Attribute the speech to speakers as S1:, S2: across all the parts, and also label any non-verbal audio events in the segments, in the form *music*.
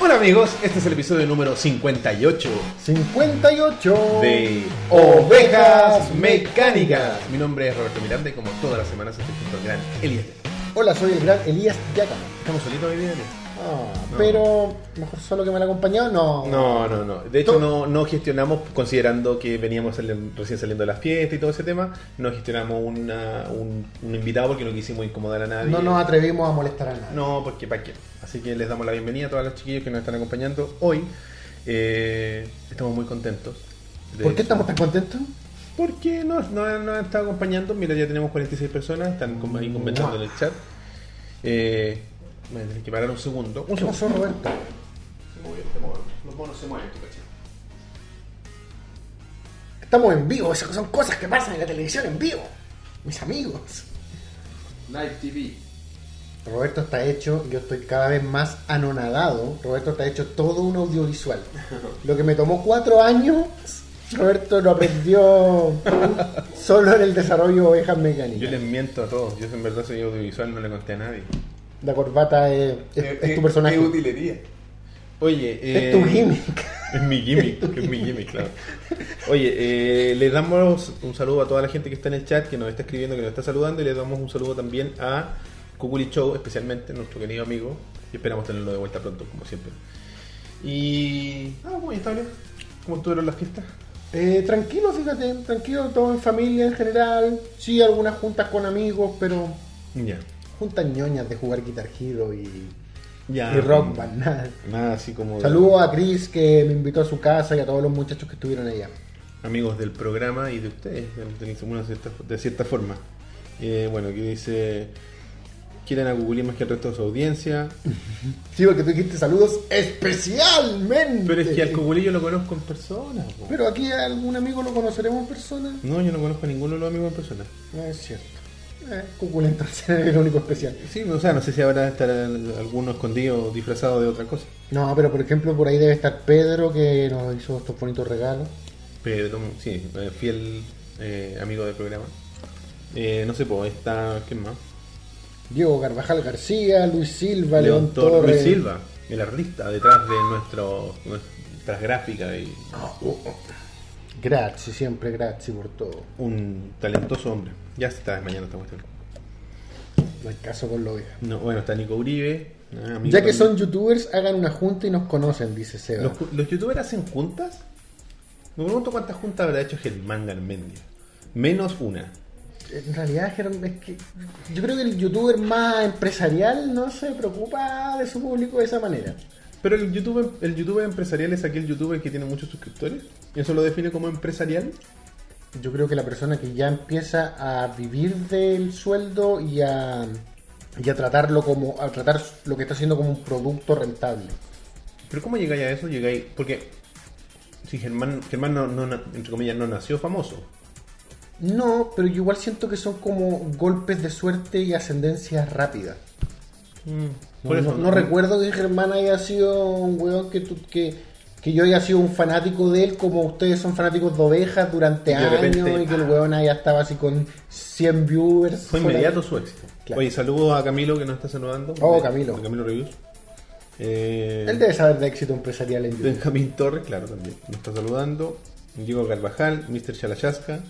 S1: Hola amigos, este es el episodio número 58
S2: 58
S1: de Ovejas Mecánicas. Mi nombre es Roberto Miranda y como todas las semanas estoy junto al gran Elías.
S2: Hola, soy el gran Elías Yaca.
S1: ¿Estamos solitos hoy día, Elías?
S2: Ah,
S1: No.
S2: Pero mejor solo que mal acompañado, no.
S1: No, no, no. De hecho, no, no gestionamos, considerando que veníamos sali- recién saliendo de la fiesta y todo ese tema, no gestionamos una- un, un invitado porque no quisimos incomodar a nadie.
S2: No nos atrevimos a molestar a nadie.
S1: No, porque para qué. Así que les damos la bienvenida a todos los chiquillos que nos están acompañando hoy. Eh, estamos muy contentos. de-
S2: ¿Por qué estamos tan contentos?
S1: Porque nos, nos, nos han estado acompañando. Mira, ya tenemos 46 personas, están com- ahí conversando en el chat. Eh, voy a tener que parar un segundo. Un
S2: ¿Qué
S1: segundo.
S2: pasó, Roberto?
S1: Los monos se mueven, tú cachai.
S2: Estamos en vivo, esas son cosas que pasan en la televisión en vivo. Mis amigos.
S3: Live TV.
S2: Roberto está hecho, yo estoy cada vez más anonadado. Roberto está hecho todo
S3: *laughs*
S2: un audiovisual. Lo que me tomó cuatro años, Roberto lo
S3: *laughs*
S2: aprendió solo en el desarrollo de ovejas
S1: Yo
S2: mecánicas.
S1: les miento a todos. Yo en verdad soy audiovisual, no le conté a nadie.
S2: La corbata es, es-
S1: Eh,
S2: es tu personaje.
S3: Eh, Es utilería.
S1: Oye, eh,
S2: Es tu gimmick.
S1: *laughs* Es mi gimmick, es mi gimmick, claro. Oye, eh, les damos un saludo a toda la gente que está en el chat, que nos está escribiendo, que nos está saludando, y les damos un saludo también a Kukuli Show, especialmente nuestro querido amigo, y esperamos tenerlo de vuelta pronto, como siempre. Y. Ah, ¿cómo está, Leo? ¿Cómo estuvieron las fiestas?
S2: Eh, tranquilo, fíjate, tranquilo, todo en familia en general. Sí, algunas juntas con amigos, pero
S1: Ya.
S2: juntas ñoñas de jugar Guitar Hero y,
S1: Ya.
S2: y Rock Band, Ah, nada.
S1: Mm. Nada así como. de-
S2: Saludos a Chris que me invitó a su casa y a todos los muchachos que estuvieron allá.
S1: amigos del programa y de ustedes, de, de una cierta, de cierta forma. Eh, bueno, aquí dice. Quieren a Kukuli más que al resto de su audiencia.
S2: Sí, porque tú dijiste saludos especialmente.
S1: Pero es que al Cugulí yo lo conozco en persona. po.
S2: Pero aquí a algún amigo lo conoceremos en persona.
S1: No, yo no conozco a ninguno de los amigos en persona.
S2: No es cierto. Eh, Cucul entonces es el único especial.
S1: Sí, o sea, no sé si habrá estar alguno escondido o disfrazado de otra cosa.
S2: No, pero por ejemplo por ahí debe estar Pedro que nos hizo estos bonitos regalos.
S1: Pedro, sí, eh, fiel eh, amigo del programa. Eh, no sé, pues está, ¿quién más?
S2: Diego Carvajal García, Luis Silva, León,
S1: Tor-
S2: Torres.
S1: Luis Silva, el artista detrás de nuestro, nuestras gráficas y
S2: Gracias, siempre gracias por todo.
S1: un talentoso hombre. Ya se está desmayando esta cuestión.
S2: No hay caso con lo oveja.
S1: No, bueno, está Nico Uribe. eh, amigo
S2: Ya que
S1: también.
S2: son youtubers, hagan una junta y nos conocen, dice Seba.
S1: ¿Los, ju- los youtubers hacen juntas? Me pregunto cuántas juntas habrá hecho Germán Garmendia. Menos una.
S2: En realidad, Germ- es que yo creo que el youtuber más empresarial no se preocupa de su público de esa manera.
S1: Pero el youtuber, el youtuber empresarial es aquel youtuber que tiene muchos suscriptores. ¿Y eso lo define como empresarial?
S2: Yo creo que la persona que ya empieza a vivir del sueldo y a, y a tratarlo como a tratar lo que está haciendo como un producto rentable.
S1: ¿Pero cómo llegáis a eso? Llegáis... Porque si Germán, Germán no, no na- entre comillas, no nació famoso.
S2: No, pero yo igual siento que son como golpes de suerte y ascendencias rápidas. No,
S1: Por
S2: Mm, no-
S1: eso,
S2: no recuerdo que Germán haya sido un weón que, tú- que, que yo haya sido un fanático de él, como ustedes son fanáticos de ovejas durante
S1: Y de
S2: años
S1: repente,
S2: y que el weón haya estado así con 100 viewers.
S1: Fue
S2: sola-
S1: inmediato su éxito.
S2: Claro.
S1: Oye, saludos a Camilo que nos está saludando.
S2: Oh,
S1: De-
S2: Camilo.
S1: de Camilo Reviews. Eh,
S2: Él debe saber de éxito empresarial en YouTube.
S1: Benjamín Torres, claro, también. Nos está saludando. Diego Carvajal, Mr. Chalayasca.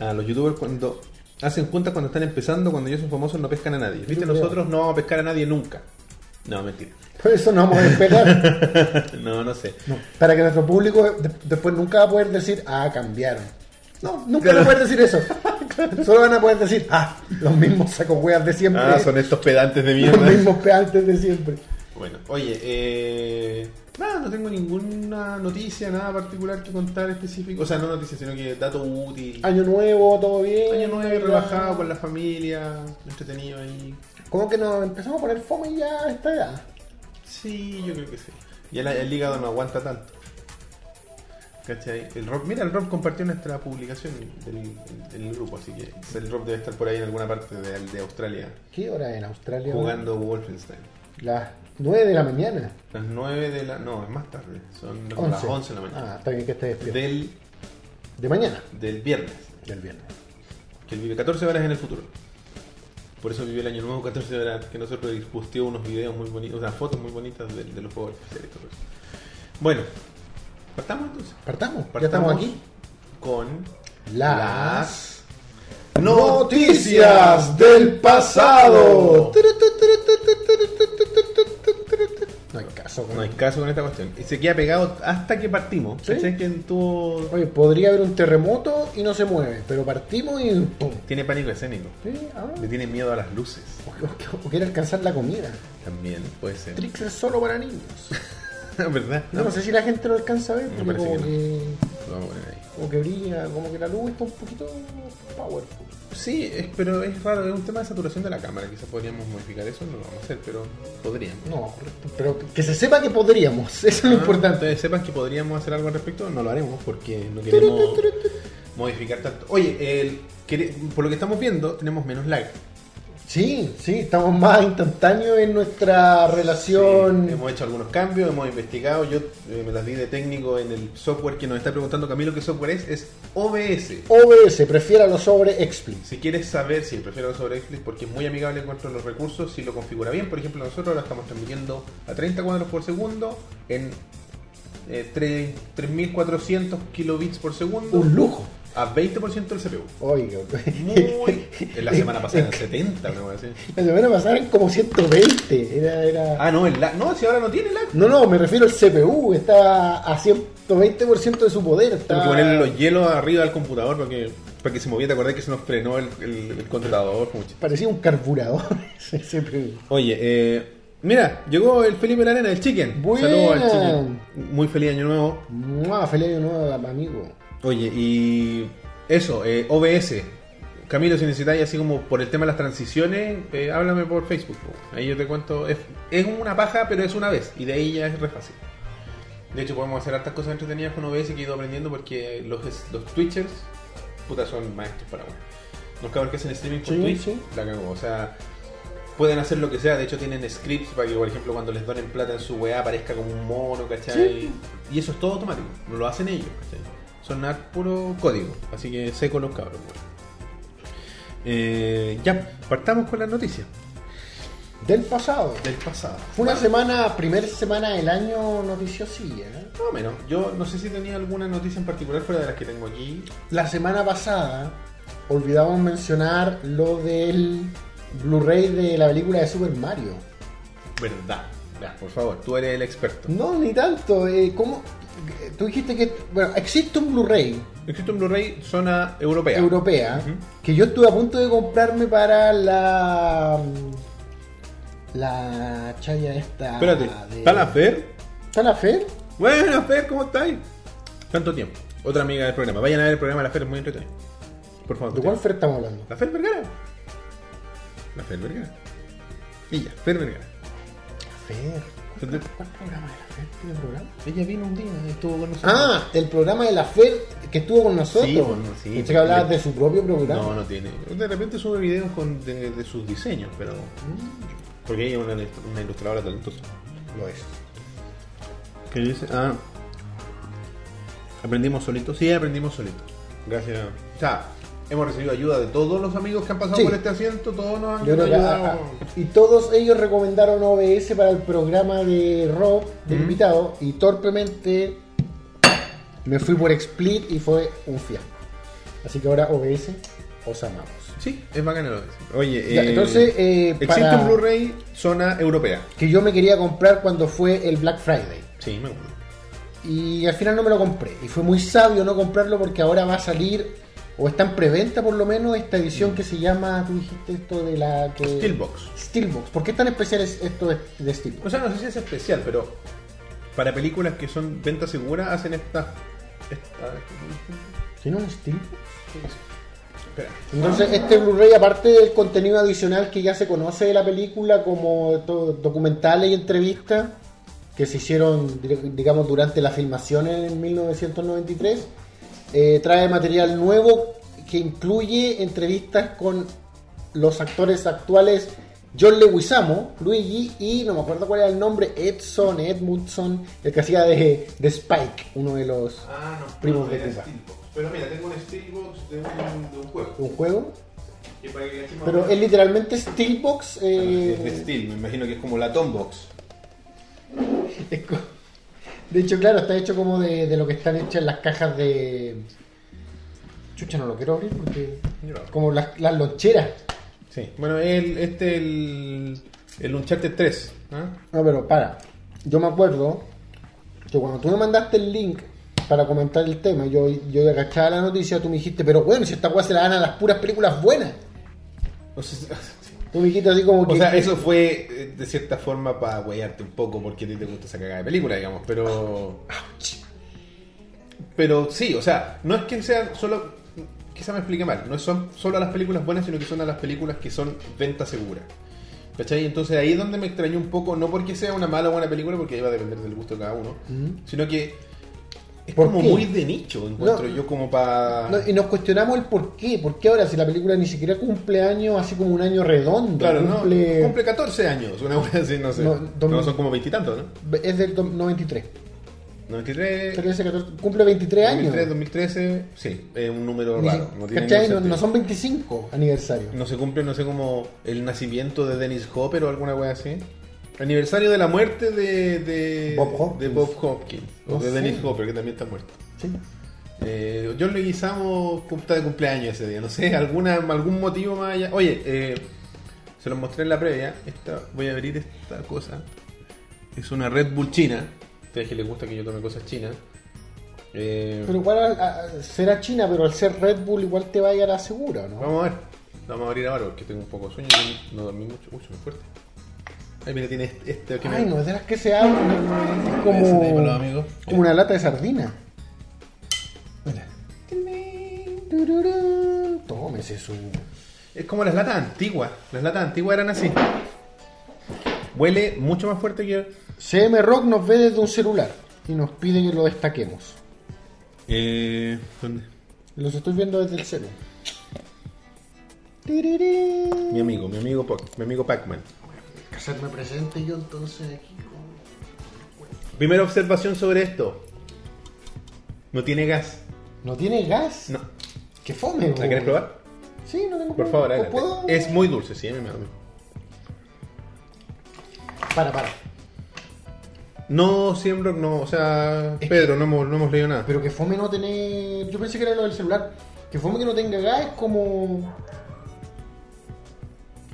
S1: A los youtubers cuando hacen juntas cuando están empezando, cuando ellos son famosos no pescan a nadie. Viste,
S2: creo.
S1: nosotros no vamos a pescar a nadie nunca. No, mentira. *laughs*
S2: Por eso no vamos a esperar.
S1: no, no sé.
S2: No, para que nuestro público de- después nunca va a poder decir, ah, cambiaron. No, nunca
S1: Claro.
S2: van a poder decir eso. Solo van a poder decir, ah, los mismos saco weas de siempre.
S1: Ah, son estos pedantes de
S2: los
S1: mierda.
S2: *laughs* mismos peantes de siempre.
S1: bueno, oye, eh, nada, no tengo ninguna noticia, nada particular que contar específico. O sea, no noticia, sino que dato útil.
S2: Año nuevo, todo bien.
S1: Año nuevo, relajado con la familia, entretenido ahí.
S2: Como que nos empezamos a poner fome ya a esta edad.
S1: Sí, yo creo que sí. Ya la- el hígado no aguanta tanto. ¿Cachai? El Rob, mira, el Rob compartió nuestra publicación del, del grupo, así que el Rob debe estar por ahí en alguna parte de, de Australia
S2: ¿Qué hora en Australia?
S1: jugando Wolfenstein.
S2: Las 9 de la mañana.
S1: Las 9 de la. No, es más tarde, son como
S2: 11.
S1: las 11 de la mañana.
S2: Ah, está bien que esté despierto.
S1: Del,
S2: De, mañana.
S1: del viernes,
S2: Del viernes.
S1: que él vive 14 horas en el futuro. Por eso vivió el año nuevo 14 de verano, que nosotros dispustió unos videos muy bonitos, unas fotos muy bonitas de, de los juegos artificiales y todo eso. Bueno, partamos entonces.
S2: Partamos, ya
S1: Partamos
S2: estamos aquí.
S1: Con
S2: Las
S1: noticias del pasado.
S2: No hay caso,
S1: No hay
S2: güey.
S1: caso con esta cuestión. Y se queda pegado hasta que partimos.
S2: Sí.
S1: ¿Cachai? Que tuvo...
S2: Oye, podría haber un terremoto y no se mueve, pero partimos y ¡pum!
S1: Tiene pánico escénico.
S2: Sí, ah.
S1: Le tiene miedo a las luces.
S2: O, o- o quiere alcanzar la comida.
S1: También puede ser.
S2: Trix es solo para niños.
S1: *laughs* ¿Verdad?
S2: No, sé si la gente lo alcanza a ver,
S1: Me
S2: porque
S1: parece
S2: como
S1: que no.
S2: que,
S1: Lo vamos a poner ahí.
S2: como que brilla, como que la luz está un poquito powerful.
S1: Sí, es- pero es raro, es un tema de saturación de la cámara, quizás podríamos modificar eso, no lo vamos a hacer, pero podríamos.
S2: No, correcto. Pero que se sepa que podríamos, *laughs*
S1: Ah.
S2: eso es lo importante.
S1: Entonces sepan que podríamos hacer algo al respecto, no lo haremos porque no queremos modificar tanto. Oye, el- quere- por lo que estamos viendo, tenemos menos lag.
S2: Sí, sí, estamos más instantáneos en nuestra
S1: Sí,
S2: relación.
S1: hemos hecho algunos cambios, hemos investigado, yo eh, me las di de técnico en el software que nos está preguntando Camilo qué software es, es OBS.
S2: OBS, prefiéralo sobre Explicit.
S1: Si quieres saber si prefiero sobre Netflix porque es muy amigable en cuanto a los recursos, si lo configura bien, por ejemplo, nosotros ahora estamos transmitiendo a 30 cuadros por segundo en eh, tre- 3400 kilobits por segundo
S2: Un lujo.
S1: a 20% del CPU.
S2: Oiga, *laughs*
S1: Muy. en la semana pasada en 70, me voy a decir.
S2: la semana pasada eran como 120. Era, era...
S1: Ah, no, el lag. No, si ahora no tiene lag.
S2: No, no, me refiero al CPU, está a 120% de su poder. Está...
S1: Tengo que ponerle los hielos arriba al computador para que, para que se moviera. Te acordás que se nos frenó el, el, el controlador. mucho.
S2: Parecía un carburador *laughs* ese CPU.
S1: Oye, eh, mira, llegó el Felipe Larena, el Chicken. Saludos al
S2: Buena.
S1: Chicken. Muy feliz año nuevo.
S2: ¡Mua! Feliz año nuevo, amigo.
S1: Oye, y eso, eh, OBS. Camilo, si necesitáis, así como por el tema de las transiciones, eh, háblame por Facebook. po. Ahí yo te cuento. Es, es una paja, pero es una vez. Y de ahí ya es re fácil. De hecho, podemos hacer hartas cosas entretenidas con OBS que he ido aprendiendo porque los, los Twitchers, puta, son maestros para bueno. Los cabros que hacen streaming por
S2: Sí,
S1: Twitch,
S2: sí.
S1: la cagó. O sea, pueden hacer lo que sea. De hecho, tienen scripts para que, por ejemplo, cuando les donen plata en su weá aparezca como un mono, ¿cachai? Y eso es todo automático. Lo hacen ellos, ¿cachai? Son ar- puro código. Así que sé con los cabros, weón. Eh, ya, partamos con las noticias
S2: Del pasado.
S1: del pasado.
S2: Fue una
S1: Bueno,
S2: semana, primera semana del año noticiosilla. ¿eh?
S1: Más o menos. Yo no sé si tenía alguna noticia en particular fuera de las que tengo aquí.
S2: La semana pasada olvidamos mencionar lo del Blu-ray de la película de Super Mario.
S1: Verdad. Ya, por favor, tú eres el experto.
S2: No, ni tanto. eh, ¿Cómo? Tú dijiste que. Bueno, existe un Blu-ray
S1: Existe un Blu-ray zona europea.
S2: europea
S1: Ujú.
S2: que yo estuve a punto de comprarme para la. La chaya esta.
S1: Espérate,
S2: de-
S1: ¿está la Fer?
S2: ¿Está la Fer?
S1: Bueno, Fer, ¿cómo estáis? Tanto tiempo. Otra amiga del programa. Vayan a ver el programa La Fer, es muy entretenido. Por favor.
S2: ¿De
S1: te-
S2: cuál Fer estamos hablando?
S1: La Fer Vergara. La Fer Vergara. Y ya, Fer Vergara.
S2: Fer.
S1: Entonces,
S2: ¿Cuál programa de la Fer? ¿Tiene programa?
S1: Ella vino un día, estuvo con nosotros.
S2: Ah, el programa de la Fer que estuvo con nosotros.
S1: Sí, bueno, sí.
S2: Pensé que hablabas de su propio programa.
S1: No, no tiene. De repente sube videos con, de, de sus diseños, pero. mm, Porque ella es una, una ilustradora talentosa.
S2: Lo es.
S1: ¿Qué dice? Ah. ¿Aprendimos solito? Sí, aprendimos solito. Gracias. O sea, hemos recibido ayuda de todos los amigos que han pasado
S2: Sí.
S1: por este asiento, todos nos han
S2: Yo creo que-
S1: ayudado.
S2: ah, ah, y todos ellos recomendaron OBS para el programa de Rob, del
S1: Mm.
S2: invitado, y torpemente me fui por Split y fue un fiasco. Así que ahora OBS os amamos.
S1: Sí, es bacán el OBS. Oye,
S2: Ya,
S1: eh,
S2: entonces, eh,
S1: existe
S2: para-
S1: un Blu-ray zona europea.
S2: Que yo me quería comprar cuando fue el Black Friday.
S1: Sí, me acuerdo.
S2: Y al final no me lo compré. Y fue muy sabio no comprarlo porque ahora va a salir, o está en preventa por lo menos, esta edición que se llama, tú dijiste esto de la que...
S1: Steelbox.
S2: Steelbox. ¿Por qué es tan especial es- esto de, de Steelbox?
S1: O sea, no sé si es especial, pero para películas que son venta segura hacen esta. esta
S2: ¿Tiene un Steelbox?
S1: espera.
S2: Entonces, este Blu-ray, aparte del contenido adicional que ya se conoce de la película, como to- documentales y entrevistas que se hicieron, dire- digamos, durante la filmación en 1993, eh, trae material nuevo que incluye entrevistas con los actores actuales John Leguizamo, Luigi y no me acuerdo cuál era el nombre, Edson, Edmundson, el que hacía de, de Spike, uno de los
S1: Ah, no.
S2: Primos
S1: no,
S2: de
S1: era
S2: Cuba.
S1: Steelbox. Pero mira, tengo un Steelbox de un, de un juego.
S2: un juego.
S3: Y para que cachemos-
S2: Pero es literalmente Steelbox. eh,
S1: Ah, Es de Steel, me imagino que es como la Tombox.
S2: es co- de hecho, claro, está hecho como de, de lo que están hechas las cajas de. Chucha, no lo quiero abrir porque. Como las, las loncheras.
S1: Sí. Bueno, el, este el, el Uncharted 3.
S2: *laughs*
S1: ¿ah?
S2: No, pero para. Yo me acuerdo que cuando tú me mandaste el link para comentar el tema, yo, yo agachaba la noticia, tú me dijiste, pero bueno, si esta weá se la dan a las puras películas buenas.
S1: O sea,
S2: Tú me dijiste así como que.
S1: o sea, eso fue eh, de cierta forma para huearte un poco porque a ti te gusta esa cagada de película, digamos, pero... Pero sí, o sea, no es que sean solo... Quizá me explique mal, no son solo a las películas buenas, sino que son a las películas que son venta segura. ¿Cachai? Entonces ahí es donde me extrañó un poco, no porque sea una mala o buena película, porque ahí va a depender del gusto de cada uno,
S2: ¿Mm?
S1: sino que es
S2: ¿Por
S1: como
S2: qué?
S1: muy de nicho, encuentro
S2: No.
S1: yo como para...
S2: No, y nos cuestionamos el por qué. ¿Por qué ahora si la película ni siquiera cumple año así como un año redondo?
S1: Claro,
S2: cumple,
S1: no, cumple 14 años, una hora así, no sé.
S2: No,
S1: No,
S2: dos-
S1: son como veintitantos, ¿no?
S2: Es del do- 93.
S1: 93,
S2: 13, 14, cumple 23 años.
S1: 2003, 2013, sí, es un número
S2: Ni si-
S1: raro. No, tiene
S2: ¿Cachai?
S1: ningún
S2: No, no
S1: sentido.
S2: son 25 aniversarios.
S1: No se cumple, no sé, como el nacimiento de Dennis Hopper o alguna wea así. Aniversario de la muerte de, de
S2: Bob Hopkins.
S1: de Bob Hopkins,
S2: No
S1: o de
S2: sé.
S1: Dennis Hopper, que también está muerto.
S2: Sí.
S1: Eh, John Leguizamo está de cumpleaños ese día, no sé, alguna, algún motivo más allá. Oye, eh, se los mostré en la previa. Esta, voy a abrir esta cosa. Es una Red Bull china. Ustedes que les gusta que yo tome cosas chinas. Eh,
S2: Pero igual al- a- será China, pero al ser Red Bull igual te va a ir a la segura, ¿no?
S1: Vamos a ver. La Vamos a abrir ahora porque tengo un poco de sueño. y No dormí mucho. Uy, se me fuerte. Ahí mira, tiene este, este que me-
S2: Ay, no, es de las que se abren. Es
S1: Ese tipo, los
S2: como,
S1: amigos.
S2: como una lata de sardina.
S1: Mira.
S2: Tururú. Tómese su.
S1: Es como las latas antiguas. Las latas antiguas eran así. Huele mucho más fuerte que...
S2: CM Rock nos ve desde un celular y nos pide que lo destaquemos.
S1: Eh, ¿Dónde?
S2: Los estoy viendo desde el celular.
S1: Mi amigo, mi amigo, Pac- mi amigo Pac-Man.
S2: Casarme presente yo entonces aquí con...
S1: Primera observación sobre esto. No tiene gas.
S2: ¿No tiene gas?
S1: No.
S2: ¿Qué fome?
S1: ¿La querés probar?
S2: Sí, no tengo
S1: Por favor,
S2: Oh. ¿O
S1: adelante.
S2: puedo?
S1: Es muy dulce, sí, a mí me da.
S2: Para, para.
S1: No, siempre no, o sea, Pedro, no hemos, no hemos leído nada.
S2: Pero que fome no tener... Yo pensé que era lo del celular. Que fome que no tenga gas es como...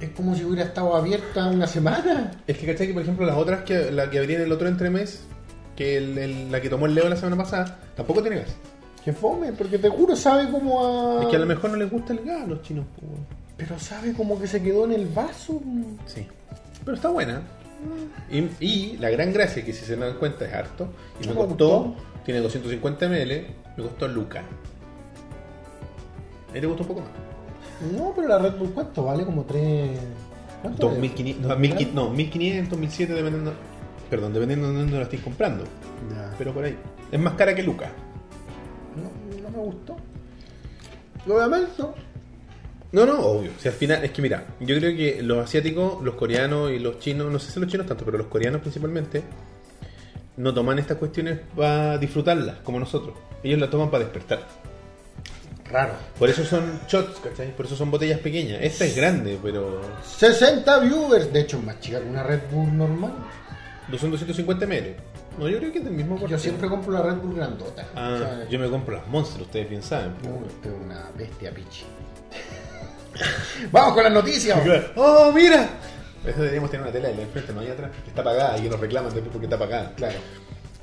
S2: Es como si hubiera estado abierta una semana.
S1: Es que cachai que, por ejemplo, las otras que la que abrí en el otro entremés, que el- el- la que tomó el Leo la semana pasada, tampoco tiene gas.
S2: Que fome, porque te juro, sabe como a...
S1: Es que a lo mejor no les gusta el gas a los chinos, pues, weón.
S2: Pero sabe como que se quedó en el vaso.
S1: Sí. Pero está buena. Y, y la gran gracia que si se dan cuenta es harto. Y me
S2: No me
S1: costó,
S2: gustó.
S1: tiene 250 ml, me costó Luca. A mí te gustó un poco más.
S2: No, pero la Red Bull, ¿cuánto vale? Como tres... ¿Cuánto vale?
S1: 2500, no, 1500, no, 1500, 1700 dependiendo. Perdón, dependiendo de dónde la estés comprando.
S2: Ya.
S1: Pero por ahí. Es más cara que Luca.
S2: No, no me gustó. Lo de Manso.
S1: No, no, obvio. Si al final, es que mira, yo creo que los asiáticos, los coreanos y los chinos, no sé si los chinos tanto, pero los coreanos principalmente, no toman estas cuestiones para disfrutarlas, como nosotros. Ellos las toman para despertar.
S2: Raro.
S1: Por eso son shots, ¿cachai? Por eso son botellas pequeñas. Esta es grande, pero.
S2: 60 viewers. De hecho, es más chica que una Red Bull normal.
S1: no Son 250 ml. No, yo creo que es del mismo porte.
S2: Yo siempre compro la Red Bull grandota.
S1: Ah,
S2: O sea,
S1: yo me compro las Monster, ustedes bien saben.
S2: no, esto es una bestia, pichi. *laughs* Vamos con las noticias.
S1: ¡Oh, mira! Eso deberíamos tener una tela de la enfrente, no hay atrás. que Está apagada y que nos reclaman después porque está apagada.
S2: Claro.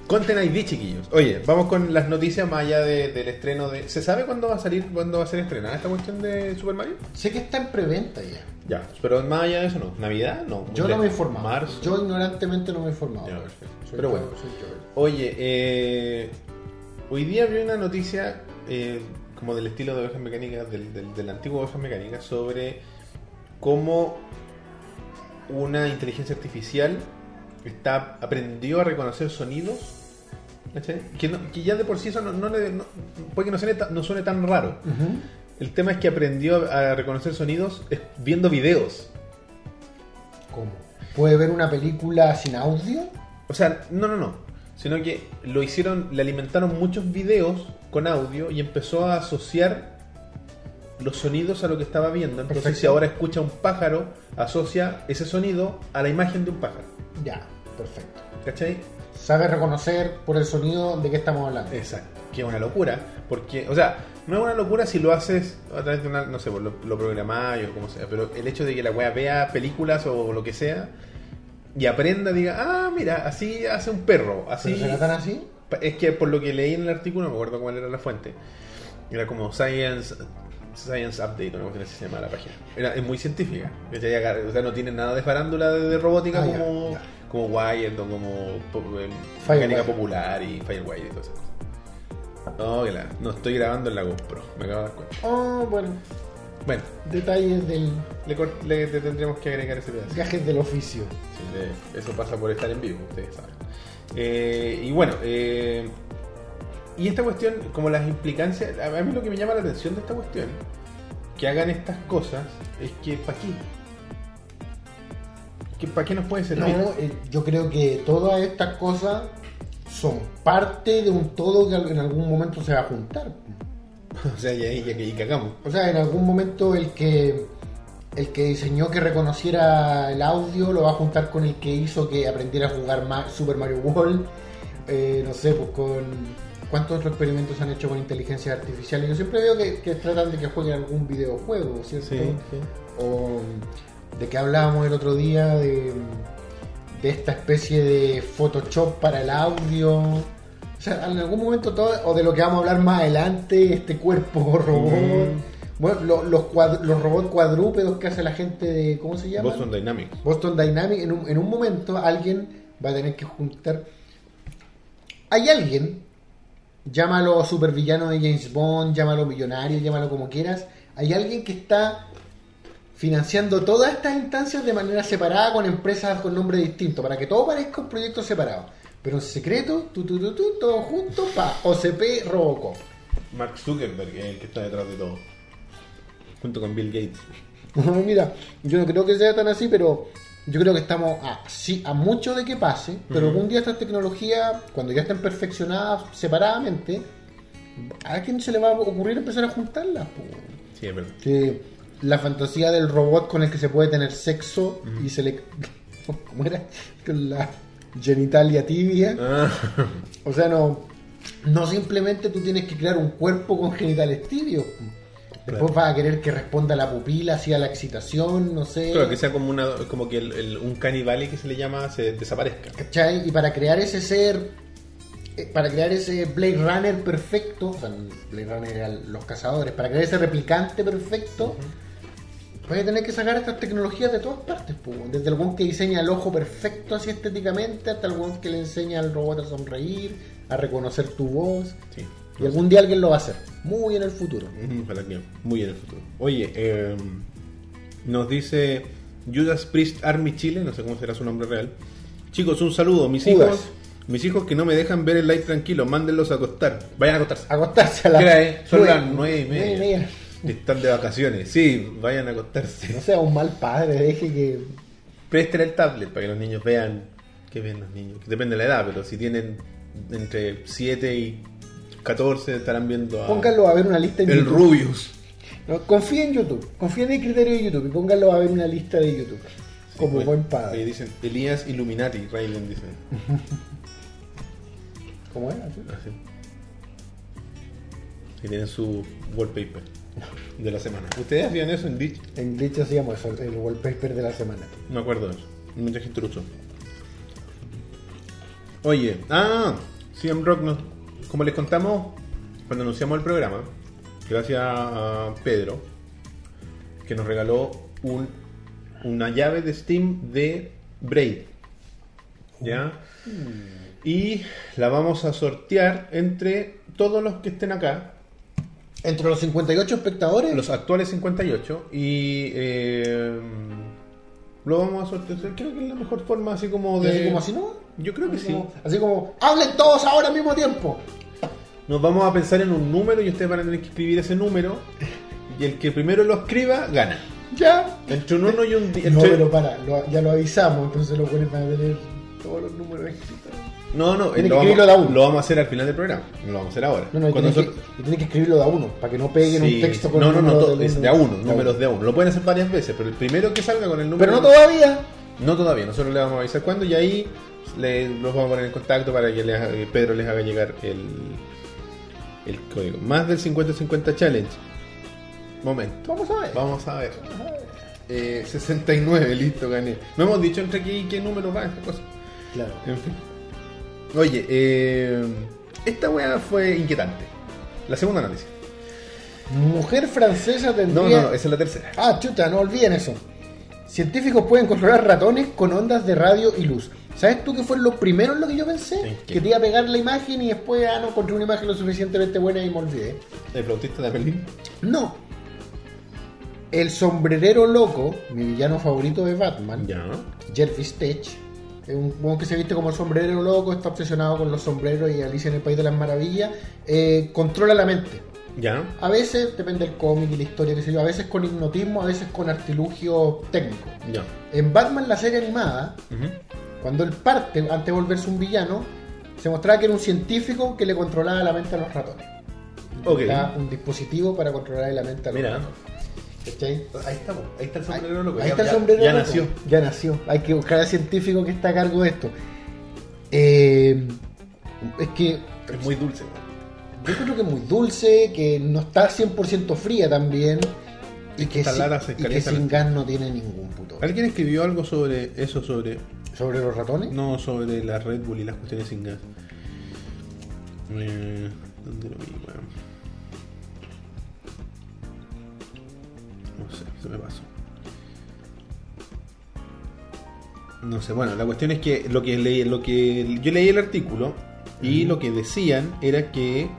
S1: Content ID, chiquillos. Oye, vamos con las noticias más allá de- del estreno de. ¿Se sabe cuándo va a salir, cuándo va a ser estrenada esta cuestión de Super Mario?
S2: Sé que está en preventa ya.
S1: Ya, pero más allá de eso no. ¿Navidad? No. muy
S2: Yo no me he
S1: lejos.
S2: informado.
S1: Marzo.
S2: Yo ignorantemente no me he informado.
S1: Ya, perfecto.
S2: Soy
S1: Pero
S2: yo-
S1: bueno.
S2: soy yo.
S1: Oye, eh, hoy día vi una noticia eh, como del estilo de ovejas mecánicas, del, del, del antiguo ovejas mecánicas, sobre cómo una inteligencia artificial está aprendió a reconocer sonidos. ¿cachai? Que, no- que ya de por sí eso no, no le- no- puede que no suene, tan, no suene tan raro.
S2: Ujú.
S1: El tema es que aprendió a reconocer sonidos eh, viendo videos.
S2: ¿Cómo? ¿Puede ver una película sin audio?
S1: O sea, no, no, no. Sino que lo hicieron, le alimentaron muchos videos con audio y empezó a asociar los sonidos a lo que estaba viendo. Entonces,
S2: Perfecto.
S1: si ahora escucha un pájaro, asocia ese sonido a la imagen de un pájaro.
S2: Ya, perfecto.
S1: ¿Cachai?
S2: Sabe reconocer por el sonido de qué estamos hablando.
S1: Exacto. Que es una locura, porque, o sea, no es una locura si lo haces a través de una, no sé, pues, lo, lo programáis o como sea, pero el hecho de que la wea vea películas o lo que sea y aprenda, diga, ah, mira, así hace un perro, así.
S2: ¿Pero será tan así?
S1: Pa- Es que por lo que leí en el artículo, no me acuerdo cuál era la fuente. Era como Science Science Update, o no sé si se llama la página. Era, es muy científica. ¿cachai? Agar- O sea, no tiene nada de farándula de, de robótica
S2: Ah, ya,
S1: como,
S2: ya.
S1: como Wired o como po- eh,
S2: Firewire.
S1: Mecánica Popular y Firewire y todo eso. No, que la- no estoy grabando en la GoPro, me acabo de dar cuenta.
S2: Oh, bueno,
S1: Bueno,
S2: detalles del
S1: le, cor- le- te tendremos que agregar ese pedazo.
S2: gajes del oficio.
S1: Sí, le- Eso pasa por estar en vivo, ustedes saben. Eh, y bueno, eh, y esta cuestión, como las implicancias, a a mí lo que me llama la atención de esta cuestión, que hagan estas cosas, es que ¿para qué? Que, ¿Para qué nos puede
S2: No,
S1: servir?
S2: eh, yo creo que todas estas cosas son parte de un todo que en algún momento se va a juntar.
S1: *laughs* O sea, ya, ya que y cagamos.
S2: O sea, en algún momento el que el que diseñó que reconociera el audio lo va a juntar con el que hizo que aprendiera a jugar ma- Super Mario World. Eh, no sé, pues con. ¿Cuántos otros experimentos han hecho con inteligencia artificial? Y Yo siempre veo que, que tratan de que jueguen algún videojuego, ¿cierto? O de que hablábamos el otro día de, de esta especie de Photoshop para el audio. O sea, en algún momento todo, o de lo que vamos a hablar más adelante, este cuerpo *laughs* robot. Bueno, lo- los, cuad- los robots cuadrúpedos que hace la gente de, ¿cómo se llama?
S1: Boston Dynamics.
S2: Boston Dynamics, en un, en un momento alguien va a tener que juntar. Hay alguien, llámalo supervillano de James Bond, llámalo millonario, llámalo como quieras. Hay alguien que está financiando todas estas instancias de manera separada con empresas con nombre distinto, para que todo parezca un proyecto separado. Pero en secreto, tu, tu, tu, tu, todo junto, pa, OCP Robocop.
S1: Mark Zuckerberg es el que está detrás de todo. Junto con Bill Gates.
S2: Mira, yo no creo que sea tan así, pero yo creo que estamos a, sí, a mucho de que pase, pero algún día estas tecnologías, cuando ya estén perfeccionadas separadamente, ¿a quién se le va a ocurrir empezar a juntarlas? po?
S1: Sí, es verdad.
S2: Que la fantasía del robot con el que se puede tener sexo y se le... *laughs* ¿Cómo era? Con la genitalia tibia.
S1: Ah,
S2: O sea, no, no simplemente tú tienes que crear un cuerpo con genitales tibios. Después vas a querer que responda a la pupila, así a la excitación, no sé.
S1: *laughs* claro, que sea como, una, como que el- el- un canibale que se le llama se desaparezca.
S2: ¿Cachai? Y para crear ese ser, eh, para crear ese Blade Runner perfecto, o sea, Blade Runner eran los cazadores, para crear ese replicante perfecto, vas a tener que sacar estas tecnologías de todas partes, po, weón. desde el weón que diseña el ojo perfecto así estéticamente, hasta el weón que le enseña al robot a sonreír, a reconocer tu voz.
S1: Sí.
S2: Y algún día alguien lo va a hacer, muy en el futuro.
S1: Mm, Ojalá que muy en el futuro. Oye, eh, nos dice Judas Priest Army Chile, no sé cómo será su nombre real. Chicos, un saludo. Mis
S2: Judas.
S1: hijos, mis hijos que no me dejan ver el live tranquilo, mándenlos a acostar. Vayan a acostarse.
S2: Acostarse
S1: ¿Qué
S2: a las
S1: hora es? Son
S2: nueve-
S1: las nueve y media.
S2: nueve
S1: Están de vacaciones. Sí, vayan a acostarse.
S2: No *laughs* sea un mal padre, deje que
S1: Presten el tablet para que los niños vean qué ven los niños. Depende de la edad, pero si tienen entre 7 y 14 estarán viendo a
S2: pónganlo a ver una lista en
S1: el
S2: YouTube.
S1: Rubius.
S2: No, confía en YouTube, confía en el criterio de YouTube y pónganlo a ver una lista de YouTube. como
S1: Sí, pues,
S2: buen
S1: oye,
S2: padre.
S1: dicen Elías Illuminati, Raylan dicen.
S2: ¿Cómo era? ¿Sí?
S1: Así. Y tienen su wallpaper de la semana. ¿Ustedes hacían eso en Ditch?
S2: En Glitch hacíamos eso, el wallpaper de la semana.
S1: No me acuerdo de eso. Mucha gente lo usó. Oye, ah, CM Rock, nos- como les contamos cuando anunciamos el programa, gracias a Pedro, que nos regaló un, una llave de Steam de Braid. ¿Ya? Y la vamos a sortear entre todos los que estén acá,
S2: Entre los 58 espectadores,
S1: los actuales 58 y eh, lo vamos a sortear. Creo que es la mejor forma, así como
S2: y
S1: de.
S2: así como así, ¿no?
S1: Yo creo que
S2: Así
S1: sí.
S2: como- Así como, hablen todos ahora al mismo tiempo.
S1: Nos vamos a pensar en un número y ustedes van a tener que escribir ese número y el que primero lo escriba gana.
S2: Ya.
S1: Entre un 1 y un 10.
S2: No, pero para, lo- ya lo avisamos, entonces los buenos van a tener todos los números escritos.
S1: No, no, eh,
S2: Tiene
S1: lo
S2: que
S1: vamos,
S2: escribirlo de a uno.
S1: lo vamos a hacer al final del programa. No lo vamos a hacer ahora.
S2: No, no, y
S1: Cuando
S2: tienes, que,
S1: nosotros-
S2: y tienes que escribirlo de a uno, para que no peguen
S1: Sí.
S2: un texto con
S1: No,
S2: el
S1: no, no,
S2: número
S1: todo-
S2: del-
S1: es de a uno,
S2: de
S1: números de a uno. Lo pueden hacer varias veces, pero el primero que salga con el número.
S2: Pero no todavía.
S1: No todavía, nosotros le vamos a avisar cuándo y ahí le- los vamos a poner en contacto para que les- eh, Pedro les haga llegar el, el código. Más del 50-50 challenge. Momento.
S2: Vamos a ver.
S1: Vamos a ver. Eh, 69, listo, gané. No hemos dicho entre aquí qué número va esta cosa.
S2: Claro.
S1: En fin. Oye, eh, esta weá fue inquietante. La segunda noticia.
S2: Mujer francesa tendría.
S1: No, no, no, esa es la tercera.
S2: Ah, chuta, no olviden eso. Científicos pueden controlar ratones con ondas de radio y luz. ¿Sabes tú qué fue lo primero en lo que yo
S1: ¿En
S2: pensé?
S1: qué?
S2: Que te iba a pegar la imagen y después, ah, no, encontré una imagen lo suficientemente buena y me olvidé.
S1: El flautista de Berlín.
S2: No. El sombrerero loco, mi villano favorito de Batman,
S1: Ya.
S2: Jervis Tech, es un hueón que se viste como el sombrerero loco, está obsesionado con los sombreros y Alicia en el País de las Maravillas, eh, controla la mente.
S1: Ya.
S2: A veces, depende del cómic y la historia, que sé yo, a veces con hipnotismo, a veces con artilugio técnico.
S1: Ya.
S2: En Batman, la serie animada, cuando él parte, antes de volverse un villano, se mostraba que era un científico que le controlaba la mente a los ratones.
S1: Ok.
S2: Era un dispositivo para controlar la mente a los
S1: Mira.
S2: ratones. ¿Cachai?
S1: Ahí estamos. Ahí está el
S2: Ahí,
S1: sombrero loco.
S2: ahí
S1: Ya-
S2: está el
S1: ya-
S2: sombrero
S1: Ya
S2: loco.
S1: nació.
S2: Ya nació. Hay que buscar al científico que está a cargo de esto. Eh, es que
S1: Es muy dulce.
S2: yo creo que es muy dulce, que no está 100% fría también. Y que,
S1: Esta
S2: sin,
S1: lata se
S2: y que
S1: calienta
S2: sin
S1: la- ¿Eh?
S2: gas no tiene ningún puto.
S1: ¿Alguien escribió algo sobre eso, sobre.
S2: ¿Sobre los ratones?
S1: No, sobre la Red Bull y las cuestiones sin gas? Eh, ¿Dónde lo vi, weón? No sé, se me pasó. No sé, bueno, la cuestión es que lo que leí, lo que yo leí el artículo y lo que decían era que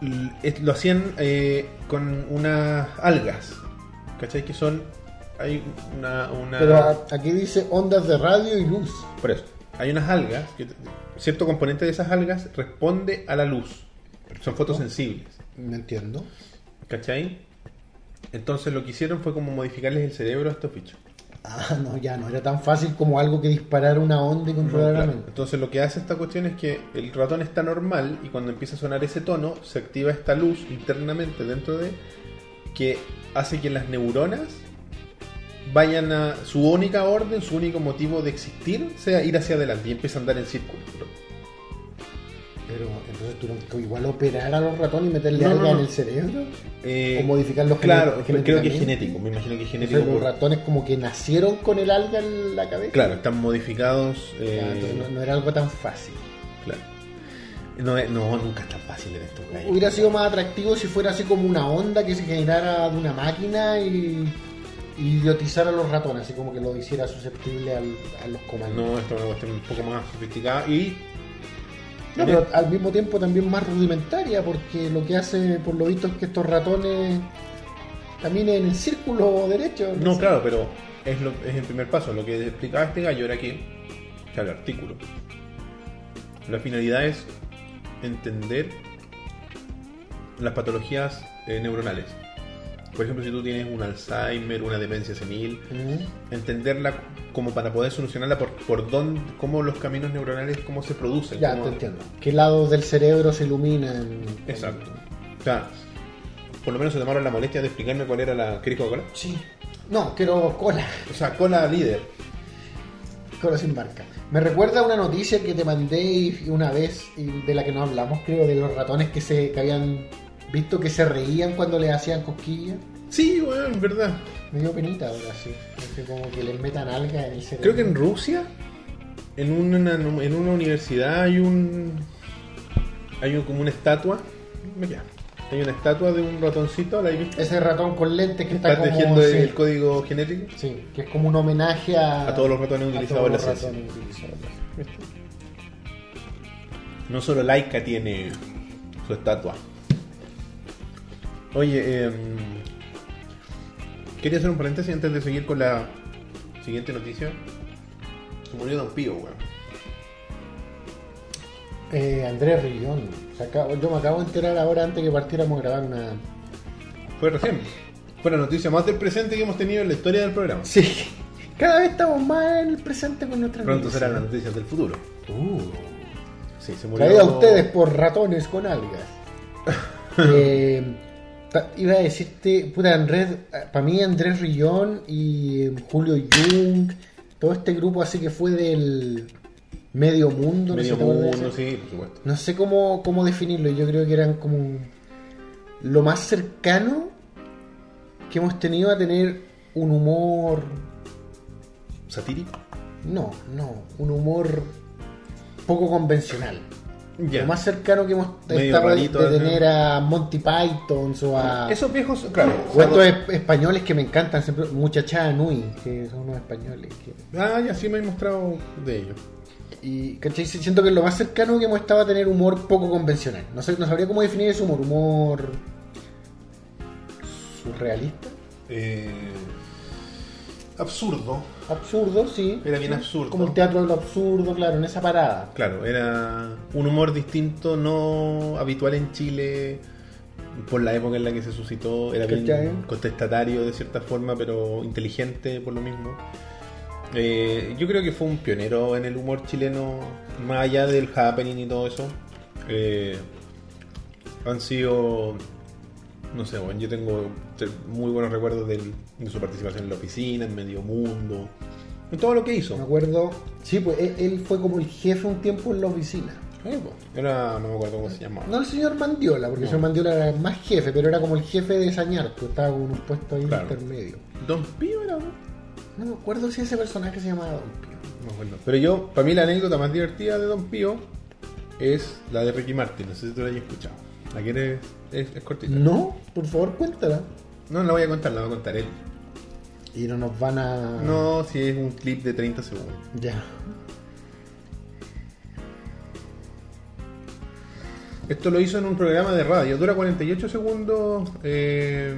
S1: l- es- lo hacían eh, con unas algas, ¿cachai? Que son hay una, una
S2: Pero a- aquí dice ondas de radio y luz.
S1: por eso, hay unas algas, que cierto componente de esas algas responde a la luz. Son fotosensibles,
S2: No entiendo.
S1: ¿cachai? Entonces lo que hicieron fue como modificarles el cerebro a estos bichos.
S2: Ah, no, ya no era tan fácil como algo que disparar una onda y
S1: No,
S2: controlar la
S1: claro.
S2: mente.
S1: Entonces lo que hace esta cuestión es que el ratón está normal y cuando empieza a sonar ese tono se activa esta luz internamente dentro de que hace que las neuronas vayan a su única orden, su único motivo de existir sea ir hacia adelante y empieza a andar en círculo.
S2: Pero entonces tuvieron que igual operar a los ratones y meterle
S1: No,
S2: algo
S1: no, no.
S2: en el cerebro.
S1: Eh,
S2: O modificar los
S1: Claro,
S2: gene-
S1: creo que es
S2: genéticamente.
S1: genético, me imagino que es
S2: O
S1: genético.
S2: sea, los
S1: por-
S2: ratones como que nacieron con el alga en la cabeza.
S1: Claro, están modificados. eh,
S2: Ya, entonces no, no era algo tan fácil.
S1: claro. No, es- no, nunca es tan fácil en estos gallos.
S2: Hubiera sido más atractivo si fuera así como una onda que se generara de una máquina y, y idiotizara a los ratones, así como que lo hiciera susceptible al- a los comandos.
S1: No, esta es una cuestión un poco más sofisticada y
S2: No, pero al mismo tiempo también más rudimentaria, porque lo que hace por lo visto es que estos ratones caminen en el círculo derecho.
S1: No,
S2: sé.
S1: claro, pero es, lo, es el primer paso. Lo que explicaba este gallo era que, claro, el artículo. La finalidad es entender las patologías eh, neuronales. Por ejemplo, si tú tienes un Alzheimer, una demencia senil,
S2: Mm.
S1: entenderla como para poder solucionarla por, por dónde, cómo los caminos neuronales, cómo se producen.
S2: Ya,
S1: cómo-
S2: te entiendo. ¿Qué lados del cerebro se iluminan?
S1: Exacto. O sea, por lo menos se tomaron la molestia de explicarme cuál era la... ¿Querés Coca-Cola?
S2: Sí. No, quiero cola. *laughs*
S1: O sea, cola líder.
S2: Cola sin marca. Me recuerda una noticia que te mandé y- una vez, y de la que no hablamos, creo, de los ratones que se que habían visto que se reían cuando les hacían cosquillas.
S1: Sí, bueno, en verdad.
S2: Me dio penita ahora sí. Es que como que les metan alga en el cerebro.
S1: Creo que en Rusia, en una, en una universidad hay un. Hay un- como una estatua. me queda. Hay una estatua de un ratoncito, ¿la has visto?
S2: Ese ratón con lentes que
S1: Que
S2: está,
S1: está tejiendo
S2: como... sí,
S1: el código genético.
S2: sí, que es como un homenaje a...
S1: A todos los ratones
S2: a
S1: utilizados
S2: todos
S1: en la
S2: los
S1: ciencia.
S2: ratones utilizados en la ciencia.
S1: No solo Laika tiene su estatua. Oye, eh, quería hacer un paréntesis antes de seguir con la siguiente noticia. Se murió Don Pío, weón.
S2: Eh, Andrés Rillón. Se acabó- yo me acabo de enterar ahora antes que partiéramos a grabar una...
S1: Fue recién. Fue la noticia más del presente que hemos tenido en la historia del programa.
S2: Sí. *laughs* Cada vez estamos más en el presente con nuestra Uh,
S1: Pronto serán las noticias del futuro. Sí, se murió.
S2: Traída a ustedes pues, por ratones
S1: *laughs*
S2: con algas. Eh, ta- iba a decirte, puta, Andrés, para mí Andrés Rillón y eh, Julio Jung, todo este grupo así que fue del medio mundo.
S1: Medio
S2: no sé, ¿te acuerdas de
S1: mundo,
S2: eso?
S1: sí, por supuesto.
S2: No sé cómo, cómo definirlo, yo creo que eran como un- lo más cercano que hemos tenido a tener un humor...
S1: ¿Satírico?
S2: No, no, un humor poco convencional.
S1: Ya.
S2: Lo más cercano que hemos
S1: Medio
S2: estado
S1: rarito,
S2: de
S1: ¿no?
S2: tener a Monty Python o a
S1: Esos viejos, claro.
S2: Ah, o a estos es- españoles que me encantan, siempre Muchacha Nui, que son unos españoles. que-
S1: Ah, ya sí me he mostrado de ellos.
S2: y ¿cachai? Sí, siento que es lo más cercano que hemos estado a tener humor poco convencional. No, sé, no sabría cómo definir ese humor, humor surrealista,
S1: Eh, absurdo.
S2: absurdo, sí.
S1: Era bien absurdo.
S2: Como el teatro de lo absurdo, claro, en esa parada.
S1: Claro, era un humor distinto, no habitual en Chile, por la época en la que se suscitó, era bien
S2: ¿Cachai?
S1: contestatario de cierta forma, pero inteligente por lo mismo. Eh, yo creo que fue un pionero en el humor chileno, más allá del happening y todo eso. Eh, han sido, no sé, bueno, yo tengo te- muy buenos recuerdos del- de su participación en la oficina, en Medio Mundo, en todo lo que hizo.
S2: Me acuerdo, sí, pues él, él fue como el jefe un tiempo en la oficina.
S1: Eh, po, Era, no me acuerdo cómo se llamaba.
S2: No el señor Mandiola, porque el señor Mandiola era más jefe, pero era como el jefe de Sañar, que estaba con unos puestos ahí
S1: Claro.
S2: intermedio.
S1: Don Pío era, ¿no?
S2: No me acuerdo si ese personaje se llamaba Don Pío.
S1: No me acuerdo. Pero yo, para mí la anécdota más divertida de Don Pío es la de Ricky Martin. No sé si tú la hayas escuchado. ¿La quieres? Es, es cortita.
S2: No, por favor cuéntala.
S1: No la voy a contar, la va a contar él.
S2: Y no nos van a.
S1: No, si es un clip de 30 segundos.
S2: Ya.
S1: Esto lo hizo en un programa de radio. Dura 48 segundos. Eh,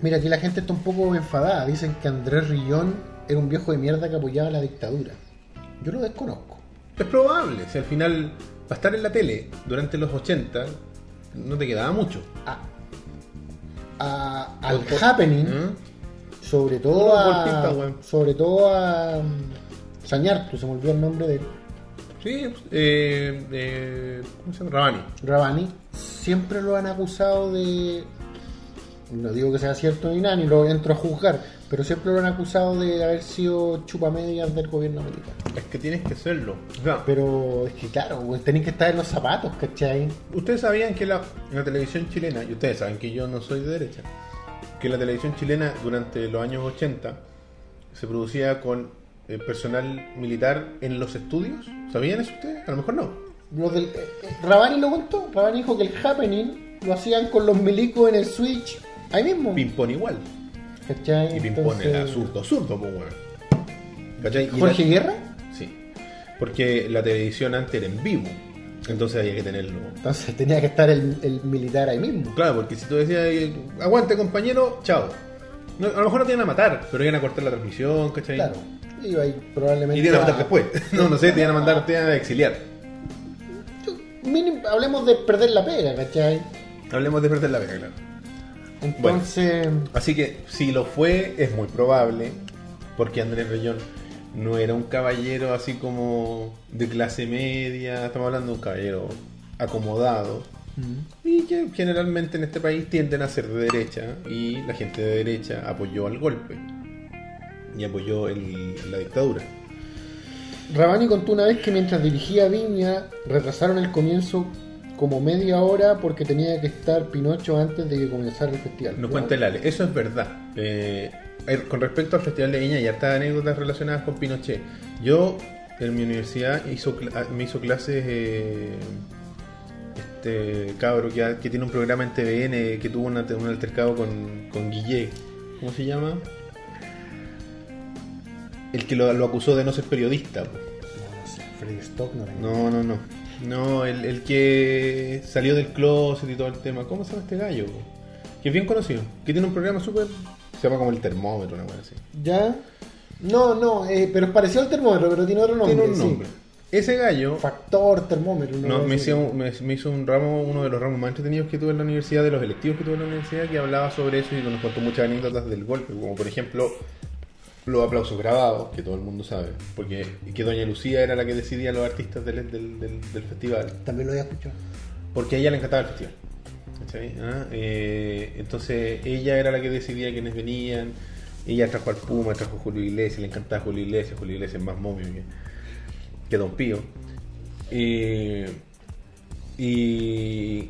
S2: Mira, aquí la gente está un poco enfadada. Dicen que Andrés Rillón era un viejo de mierda que apoyaba la dictadura. Yo lo desconozco.
S1: es probable. Si al final, para estar en la tele durante los 80, no te quedaba mucho.
S2: A- Ah. al happening,
S1: ¿Mm?
S2: sobre
S1: Puro
S2: todo
S1: golpista,
S2: a.
S1: weón.
S2: Sobre todo a. mm, Sañartu, se me olvidó el nombre de él.
S1: Sí, eh, eh, ¿cómo se llama? Rabani.
S2: Rabani siempre lo han acusado de. No digo que sea cierto ni nada, ni lo entro a juzgar, pero siempre lo han acusado de haber sido chupamedias del gobierno americano.
S1: Es que tienes que hacerlo. O sea,
S2: Pero es que claro, güey, tenéis que estar en los zapatos, ¿cachai?
S1: Ustedes sabían que la, la televisión chilena, y ustedes saben que yo no soy de derecha, que la televisión chilena durante los años 80 se producía con eh, personal militar en los estudios. ¿Sabían eso ustedes? A lo mejor no.
S2: Los del, eh, eh, Rabani lo contó, Rabani dijo que el happening lo hacían con los milicos en el Switch, ahí mismo.
S1: Pimpón igual.
S2: ¿Cachai?
S1: Y Pimpón era
S2: Entonces,
S1: zurdo, zurdo, pues bueno. ¿Cachai? Y la-
S2: Jorge Guerra,
S1: Sí. Porque la televisión antes era en vivo. Entonces había que tenerlo.
S2: entonces tenía que estar el, el militar ahí mismo.
S1: Claro, porque si tú decías, eh, aguante compañero, chao. No, a lo mejor no te iban a matar, pero iban a cortar la transmisión, ¿cachai?
S2: Claro, iba ahí probablemente.
S1: Y te iban a
S2: a-
S1: matar después. No, no sé, te iban a mandar, te iban a exiliar.
S2: Mínimo, hablemos de perder la pega, ¿cachai?
S1: Hablemos de perder la pega, claro.
S2: Entonces,
S1: Así que, si lo fue, es muy probable, porque Andrés Rellón no era un caballero así como de clase media, estamos hablando de un caballero acomodado, y que generalmente en este país tienden a ser de derecha, y la gente de derecha apoyó al golpe, y apoyó el- la dictadura.
S2: Rabani contó una vez que mientras dirigía Viña, retrasaron el comienzo como media hora porque tenía que estar Pinocho antes de que comenzara el festival.
S1: Nos cuenta el Ale, eso es verdad. Eh, eh, con respecto al Festival de Viña y hartas anécdotas relacionadas con Pinochet, yo en mi universidad hizo, cl- ah, me hizo clases eh, este cabro que, ha- que tiene un programa en TVN que tuvo una- un altercado con, con Guillé. ¿Cómo se llama? El que lo, lo acusó de no ser periodista. po.
S2: No, no sé, Freddy Stock no tenía.
S1: No, no, no. No, el, el que salió del closet y todo el tema. ¿Cómo se llama este gallo? po? Que es bien conocido. Que tiene un programa súper... Se llama como el termómetro, una cosa así.
S2: ¿Ya? No, no, eh, pero es parecido al termómetro, pero tiene otro nombre.
S1: tiene un
S2: sí.
S1: nombre. Ese gallo
S2: Factor termómetro. una
S1: no,
S2: cosa
S1: me,
S2: así.
S1: hizo un, me, me hizo un ramo, uno de los ramos más entretenidos que tuve en la universidad, de los electivos que tuve en la universidad, que hablaba sobre eso y nos contó muchas anécdotas del golpe. Como por ejemplo, los aplausos grabados, que todo el mundo sabe, porque que Doña Lucía era la que decidía los artistas del, del, del- del festival,
S2: También lo había escuchado.
S1: porque a ella le encantaba el festival. ¿cachai? Ah, eh, entonces ella era la que decidía quiénes venían, ella trajo al Puma, trajo a Julio Iglesias, le encantaba Julio Iglesias, Julio Iglesias es más momio que, que Don Pío. Eh, y,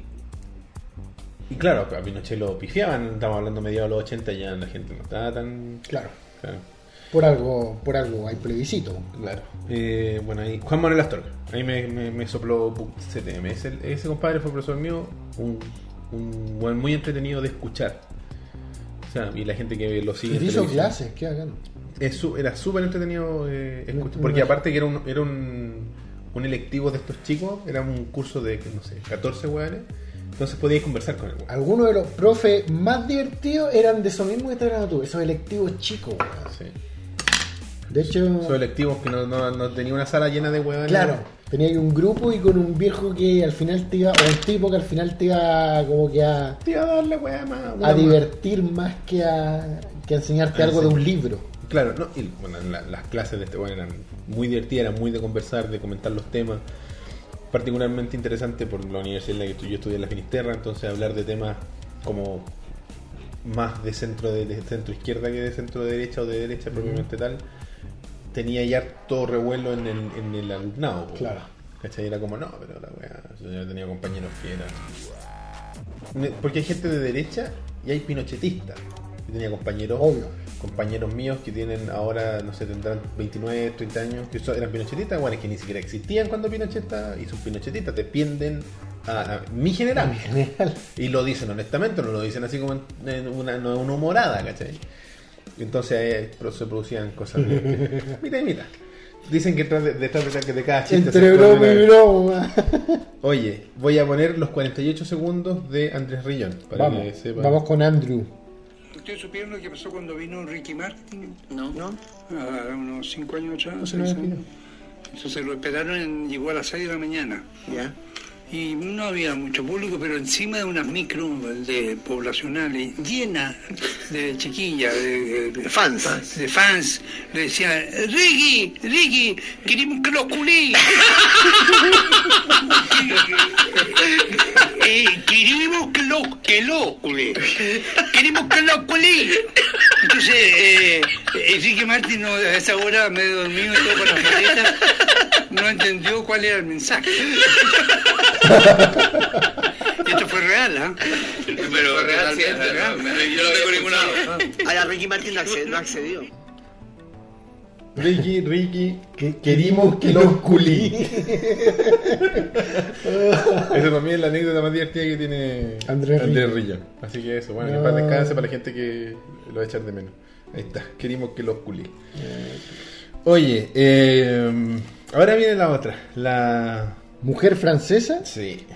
S1: y claro, a Pinochet lo pifiaban, estamos hablando mediados de los 80, ya la gente no estaba tan...
S2: Claro.
S1: claro.
S2: Por algo, por algo hay plebiscito.
S1: Claro. Eh, bueno, ahí, Juan Manuel Astorga. Ahí me, me, me sopló bu- CTM. Ese, ese compadre fue profesor mío, un, un buen muy entretenido de escuchar. O sea, y la gente que lo sigue.
S2: Y
S1: en
S2: hizo
S1: televisión.
S2: clases, qué hagan.
S1: Es su- era súper entretenido eh, escuchar.
S2: Me- me
S1: Porque
S2: imagino.
S1: aparte que era un, era un, un electivo de estos chicos, era un curso de, no sé, 14 hueones. Entonces podías conversar con el hueón.
S2: Algunos de los profes más divertidos eran de esos mismos que trajeron tú, esos electivos chicos. weón.
S1: Sí.
S2: De hecho,
S1: Son electivos que no, no, no tenía una sala llena de hueones.
S2: claro, tenía ahí un grupo y con un viejo que al final te iba, o un tipo que al final te iba como que a,
S1: Te iba a darle hueá más.
S2: a
S1: hueá más.
S2: divertir más que a, que a enseñarte
S1: Ah,
S2: algo
S1: sí.
S2: de un libro.
S1: Claro, no, y bueno, la- las clases de este bueno eran muy divertidas, eran muy de conversar, de comentar los temas. Particularmente interesante por la universidad en la que estu- yo estudié en la Finisterra, entonces hablar de temas como más de centro de, de centro izquierda que de centro derecha o de derecha propiamente tal, tenía ya todo revuelo en el, en el alumnado. po.
S2: Claro.
S1: ¿Cachai? Era como, no, pero la weá, yo ya tenía compañeros que eran ne- Porque hay gente de derecha y hay pinochetistas. Yo tenía compañeros,
S2: Obvio.
S1: compañeros míos que tienen ahora, no sé, tendrán 29, 30 años, que son- eran pinochetistas, bueno, es que ni siquiera existían cuando Pinochet estaba, y sus pinochetistas dependen a, a mi general.
S2: Genial.
S1: Y lo dicen honestamente, no lo dicen así como en, en una, no es una humorada, ¿cachai? Entonces eh, pro- se producían cosas.
S2: *laughs*
S1: de- mira y mira. Dicen que tras de- detrás de, de cada chiste se
S2: Entre
S1: esconde
S2: broma
S1: una-
S2: y broma.
S1: Oye, voy a poner los 48 segundos de Andrés Rillón. Para que
S2: Vamos,
S1: sepan.
S2: vamos con Andrew.
S4: ¿Ustedes supieron lo que pasó cuando vino Ricky Martin?
S5: No.
S4: Ah, unos cinco años atrás.
S2: se lo
S4: seis
S2: había
S4: años. Entonces lo esperaron, en- llegó a las 6 de la mañana.
S5: Ya.
S4: Y no había mucho público, pero encima de unas micro de poblacionales llenas de chiquillas, de, de- de fans, de fans, le decían, Ricky, Ricky, queremos que lo culé. Eh, queremos que lo, que lo culé. Queremos que lo culé. Entonces, eh, Enrique Martín no, a esa hora medio dormido y todo con las maletas, no entendió cuál era el mensaje. Y Esto fue real, ¿ah?
S5: Pero real, sí,
S4: Totalmente
S5: es real.
S4: real.
S5: Yo no tengo ninguna. A la Ricky Martin no accedió. No accedió.
S1: Ricky, Ricky,
S2: Que-
S1: querimos que los *laughs* culí. Esa también es la anécdota más divertida que tiene
S2: Andrés Rillón.
S1: Rillón. Así que eso, bueno, que
S2: No.
S1: para descanse para la gente que lo va a echar de menos. Ahí está, querimos que los culí. Eh. Oye, eh, ahora viene la otra. La.
S2: Mujer francesa, *laughs*
S1: Sí.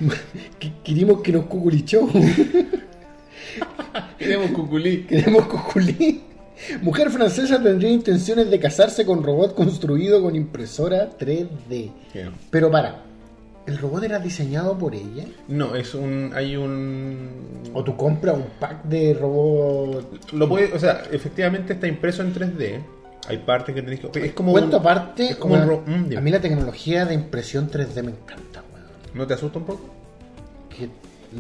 S2: que queremos que nos cuculichó. *laughs*
S1: Queremos cuculí.
S2: Queremos cuculí. Mujer francesa tendría intenciones de casarse con robot construido con impresora 3D. Pero para, ¿el robot era diseñado por ella?
S1: No, es un. Hay un.
S2: ¿O tú compras un pack de robot?
S1: Lo puede, o sea, efectivamente está impreso en 3D. Hay partes que tenés que. Es como.
S2: Cuento
S1: un-
S2: aparte,
S1: Es como un
S2: weón,
S1: ro- mm,
S2: a
S1: dime.
S2: mí la tecnología de impresión 3D me encanta, weón.
S1: ¿No te asusta un poco?
S2: ¿Qué,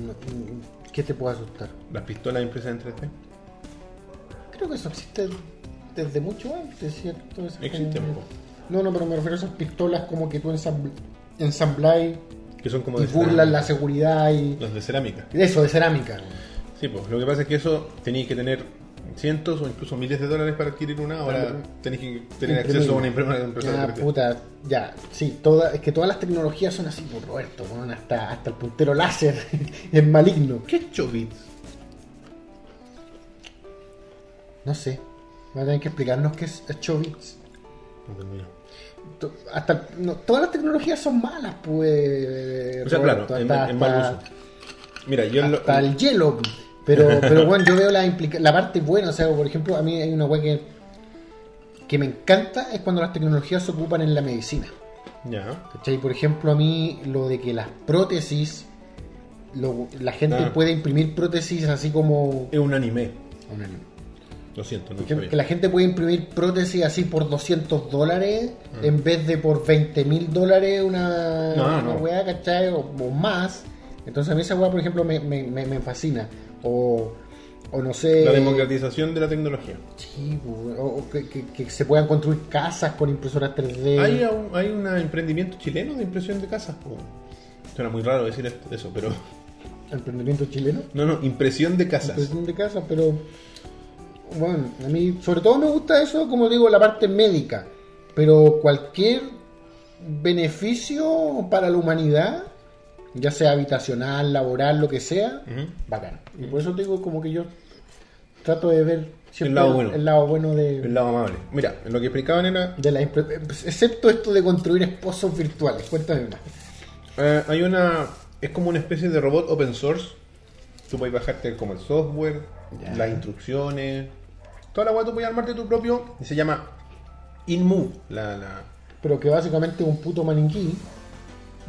S2: no- ¿Qué te puede asustar?
S1: Las pistolas impresas en 3D.
S2: Creo que eso existe desde mucho antes, ¿cierto? Esa
S1: Existe,
S2: como-
S1: po.
S2: No, no, pero me refiero a esas pistolas como que tú ensambl- ensambláis
S1: Que son como
S2: y
S1: de cerámica.
S2: burlas la seguridad y...
S1: Los de cerámica.
S2: Eso, de cerámica.
S1: Sí, pues lo que pasa es que eso tenéis que tener cientos o incluso miles de dólares para adquirir una. Ahora
S2: Claro.
S1: tenéis que tener
S2: Imprimir.
S1: acceso a una impresora. impresora
S2: Ah,
S1: 3D.
S2: puta, ya, sí, toda, es que todas las tecnologías son así, por Roberto, weón, hasta, hasta el puntero láser *laughs* es maligno.
S1: ¿Qué es Chobits?
S2: No sé, van a tener que explicarnos qué es 8 bits.
S1: No termino.
S2: To- Hasta, no, todas las tecnologías son malas, pues.
S1: O sea,
S2: Roberto,
S1: claro, en,
S2: hasta-
S1: en mal
S2: hasta-
S1: uso. Mira, yo en lo-
S2: hasta el hielo. Pero, pero bueno, yo veo la, implica- la parte buena. O sea, por ejemplo, a mí hay una wea que, que me encanta es cuando las tecnologías se ocupan en la medicina.
S1: Ya.
S2: ¿Cachai? Por ejemplo, a mí lo de que las prótesis, lo- la gente
S1: Ah.
S2: puede imprimir prótesis así como...
S1: Es un anime. Lo siento, no
S2: Que,
S1: sabía.
S2: que la gente puede imprimir prótesis así por 200 dólares en vez de por 20 mil dólares una,
S1: Mm. No,
S2: una
S1: no.
S2: weá, ¿cachai? O, o más. Entonces a mí esa weá, por ejemplo, me, me, me, me fascina. O, o no sé.
S1: La democratización de la tecnología.
S2: Sí, pues, o, o que, que- que se puedan construir casas con impresoras 3D.
S1: Hay, un, hay un emprendimiento chileno de impresión de casas. po. Suena muy raro decir esto- eso, pero. *laughs*
S2: Emprendimiento chileno.
S1: No, no, impresión de casas.
S2: Impresión de casas, pero. Bueno, a mí sobre todo me gusta eso, como digo, la parte médica. Pero cualquier beneficio para la humanidad, ya sea habitacional, laboral, lo que sea,
S1: Ujú.
S2: bacán. Y por eso te digo, como que yo trato de ver siempre
S1: El lado bueno.
S2: el lado bueno de,
S1: El lado amable. Mira, lo que explicaban era.
S2: de la. impre- Excepto esto de construir esposos virtuales. Cuéntame más.
S1: eh, hay una. Es como una especie de robot open source. Tú puedes bajarte como el software,
S2: Ya.
S1: las instrucciones. Toda la guay tú puedes armarte tu propio. Y se llama InMove. La, la,
S2: Pero que básicamente es un puto maniquí.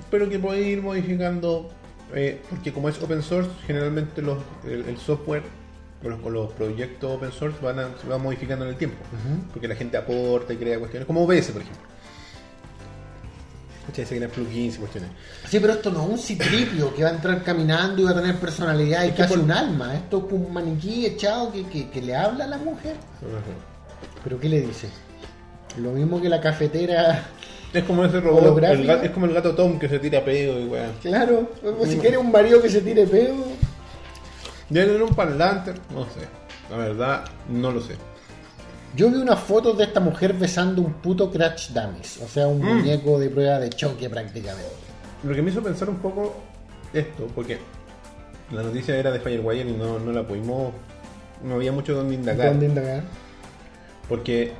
S1: pero que podéis ir modificando eh, porque como es open source generalmente los, el, el software o los, o los proyectos open source van a- se van modificando en el tiempo porque la gente aporta y crea cuestiones como OBS por ejemplo muchas veces crean plugins y cuestiones
S2: Sí, pero esto no es un citripio que va a entrar caminando y va a tener personalidad y casi un alma. Esto es un maniquí echado que, que- que le habla a la mujer. ¿Pero qué le dice? Lo mismo que la cafetera.
S1: es como ese robot el
S2: ¿Holográfico?
S1: ga- es como el gato Tom que se tira pedo y weá.
S2: Claro, si quieres un marido que se tire pedo.
S1: debe tener un parlante no sé la verdad no lo sé
S2: Yo vi unas fotos de esta mujer besando un puto Crash Dummies, o sea, un muñeco de prueba de choque prácticamente.
S1: Lo que me hizo pensar un poco esto, porque la noticia era de Firewire y no, no la pudimos. No había mucho donde indagar.
S2: ¿Dónde *laughs* indagar?
S1: Porque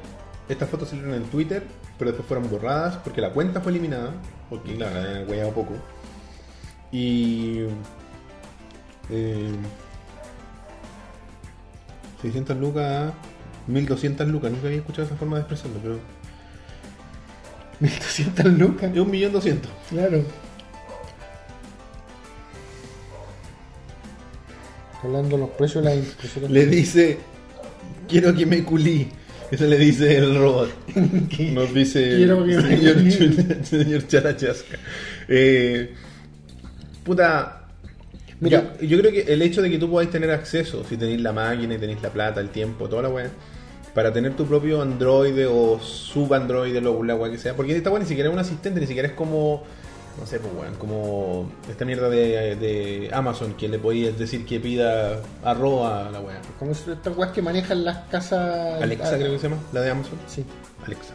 S1: estas fotos salieron en Twitter, pero después fueron borradas porque la cuenta fue eliminada. Porque, claro, la habían hueveado poco. Y. eh, 600 lucas, 1200 lucas. Nunca había escuchado esa forma de expresarlo, pero.
S2: 1200 lucas.
S1: Es un millón doscientos.
S2: Claro. Hablando de los precios de las impresoras.
S1: le dice quiero que me culí eso le dice el
S2: *laughs*
S1: robot nos dice
S2: Quiero que me
S1: señor,
S2: culí.
S1: Chun- señor Charachasca Eh, puta
S2: Mira.
S1: yo, yo creo que el hecho de que tú podáis tener acceso si tenéis la máquina y tenéis la plata el tiempo toda la weá para tener tu propio androide o subandroide lo la weá que sea porque esta weá ni siquiera es un asistente ni siquiera es como no sé, pues weón, como esta mierda de, de Amazon que le podías decir que pida arroba a la weá.
S2: Como es estas weas que manejan las casas.
S1: Alexa,
S2: ah,
S1: creo que se llama, la de Amazon.
S2: Sí.
S1: Alexa.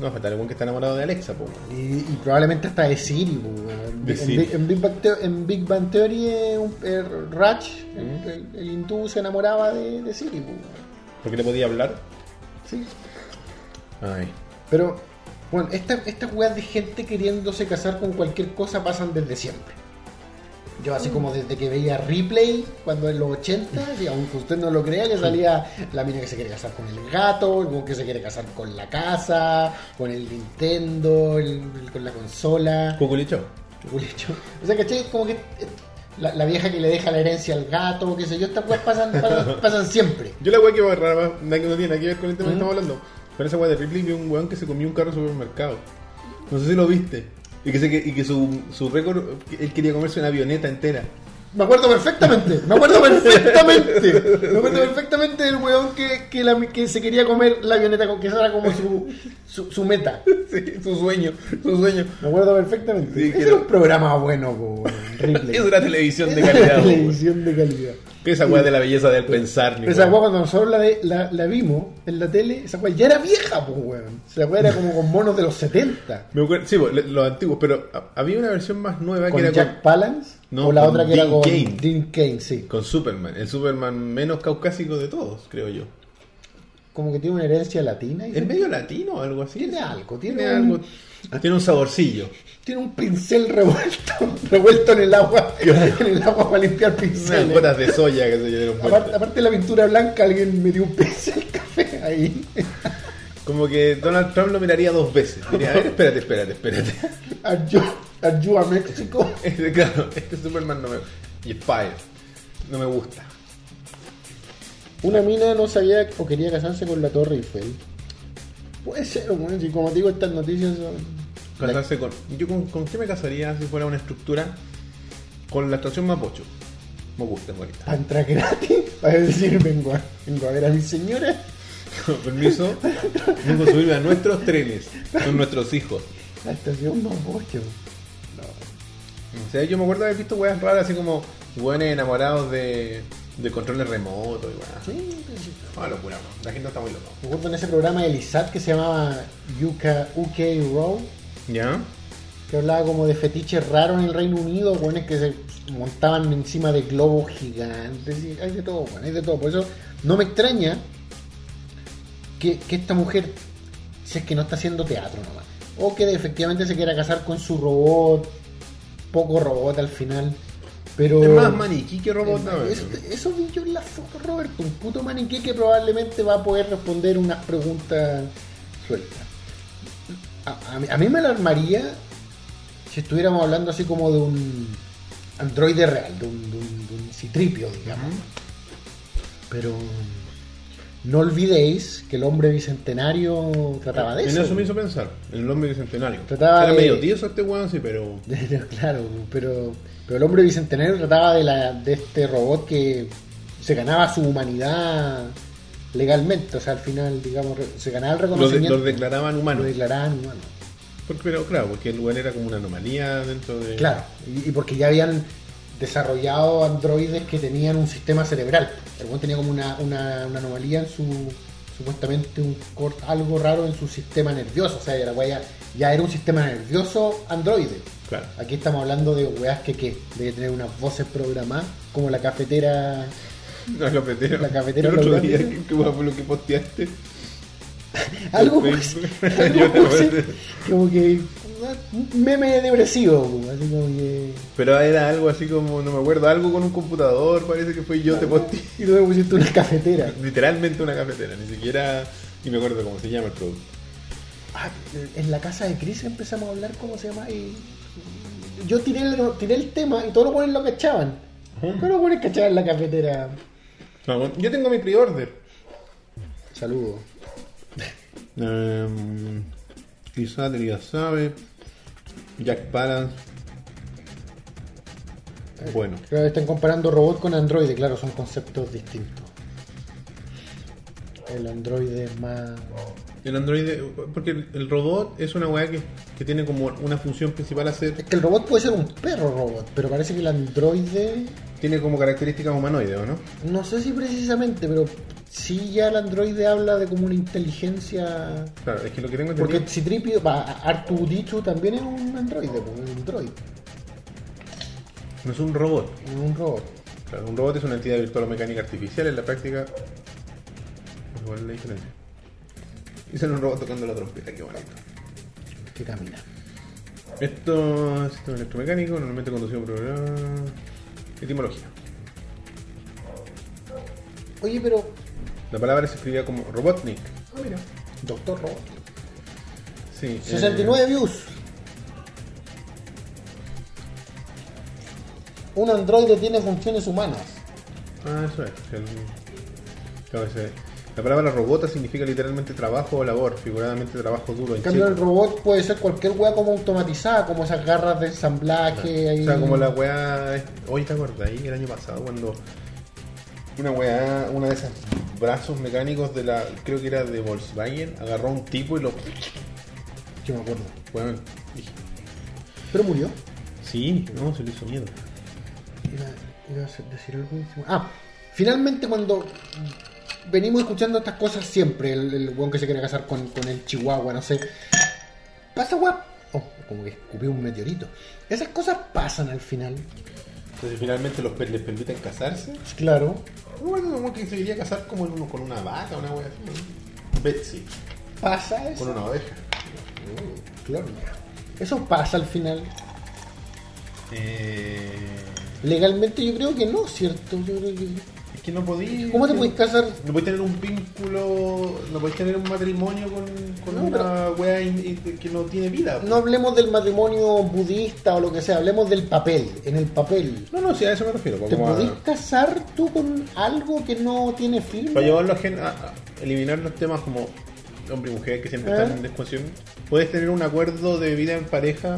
S1: No, falta algún que está enamorado de Alexa, po. weón.
S2: Y, y probablemente hasta de Siri. po, weón.
S1: De
S2: en,
S1: Siri.
S2: Big- en Big Bang Theo- en Big Bang Theory, eh, un- eh, Raj,
S1: Mm.
S2: el, el- el hindú, se enamoraba de, de Siri. po, weón.
S1: Porque le podía hablar.
S2: Sí.
S1: Ay.
S2: Pero, bueno, esta- estas weas de gente queriéndose casar con cualquier cosa pasan desde siempre. Yo así como desde que veía Replay, cuando en los 80, y aunque usted no lo crea, que salía la mina que se quiere casar con el gato, el weón que se quiere casar con la casa, con el Nintendo, el- el- con la consola.
S1: Cuculicho.
S2: Culecho. O sea, ¿cachai? Como que eh, la, la vieja que le deja la herencia al gato, qué sé yo, estas weas pasan, pasan, pasan siempre.
S1: Yo la weá que va a agarrar, no tiene nada que ver con el tema
S2: ¿Mm?
S1: que estamos hablando. Con esa weá de Ripley vi un weón que se comió un carro en el supermercado. No sé si lo viste. Y que, se, que- y que su, su récord, él quería comerse una avioneta entera. *laughs*
S2: Me acuerdo perfectamente, me acuerdo perfectamente. Me acuerdo perfectamente del weón que, que, la- que se quería comer la avioneta, con que esa era como su, su, su meta.
S1: Sí, su sueño, su sueño.
S2: Me acuerdo perfectamente.
S1: Sí,
S2: Ese
S1: que
S2: era
S1: era-
S2: un programa bueno, po, weón, Ripley.
S1: Es una televisión de
S2: Era
S1: calidad, po, weón.
S2: televisión de calidad.
S1: Que esa weá de la belleza del pensar, ni
S2: Pero esa
S1: weón.
S2: weá cuando nosotros la, de- la, la vimos en la tele, esa weá ya era vieja, pues weón. Esa weá era como con monos de los 70.
S1: Me acuerdo- sí, po, le- los antiguos, pero ha- había una versión más nueva
S2: ¿Con
S1: que era
S2: Jack Palance?
S1: No,
S2: o la
S1: con
S2: otra que era
S1: Dean
S2: con
S1: Cain.
S2: Dean Kane, sí.
S1: con, con Superman, el Superman menos caucásico de todos, creo yo.
S2: Como que tiene una herencia latina. y-
S1: ¿Es medio latino o algo así?
S2: Tiene algo, tiene
S1: algo. ah,
S2: un-
S1: Tiene un saborcillo.
S2: Tiene un pincel revuelto, *laughs* revuelto en el agua, en el agua para limpiar
S1: Unas
S2: pinceles.
S1: gotas de soya que se dieron
S2: Aparte,
S1: vuelta.
S2: aparte de la pintura blanca, alguien me dio un pincel café ahí.
S1: Como que Donald Trump lo miraría dos veces. Diría, a ver, espérate, espérate, espérate.
S2: *laughs*
S1: *laughs*
S2: Are you, are you a México?
S1: Este, claro, este Superman no me. Y Spire. No me gusta.
S2: Una mina no sabía o quería casarse con la Torre Eiffel. Puede ser, bueno, si como digo, estas noticias son.
S1: Casarse con. Yo con, con qué me casaría si fuera una estructura con la estación Mapocho. Me gusta,
S2: La-
S1: bonita.
S2: para entrar gratis, *laughs* para decir, vengo a, vengo a ver a mi señora.
S1: Con *laughs* permiso, vengo a subirme a nuestros trenes. Son nuestros hijos.
S2: La estación Mapocho.
S1: O sea, yo me acuerdo de haber visto weas raras, así como weones enamorados de, de controles remotos y weas.
S2: Sí, sí, sí.
S1: No, locura, weón. la gente está muy loca.
S2: Me acuerdo en ese programa del ISAT que se llamaba Yuka UK Row,
S1: ¿Ya?
S2: que hablaba como de fetiches raros en el Reino Unido, buenos que se montaban encima de globos gigantes. y hay de todo, bueno, hay de todo. Por eso no me extraña que, que esta mujer, si es que no está haciendo teatro nomás, o que efectivamente se quiera casar con su robot, poco robot al final. Pero
S1: Es más maniquí que robot, ¿no?
S2: eso, eso vi yo en la foto, Roberto. Un puto maniquí que probablemente va a poder responder unas preguntas sueltas. A, a mí, a mí me alarmaría si estuviéramos hablando así como de un androide real, de un, de un- de un citripio, digamos. Pero no olvidéis que el hombre bicentenario trataba de
S1: en
S2: eso.
S1: eso me hizo pensar, en el hombre bicentenario.
S2: Trataba
S1: Era
S2: de-
S1: medio tieso este weón, sí, pero.
S2: Pero, *laughs* claro, pero, pero el hombre bicentenario trataba de, la, de este robot que se ganaba su humanidad legalmente, o sea, al final, digamos, re- se ganaba el
S1: Los, de-
S2: reconocimiento.
S1: los declaraban
S2: Lo
S1: humanos.
S2: declaraban humano.
S1: Porque, pero claro, porque el weón era como una anomalía dentro de.
S2: Claro, y, y porque ya habían desarrollado androides que tenían un sistema cerebral. El weón tenía como una, una, una anomalía en su. supuestamente un cor- algo raro en su sistema nervioso, o sea, la wea ya, ya era un sistema nervioso androide.
S1: Claro. *laughs*
S2: Aquí estamos hablando de weas que, que debe tener unas voces programadas, como la cafetera.
S1: La cafetera.
S2: La cafetera
S1: El otro día,
S2: programada.
S1: que weón fue lo que posteaste?
S2: Algo
S1: El
S2: puse-
S1: Facebook. *laughs*
S2: algo
S1: Yo no
S2: puse
S1: sé.
S2: como que. un Meme depresivo, así como que.
S1: Pero era algo así como, no me acuerdo, algo con un computador, parece que fue y yo te posteé.
S2: Y luego pusiste una cafetera.
S1: Literalmente una cafetera, ni siquiera. Ni me acuerdo cómo se llama el producto.
S2: Ah, en la casa de Cris empezamos a hablar cómo se llama y. Yo tiré el, tiré el tema y todos los buenos lo cachaban.
S1: Ujú.
S2: Todos los buenos cachaban la cafetera.
S1: No, bueno, yo tengo mi pre-order.
S2: Saludos.
S1: Eh, quizá ya sabe. Jack Balance. Bueno,
S2: Claro, están comparando robot con androide, claro, son conceptos distintos. El androide es más.
S1: el androide. Porque el el robot es una weá que, que tiene como una función principal hacer.
S2: Es que el robot puede ser un perro robot, pero parece que el androide.
S1: Tiene como características humanoides, ¿o no?
S2: No sé si precisamente, pero sí ya el androide habla de como una inteligencia.
S1: Claro, es que lo que tengo entendido.
S2: Porque Citripio, Artu Dichu también es un androide, pues, es un droid,
S1: No es un robot.
S2: es un robot.
S1: Claro, un robot es una entidad virtual o mecánica artificial en la práctica. Pues, ¿Cuál es la diferencia? Hice un robot tocando la trompeta, qué bonito.
S2: que camina.
S1: Esto es un electromecánico, normalmente conducido por... ah, Etimología.
S2: Oye, pero.
S1: La palabra se escribía como Robotnik.
S2: Doctor Robot.
S1: Sí.
S2: 69
S1: eh,
S2: views. Un androide tiene funciones humanas.
S1: ah, eso es. el- claro, ese- La palabra robota significa literalmente trabajo o labor, figuradamente trabajo duro.
S2: En
S1: En
S2: cambio, el
S1: checo.
S2: robot puede ser cualquier weá como automatizada, como esas garras de ensamblaje. ahí.
S1: O sea, como la weá. Hoy te acordáis el año pasado cuando una weá, una de esas brazos mecánicos de la. Creo que era de Volkswagen, agarró a un tipo y lo.
S2: Yo me acuerdo.
S1: Bueno, dije,
S2: Pero murió.
S1: sí, no, se le hizo miedo.
S2: Iba, iba a decir algo. buenísimo. Ah, finalmente, cuando venimos escuchando estas cosas siempre, el, el weón que se quiere casar con, con el chihuahua, no sé. Pasa weá. Oh, como que escupí un meteorito. Esas cosas pasan al final.
S1: Entonces finalmente los pe- les permiten casarse.
S2: Claro.
S1: Bueno, como que se quería casar como en uno- con una vaca, una weá así. ¿no? Betsy,
S2: Pasa eso.
S1: con una oveja.
S2: Claro. Eso pasa al final.
S1: Eh,
S2: Legalmente yo creo que no, ¿cierto? Yo creo que...
S1: Es que no podí.
S2: ¿Cómo te
S1: no-
S2: puedes casar?
S1: No podéis tener un vínculo, no podéis tener un matrimonio con, con
S2: No,
S1: una wea in- in- que no tiene vida.
S2: No hablemos del matrimonio budista o lo que sea, hablemos del papel, en el papel.
S1: no, no, sí, a eso me refiero. pues,
S2: ¿Te
S1: como a-
S2: podés casar tú con algo que no tiene firma?
S1: Para llevarlo a, gen- a- a eliminar los temas como hombre y mujer que siempre
S2: ¿Eh?
S1: están en discusión, puedes tener un acuerdo de vida en pareja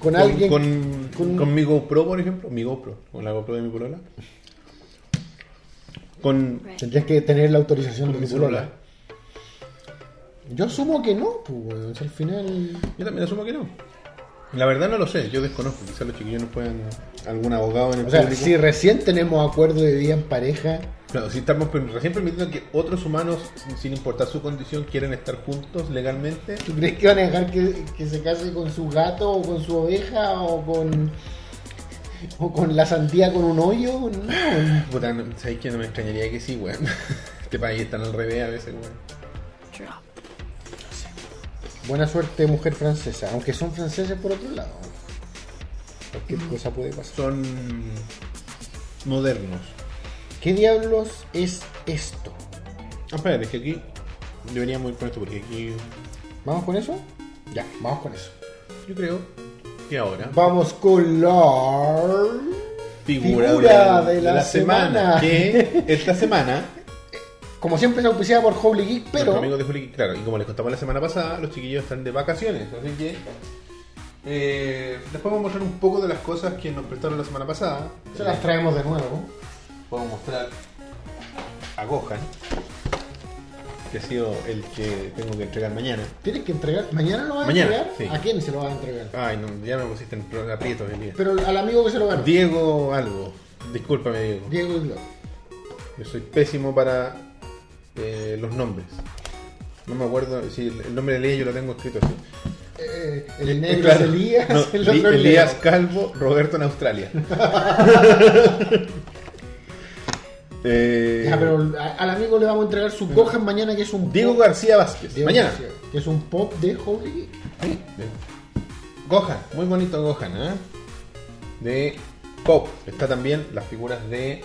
S2: Con
S1: con,
S2: alguien.
S1: con,
S2: con-
S1: con mi GoPro, por ejemplo, mi GoPro, con la GoPro de mi polola, con,
S2: Tendrías que tener la autorización
S1: con
S2: de
S1: mi
S2: tu
S1: celular.
S2: celular. Yo asumo que no, pues, weón. Si al final.
S1: Yo también asumo que no. La verdad no lo sé, yo desconozco, quizás los chiquillos nos puedan algún abogado en el
S2: O sea,
S1: público.
S2: si recién tenemos acuerdo de vida en pareja,
S1: Claro, si estamos per- recién permitiendo que otros humanos, sin importar su condición, quieran estar juntos legalmente,
S2: ¿tú crees que van a dejar que, que se case con su gato o con su oveja o con. o con la sandía con un hoyo? No.
S1: puta, no- ¿sabes qué? No me extrañaría que sí, weón. *laughs* Este país está al revés a veces, weón.
S6: Drop.
S2: Buena suerte, mujer francesa. Aunque son franceses por otro lado. Cualquier cosa puede pasar.
S1: Son modernos.
S2: ¿Qué diablos es esto?
S1: Ah, espérate, que aquí deberíamos ir con esto, porque aquí
S2: ¿Vamos con eso? Ya, vamos con eso.
S1: yo creo que ahora
S2: Vamos con la...
S1: figura,
S2: Figura
S1: de,
S2: de
S1: la,
S2: la
S1: semana.
S2: semana.
S1: Que esta semana,
S2: Como siempre, se auspiciada por Holy Geek,
S1: los
S2: pero...
S1: amigos de Juli, claro, y como les contamos la semana pasada, los chiquillos están de vacaciones, así que eh, después vamos a mostrar un poco de las cosas que nos prestaron la semana pasada.
S2: Se las traemos de nuevo.
S1: puedo mostrar a Gohan, que ha sido el que tengo que entregar mañana.
S2: Tienes que entregar... ¿Mañana lo vas a
S1: Mañana,
S2: entregar?
S1: sí.
S2: ¿A quién se lo vas a entregar?
S1: Ay, no, ya me pusiste en pro- aprietos el día.
S2: Pero al amigo que se lo ganó.
S1: Diego algo. Discúlpame, Diego.
S2: Diego Iglesias.
S1: Yo soy pésimo para eh, los nombres. No me acuerdo si el el nombre de Elías yo lo tengo escrito así.
S2: Eh, el
S1: Eh,
S2: negro
S1: claro,
S2: es Elías,
S1: no,
S2: *laughs* el otro
S1: Li-
S2: es
S1: Elías
S2: Leo.
S1: Calvo, Roberto en
S2: *laughs*
S1: Australia. Eh,
S2: Ya, pero a- al amigo le vamos a entregar su coja mañana, que es un...
S1: eh, Diego
S2: pop-
S1: García Vázquez,
S2: Diego
S1: mañana.
S2: García, Que es un pop de Holy Geek.
S1: Bien. Gohan, muy bonito Gohan, ¿eh? De Pop. Está también las figuras de.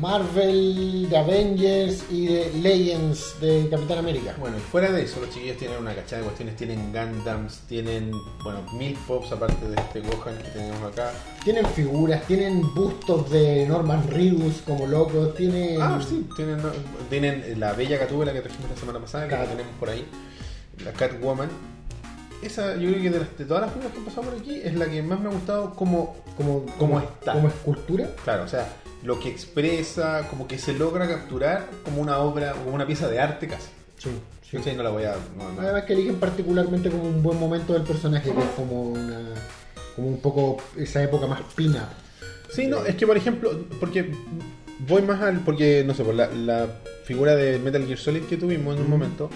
S2: Marvel, de Avengers y de Legends de Capitán América.
S1: Bueno, y fuera de eso, los chiquillos tienen una cachada de cuestiones. Tienen Gundams, tienen, bueno, mil Pops aparte de este Gohan que tenemos acá.
S2: Tienen figuras, tienen bustos de Norman Reedus como locos, tienen...
S1: Ah, sí, tienen, tienen la bella Gatúbela que trajimos la semana pasada, que la
S2: Claro.
S1: tenemos por ahí, la Catwoman. Esa, yo creo que de, las- de todas las figuras que han pasado por aquí, es la que más me ha gustado como,
S2: Como,
S1: como está.
S2: Como escultura.
S1: claro, o sea, lo que expresa, como que se logra capturar como una obra, como una pieza de arte casi.
S2: Sí,
S1: Yo sé, no la voy a... no, no.
S2: Además que eligen particularmente como un buen momento del personaje, que es como una... Como un poco esa época más pina.
S1: Sí, no, es que por ejemplo, porque voy más al. Porque, no sé, por la, la figura de Metal Gear Solid que tuvimos en un momento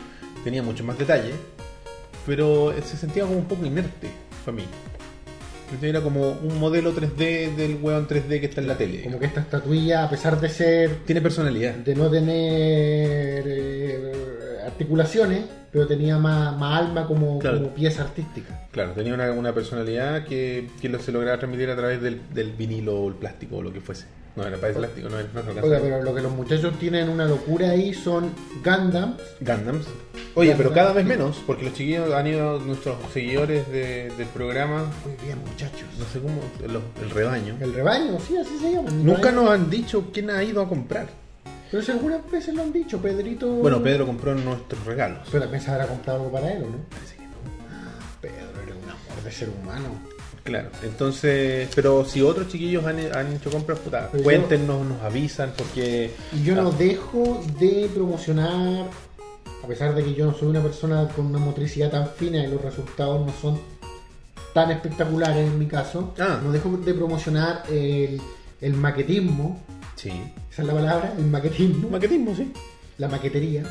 S1: tenía mucho más detalle, pero se sentía como un poco inerte para mí. Entonces Era como un modelo 3D del weón 3D que está en la tele.
S2: Como que esta estatuilla, a pesar de ser...
S1: Tiene personalidad.
S2: de no tener eh, articulaciones, pero tenía más, más alma como,
S1: Claro.
S2: como pieza artística.
S1: Claro, tenía una, una personalidad que, que lo- se lograba transmitir a través del, del vinilo o el plástico o lo que fuese. No, era para el plástico, no, no se alcanza.
S2: Oiga, pero lo que los muchachos tienen una locura ahí son Gundams.
S1: Gundams. Oye, pero
S2: Gundams.
S1: cada vez menos, porque los chiquillos han ido, nuestros seguidores de- del programa,
S2: Muy bien, muchachos.
S1: no sé cómo, los- el rebaño.
S2: El rebaño, sí, así se llama.
S1: Nunca nos han dicho quién ha ido a comprar.
S2: Pero si algunas veces lo han dicho, Pedrito.
S1: Bueno, Pedro compró nuestros regalos.
S2: Pero también se habrá comprado algo para él, ¿o no? Parece que no. Pedro era un amor de ser humano.
S1: Claro, entonces, pero si otros chiquillos han, han hecho compras, puta,
S2: Pero yo-
S1: cuéntenos, nos avisan, porque
S2: Y yo no
S1: Ah.
S2: dejo de promocionar, a pesar de que yo no soy una persona con una motricidad tan fina y los resultados no son tan espectaculares en mi caso,
S1: Ah.
S2: no dejo de promocionar el, el maquetismo,
S1: Sí.
S2: esa es la palabra, el maquetismo,
S1: Maquetismo, sí.
S2: la maquetería,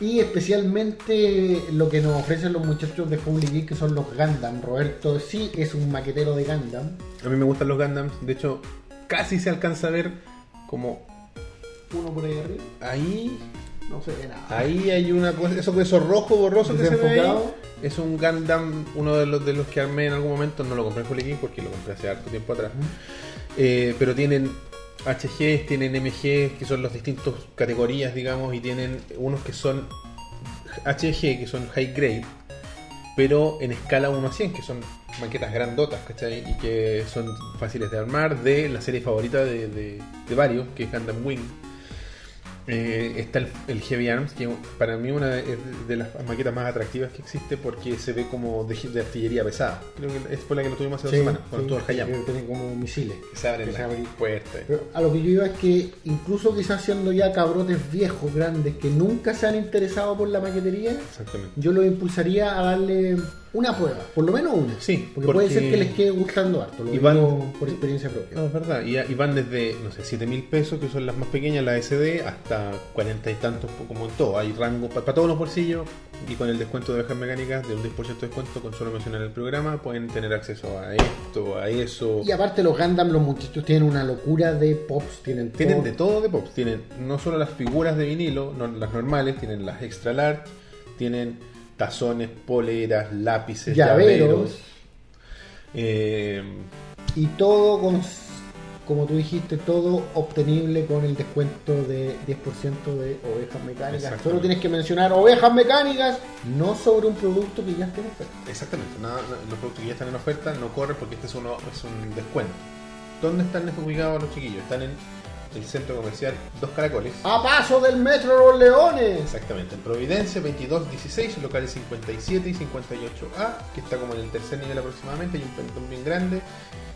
S2: y especialmente lo que nos ofrecen los muchachos de Holy Geek, que son los Gundam. Roberto sí es un maquetero de Gundam.
S1: A mí me gustan los Gundams, de hecho, casi se alcanza a ver como
S2: Uno por ahí arriba,
S1: ahí
S2: no se ve nada.
S1: Ahí hay una cosa, eso, eso rojo borroso que se ve ahí,
S2: Desenfocado.
S1: es un Gundam, uno de los, de los que armé en algún momento, no lo compré en Holy Geek porque lo compré hace harto tiempo atrás, Eh, pero tienen HGs, tienen MGs, que son las distintas categorías, digamos, y tienen unos que son HG, que son high grade, pero en escala 1 a 100, que son maquetas grandotas, ¿cachai? Y que son fáciles de armar, de la serie favorita de, de- de varios, que es Gundam Wing. Eh, está el, el Heavy Arms, que para mí una de, es de las maquetas más atractivas que existe porque se ve como de, de artillería pesada. Creo que es por la que lo tuvimos hace dos semanas, cuando estuvo el Hayamo.
S2: que tienen como misiles.
S1: Que se abren
S2: Que se
S1: las
S2: abren.
S1: puertas.
S2: Pero a lo que yo iba es que incluso quizás siendo ya cabrotes viejos, grandes, que nunca se han interesado por la maquetería,
S1: Exactamente.
S2: yo los impulsaría a darle una prueba, por lo menos una.
S1: Sí,
S2: porque,
S1: porque-
S2: puede ser que les quede gustando harto, lo
S1: Y van-
S2: digo por experiencia propia.
S1: No, es verdad. Y, y van desde, no sé, 7 mil pesos, que son las más pequeñas, las SD, hasta 40 y tantos, po- como en todo. Hay rango para todos los bolsillos. Y con el descuento de ovejas mecánicas, de un 10% de descuento, con solo mencionar el programa, pueden tener acceso a esto, a eso.
S2: Y aparte los Gundam, los muchachos tienen una locura de pops, tienen,
S1: Tienen
S2: todo.
S1: de todo de Pops. Tienen no solo las figuras de vinilo, no- las normales, tienen las extra large, tienen tazones, poleras, lápices,
S2: Llaveros.
S1: llaveros. Eh,
S2: Y todo, con, como tú dijiste, todo obtenible con el descuento de 10% de ovejas mecánicas.
S1: Exactamente.
S2: Solo tienes que mencionar ovejas mecánicas, no sobre un producto que ya esté en oferta.
S1: Exactamente, nada- nada- los productos que ya están en oferta no corren porque este es, uno, es un descuento. ¿Dónde están ubicados los chiquillos? Están en el centro comercial Dos Caracoles.
S2: A paso del Metro Los Leones.
S1: Exactamente, en Providencia 2216, locales 57 y 58A, que está como en el tercer nivel aproximadamente, hay un pentón bien grande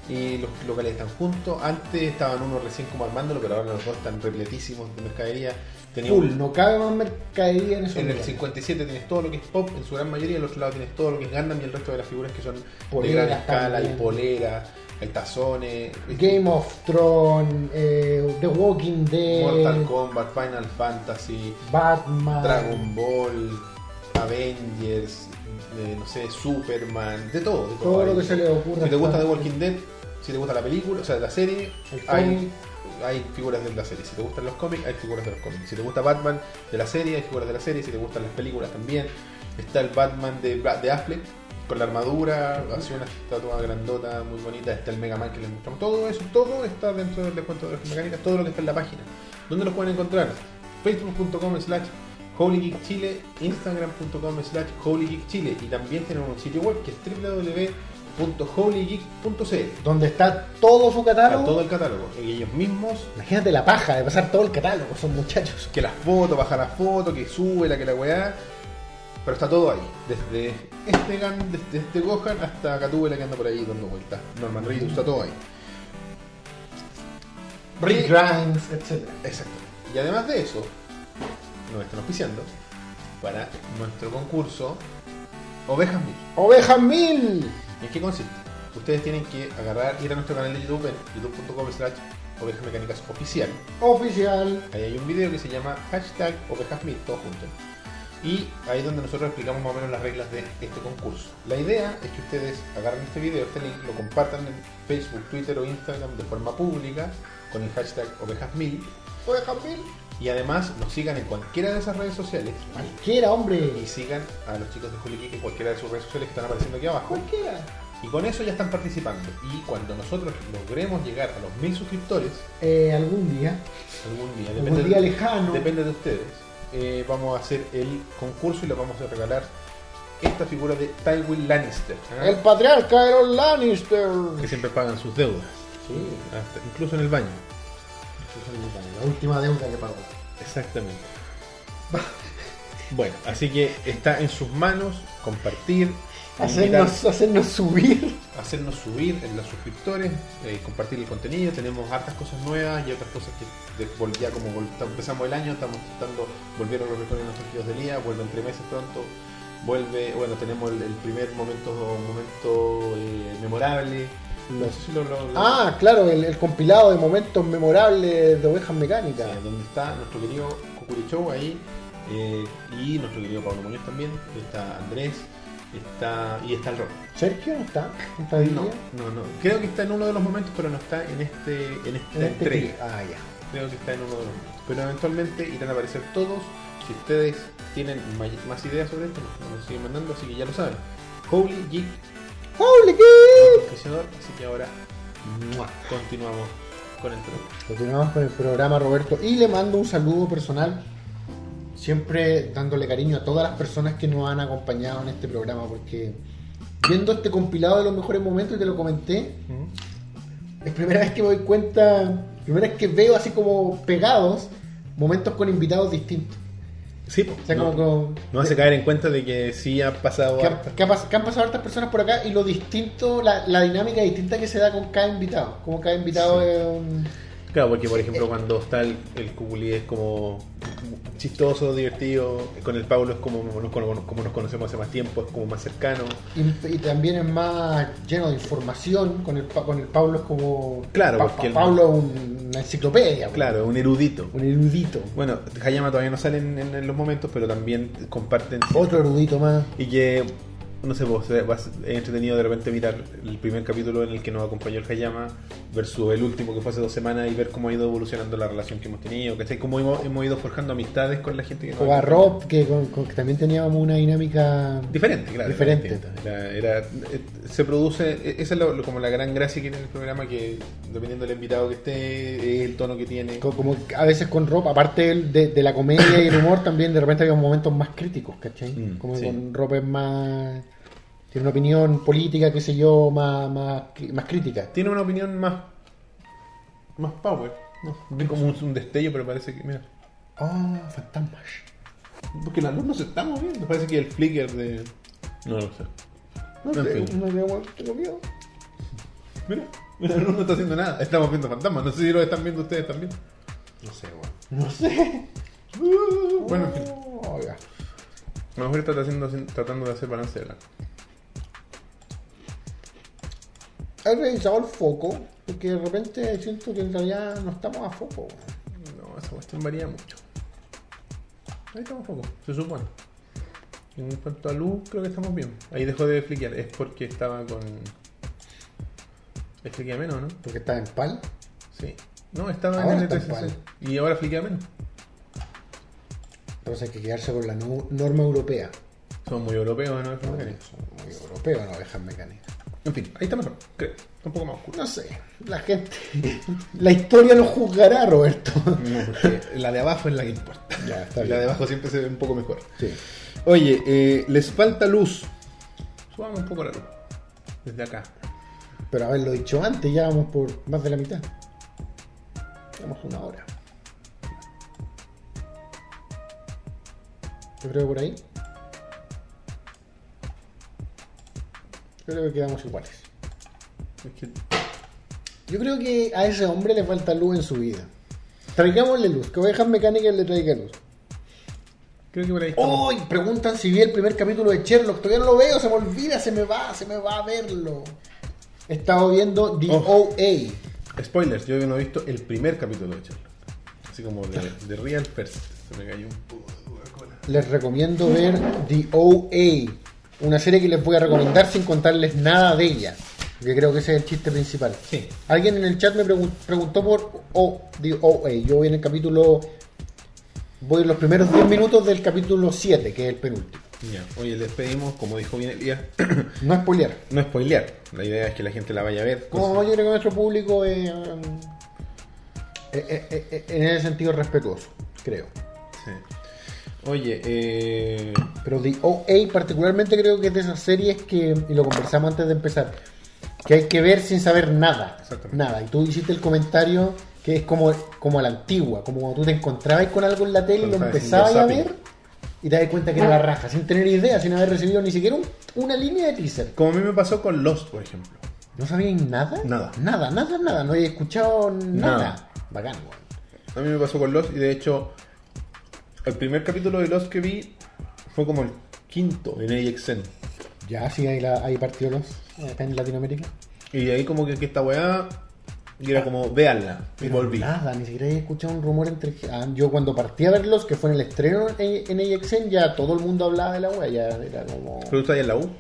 S1: y los locales están juntos. Antes estaban unos recién como armándolo, pero ahora los dos están repletísimos de mercadería. Tenía un-
S2: Full, no cabe más mercadería en esos
S1: en el
S2: lugares.
S1: 57 tienes todo lo que es pop, en su gran mayoría, en el otro lado tienes todo lo que es Gundam y el resto de las figuras que son
S2: Poleras
S1: de gran escala,
S2: también.
S1: y poleras, el tazones,
S2: Game of Thrones, eh, The Walking Dead,
S1: Mortal Kombat, Final Fantasy,
S2: Batman,
S1: Dragon Ball, Avengers, eh, no sé, Superman, de todo. de todo,
S2: todo lo
S1: hay.
S2: que se le ocurra.
S1: Si te gusta The
S2: está-
S1: Walking Dead, si te gusta la película, o sea, la serie,
S2: El cómic.
S1: hay, hay figuras de la serie. Si te gustan los cómics, hay figuras de los cómics. Si te gusta Batman de la serie, hay figuras de la serie. Si te gustan las películas también. Está el Batman de, Bra- de Affleck con la armadura, hace una estatua grandota muy bonita. Está el Mega Man que les mostramos. Todo eso, todo está dentro del descuento de las mecánicas, todo lo que está en la página. ¿Dónde los pueden encontrar? Facebook.com slash Holy Geek Chile, Instagram.com slash Holy Geek Chile y también tenemos un sitio web que es www.holygeek.cl
S2: donde está todo su
S1: para
S2: catálogo.
S1: todo el catálogo. Y ellos mismos,
S2: Imagínate la paja de pasar todo el catálogo, son muchachos.
S1: que las fotos, baja las fotos, que sube la que la weá. Pero está todo ahí. Desde este Gan, desde este Gohan hasta Catúbela que anda por ahí dando vueltas. Norman Reedus, está todo ahí.
S2: Rick Grimes, etc.
S1: Exacto. Y además de eso, nos están auspiciando para nuestro concurso Ovejas Mil.
S2: Ovejas Mil.
S1: ¿En qué consiste? Ustedes tienen que agarrar, ir a nuestro canal de YouTube, en youtube.com slash ovejas mecánicas oficial.
S2: Oficial.
S1: Ahí hay un video que se llama hashtag ovejas mil, todo junto. Y ahí es donde nosotros explicamos más o menos las reglas de este concurso. La idea es que ustedes agarren este video, este link, lo compartan en Facebook, Twitter o Instagram de forma pública con el hashtag ovejas mil.
S2: Ovejas Mil.
S1: Y además nos sigan en cualquiera de esas redes sociales.
S2: Cualquiera, hombre.
S1: Y sigan a los chicos de Juli en cualquiera de sus redes sociales que están apareciendo aquí abajo.
S2: Cualquiera.
S1: Y con eso ya están participando. Y cuando nosotros logremos llegar a los mil suscriptores,
S2: Eh, algún día.
S1: algún día,
S2: Algún
S1: depende,
S2: día
S1: de,
S2: lejano.
S1: depende de ustedes, eh, vamos a hacer el concurso y les vamos a regalar esta figura de Tywin Lannister. ¿ah?
S2: El patriarca de los Lannister.
S1: Que siempre pagan sus deudas,
S2: Sí.
S1: hasta- incluso en el baño.
S2: La última deuda que pagó.
S1: Exactamente. Bueno, así que está en sus manos compartir, invitar-
S2: Hacernos, hacernos subir.
S1: hacernos subir en los suscriptores, eh, compartir el contenido. Tenemos hartas cosas nuevas y otras cosas que de- vol- ya como vol- empezamos el año, estamos tratando, volvieron los mejores nuestros giros del día, vuelve entre meses pronto, vuelve, bueno, tenemos el, el primer momento momento eh, memorable. No sé si lo- lo- lo-
S2: Ah, claro, el, el compilado de momentos memorables de ovejas
S1: Sí,
S2: mecánicas.
S1: donde está nuestro querido Cucurichou ahí eh, y nuestro querido Pablo Muñoz también, está Andrés, está y está el Rob.
S2: Sergio no está. ¿No está hoy
S1: No,
S2: día?
S1: no, no. Creo que está en uno de los momentos, pero no está en este en esta
S2: En este
S1: entrega.
S2: clip. Ah, ya.
S1: Creo que está en uno de los momentos. Pero eventualmente irán a aparecer todos. Si ustedes tienen may- más ideas sobre esto, nos- nos siguen mandando, así que ya lo saben. Holy Geek,
S2: ¡Holy Geek!
S1: auspiciador, así que ahora ¡mua! continuamos con el programa.
S2: Continuamos con el programa, Roberto. Y le mando un saludo personal, siempre dándole cariño a todas las personas que nos han acompañado en este programa, porque viendo este compilado de los mejores momentos, y te lo comenté, es primera vez que me doy cuenta, primera vez que veo así como pegados momentos con invitados distintos.
S1: Sí, po.
S2: O sea,
S1: no,
S2: como, como-
S1: nos hace caer en cuenta de que sí han pasado
S2: que,
S1: hartas.
S2: han- que han pas- que han pasado hartas personas por acá y lo distinto, la, la dinámica distinta que se da con cada invitado. Como cada invitado es un...
S1: Claro, porque por ejemplo cuando está el, el Cuculi es como chistoso, divertido, con el Pablo es como, nos cono- como nos conocemos hace más tiempo, es como más cercano.
S2: Y, y también es más lleno de información. Con el, Pa- con el Pablo es como.
S1: Claro,
S2: Pa-
S1: porque
S2: Pa-
S1: el-
S2: Pablo es un- una enciclopedia.
S1: Claro, es un erudito.
S2: Un erudito.
S1: Bueno, Hayama todavía no sale en, en- en los momentos, pero también comparten...
S2: Otro erudito más.
S1: Y que, no sé, vos, eh, vas- es entretenido de repente mirar el primer capítulo en el que nos acompañó el Hayama versus el último que fue hace dos semanas y ver cómo ha ido evolucionando la relación que hemos tenido, ¿cachai? Cómo hemos, hemos ido forjando amistades con la gente que nos
S2: O a
S1: acompaña.
S2: Rob, que, con- con- que también teníamos una dinámica.
S1: Diferente, claro.
S2: Diferente.
S1: era distinta. Era- era- eh, se produce, eh, esa es lo- lo- como la gran gracia que tiene el programa, que dependiendo del invitado que esté, es el tono que tiene.
S2: co- Como a veces con Rob, aparte del- de, de la comedia y el
S1: *coughs*
S2: humor, también de repente había momentos más críticos, ¿cachai?
S1: Mm,
S2: como
S1: sí.
S2: con Rob es más. Tiene una opinión política, qué sé yo, más, más, cri- más crítica.
S1: Tiene una opinión más más power. ¿no? Ve como un, un destello, pero parece que, mira,
S2: Oh, fantasmas.
S1: porque la luz no se está moviendo, parece que el flicker de... No lo sé.
S2: No,
S1: En
S2: sé,
S1: fin.
S2: no sé, bueno, tengo miedo.
S1: Mira, la luz no está haciendo nada, estamos viendo fantasmas, no sé si lo están viendo ustedes también. No sé, bueno.
S2: No sé.
S1: Bueno, en fin.
S2: Oiga.
S1: A lo mejor está haciendo- tratando de hacer balance de blanco.
S2: He revisado el foco, porque de repente siento que en realidad no estamos a foco. weón.
S1: No, esa cuestión varía mucho. Ahí estamos poco, se supone. En cuanto a luz, creo que estamos bien. Ahí dejó de fliquear, es porque estaba con. Es fliquea menos, ¿no?
S2: Porque está en pal.
S1: Sí. No, estaba en
S2: Ahora
S1: el E
S2: está en
S1: LTCC. Y ahora fliquea menos.
S2: Entonces hay que quedarse con la no- norma europea.
S1: Son muy europeos, ¿no? Esos
S2: Son
S1: mecánicos.
S2: muy europeos las ovejas mecánicas.
S1: En fin, ahí está mejor, creo. Está un poco más oscuro.
S2: No sé, la gente. *laughs* La historia lo juzgará, Roberto.
S1: la de abajo es la que importa.
S2: Ya, está
S1: La
S2: bien.
S1: de abajo siempre se ve un poco mejor.
S2: Sí.
S1: Oye, eh, les falta luz. Subamos un poco la luz. Desde acá.
S2: Pero haberlo dicho antes, ya vamos por más de la mitad. Vamos una hora. Yo creo que por ahí. Yo creo que quedamos iguales.
S1: Es que
S2: Yo creo que a ese hombre le falta luz en su vida. Traigámosle luz, que ovejas mecánicas le traiga luz.
S1: creo que por ahí estamos.
S2: Hoy preguntan si vi el primer capítulo de Sherlock. Todavía no lo veo, se me olvida, se me va, se me va a verlo. He estado viendo The
S1: Oh.
S2: OA.
S1: Spoilers, yo no he visto el primer capítulo de Sherlock. Así como *laughs* de, de Real First. Se me cayó un poco de Coca-Cola.
S2: Les recomiendo ver The OA, una serie que les voy a recomendar sin contarles nada de ella, que creo que ese es el chiste principal.
S1: Sí.
S2: Alguien en el chat me pregun- preguntó por O- The OA. Yo voy en el capítulo, voy en los primeros 10 minutos del capítulo 7, que es el penúltimo.
S1: Ya, oye, les pedimos, como dijo bien Elías, *clears throat*
S2: No spoiler.
S1: no spoilear. La idea es que la gente la vaya a ver.
S2: Como yo creo que nuestro público es, um, eh, eh, eh, eh, en ese sentido respetuoso, creo.
S1: Sí. Oye, eh,
S2: Pero The OA particularmente creo que es de esas series que, y lo conversamos antes de empezar, que hay que ver sin saber nada.
S1: Exactamente.
S2: Nada. Y tú hiciste el comentario que es como, como a la antigua, como cuando tú te encontrabas con algo en la tele y lo
S1: Cuando estabas
S2: empezabas a
S1: haciendo
S2: ver
S1: zapping.
S2: y te das cuenta que era la raja, sin tener idea, sin haber recibido ni siquiera un- una línea de teaser.
S1: como a mí me pasó con Lost, por ejemplo.
S2: ¿No sabías nada?
S1: Nada.
S2: Nada, nada, nada. No había escuchado nada.
S1: Nada.
S2: Bacán, weón.
S1: A mí me pasó con Lost y de hecho el primer capítulo de Lost que vi fue como el quinto en AXN.
S2: Ya, sí, hay, la, hay partidos los- acá en Latinoamérica.
S1: Y de ahí como que, que esta weá y era como, véanla. Y volví.
S2: Nada, ni siquiera he escuchado un rumor entre. Ah, yo cuando partí a verlos, que fue en el estreno en, en AXN, ya todo el mundo hablaba de la wea, ya era como.
S1: Pero tú estás ahí en la U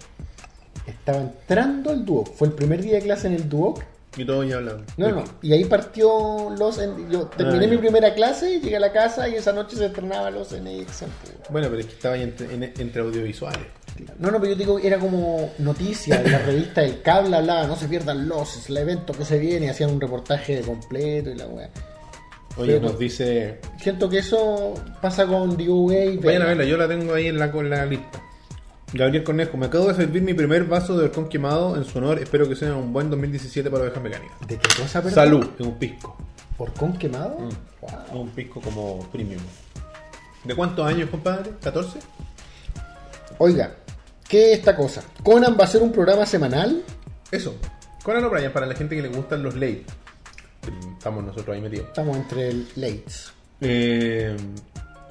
S2: Estaba entrando al Duoc, fue el primer día de clase en el Duoc.
S1: y todos ya hablaban.
S2: No, no, y ahí partió los. en- yo terminé
S1: Ah,
S2: mi
S1: ya.
S2: primera clase, llegué a la casa y esa noche se estrenaba los en AXN. pues.
S1: Bueno, pero es que estaba ahí entre, en- entre audiovisuales.
S2: No, no, pero yo digo, era como noticia, en la revista El Cable hablaba, no se pierdan los, es el evento que se viene, hacían un reportaje completo y la weá.
S1: Oye,
S2: Pero-
S1: nos dice.
S2: Siento que eso pasa con DOA y
S1: Vayan a verla, yo la tengo ahí en la, con la lista. Gabriel Cornejo, me acabo de servir mi primer vaso de horcón quemado en su honor. Espero que sea un buen 2017 para Ovejas Mecánicas.
S2: ¿De qué cosa, perdón?
S1: Salud, Mm. es un pisco.
S2: ¿Por con quemado?
S1: Es un pisco como premium. ¿De cuántos años, compadre? ¿14?
S2: Oiga, ¿qué es esta cosa? ¿Conan va a ser un programa semanal?
S1: Eso. Conan O'Brien, para la gente que le gustan los late. Estamos nosotros ahí metidos.
S2: Estamos entre el Lates.
S1: Eh,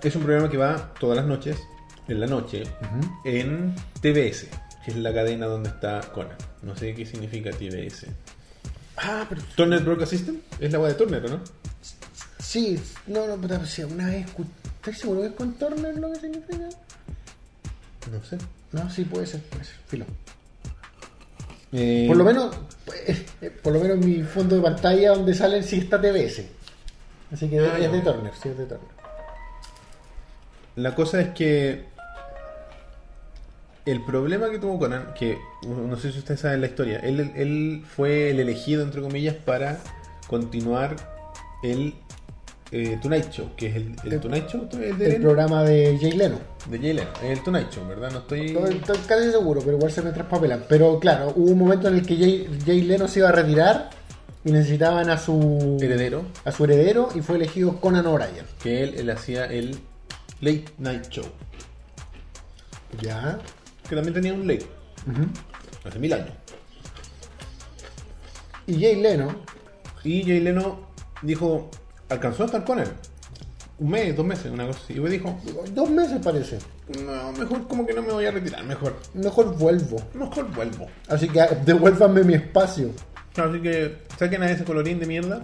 S1: es un programa que va todas las noches, en la noche, en TBS, que es la cadena donde está Conan. No sé qué significa TBS.
S2: Ah, pero
S1: Turner Broadcast System es la web de Turner, ¿o ¿no?
S2: sí, no, no, pero si alguna vez escu- ¿Estoy seguro que es con Turner lo que significa?
S1: No sé.
S2: No, sí, puede ser, puede ser. Filo. Por lo menos, eh, eh, por lo menos mi fondo de pantalla donde salen sí está TBS. Así que
S1: Ah,
S2: es de
S1: ya.
S2: Turner, sí es de Turner.
S1: La cosa es que el problema que tuvo Conan, que no sé si ustedes saben la historia, él, él fue el elegido, entre comillas, para continuar el eh, Tonight Show, que es el, el
S2: El-
S1: Tonight Show es de,
S2: El programa de Jay Leno.
S1: de Jay Leno, es el Tonight Show, ¿verdad? No estoy...
S2: Estoy, estoy casi seguro, pero igual se me traspapelan. Pero claro, hubo un momento en el que Jay, Jay Leno se iba a retirar y necesitaban a su
S1: Heredero.
S2: a su heredero y fue elegido Conan O'Brien.
S1: Que él, él hacía el Late Night Show,
S2: Ya.
S1: que también tenía un late, hace mil años.
S2: Y Jay Leno,
S1: Y Jay Leno dijo, alcanzó a estar con él. Un mes, dos meses, una cosa así. Y me dijo,
S2: dos meses parece.
S1: no, mejor como que no me voy a retirar, mejor,
S2: Mejor vuelvo.
S1: mejor vuelvo.
S2: Así que ah, devuélvanme mi espacio.
S1: Así que saquen a ese colorín de mierda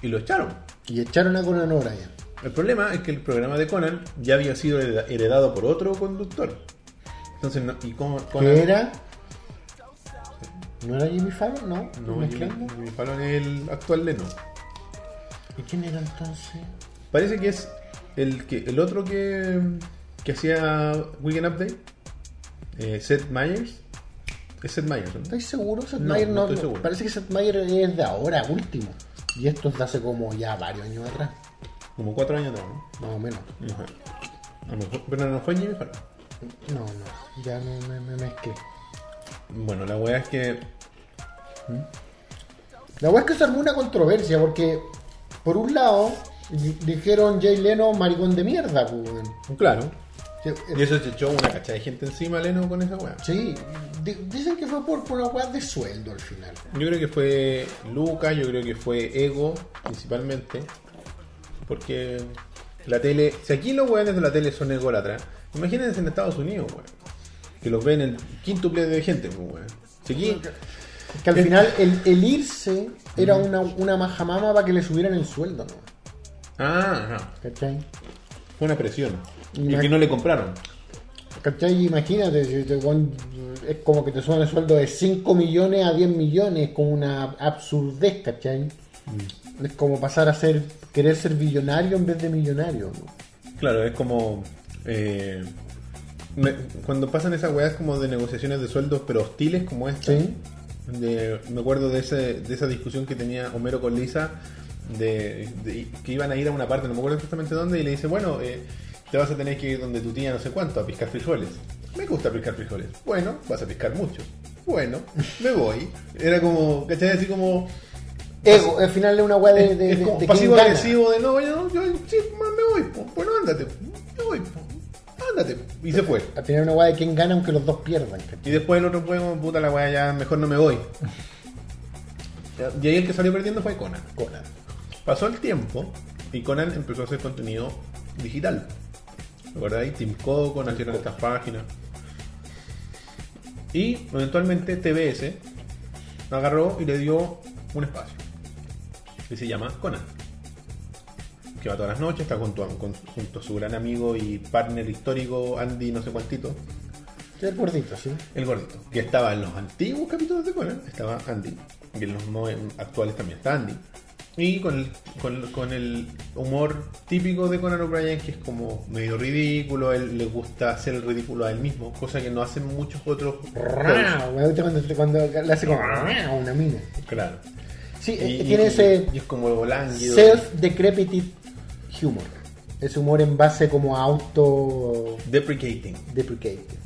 S1: y lo echaron.
S2: Y echaron a Conan O'Brien.
S1: El problema es que el programa de Conan ya había sido hereda- heredado por otro conductor. Entonces, no, y como Conan...
S2: Que era. ¿No era Jimmy Fallon? No.
S1: No, Jimmy,
S2: ¿Mezclando?
S1: Jimmy Fallon es el actual Leno.
S2: ¿Y quién era entonces?
S1: Parece que es el que el otro que, que hacía Weekend Update, eh, Seth Meyers. Es Seth Meyers, ¿no?
S2: ¿Estáis seguro? Seth
S1: No,
S2: Meyers
S1: no
S2: no-
S1: estoy seguro.
S2: Parece que Seth Meyers es de ahora, último. Y esto es de hace como ya varios años atrás.
S1: Como cuatro años atrás, ¿no?
S2: Más o menos.
S1: Ajá. A lo mejor, pero no fue Jimmy Fallon.
S2: No, no. Ya me, me, me mezclé.
S1: Bueno, la weá es que.
S2: La verdad es que se armó una controversia porque, por un lado, di- dijeron Jay Leno maricón de mierda, pues, weón.
S1: Claro.
S2: Que, eh,
S1: Y eso se echó una cacha de gente encima, Leno, con esa weá.
S2: Sí, di- dicen que fue por, por una weá de sueldo al final.
S1: Yo creo que fue Luca, yo creo que fue Ego, principalmente. Porque la tele. Si aquí los weones de la tele son ególatras, imagínense en Estados Unidos, weón. Que los ven el quíntuple de gente, pues, weón. Si aquí.
S2: Que al final el, el irse era una, una majamama para que le subieran el sueldo, ¿no?
S1: Ah, ajá.
S2: ¿Cachai?
S1: Fue una presión. Y
S2: Imag-
S1: que no le compraron.
S2: ¿Cachai? Imagínate, si te pon- es como que te suban el sueldo de 5 millones a 10 millones, con una absurdez, ¿cachai?
S1: Mm.
S2: Es como pasar a ser, querer ser billonario en vez de millonario. ¿no?
S1: Claro, es como. eh, me- cuando pasan esas weas como de negociaciones de sueldos, pero hostiles como esta.
S2: Sí.
S1: De- me acuerdo de, ese, de esa discusión que tenía Homero con Lisa, de, de- que iban a ir a una parte, no me acuerdo exactamente dónde, y le dice, bueno, eh, te vas a tener que ir donde tu tía no sé cuánto, a piscar frijoles. Me gusta piscar frijoles. Bueno, vas a piscar mucho. Bueno, me voy. Era como, ¿cachai? Así como...
S2: Ego, al final es una weá de, de-
S1: es
S2: de-
S1: como
S2: de
S1: pasivo
S2: quién gana.
S1: agresivo de no, yo, yo sí, más me voy, po. bueno, ándate, po. me voy, po. ándate. po. Y se fue.
S2: Al final es una weá de quien gana aunque los dos pierdan, ¿cachai?
S1: Y después el otro fue como, puta la weá, ya mejor no me voy. *laughs* Y ahí el que salió perdiendo fue Conan. Conan. Pasó el tiempo y Conan empezó a hacer contenido digital. ¿Recuerdas ahí? Team Coco, nacieron estas páginas. Y eventualmente TBS agarró y le dio un espacio. Que se llama Conan. Que va todas las noches, está junto a, con- junto a su gran amigo y partner histórico, Andy, no sé cuántito.
S2: Sí, el gordito, sí.
S1: El gordito, que estaba en los antiguos capítulos de Conan, estaba Andy, y en los no- actuales también está Andy. Y con el, con, con el humor típico de Conan O'Brien, que es como medio ridículo, él le gusta hacer el ridículo a él mismo, cosa que no hacen muchos otros.
S2: Rau, me gusta cuando, cuando le hace como rau a una mina.
S1: Claro.
S2: Sí,
S1: Y-
S2: eh, tiene ese
S1: y es como lánguido.
S2: self-decrepited humor. Ese humor en base como a auto-deprecating.
S1: Deprecating.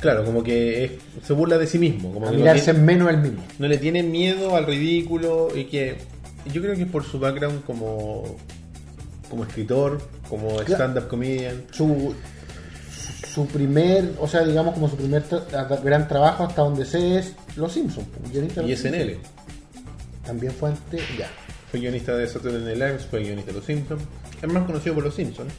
S1: Claro, como que es- se burla de sí mismo. Como
S2: A
S1: que no
S2: mirarse
S1: tiene-
S2: menos al mismo.
S1: no le tiene miedo al ridículo y que yo creo que por su background como como escritor, como stand up comedian,
S2: Su, su primer, o sea, digamos como su primer tra- gran trabajo hasta donde sé es Los Simpsons. guionista de
S1: y
S2: Los
S1: SNL.
S2: Simpsons. También fue antes, ya.
S1: Fue guionista de Saturday Night Live, fue guionista de Los Simpsons. Es más conocido por Los Simpsons.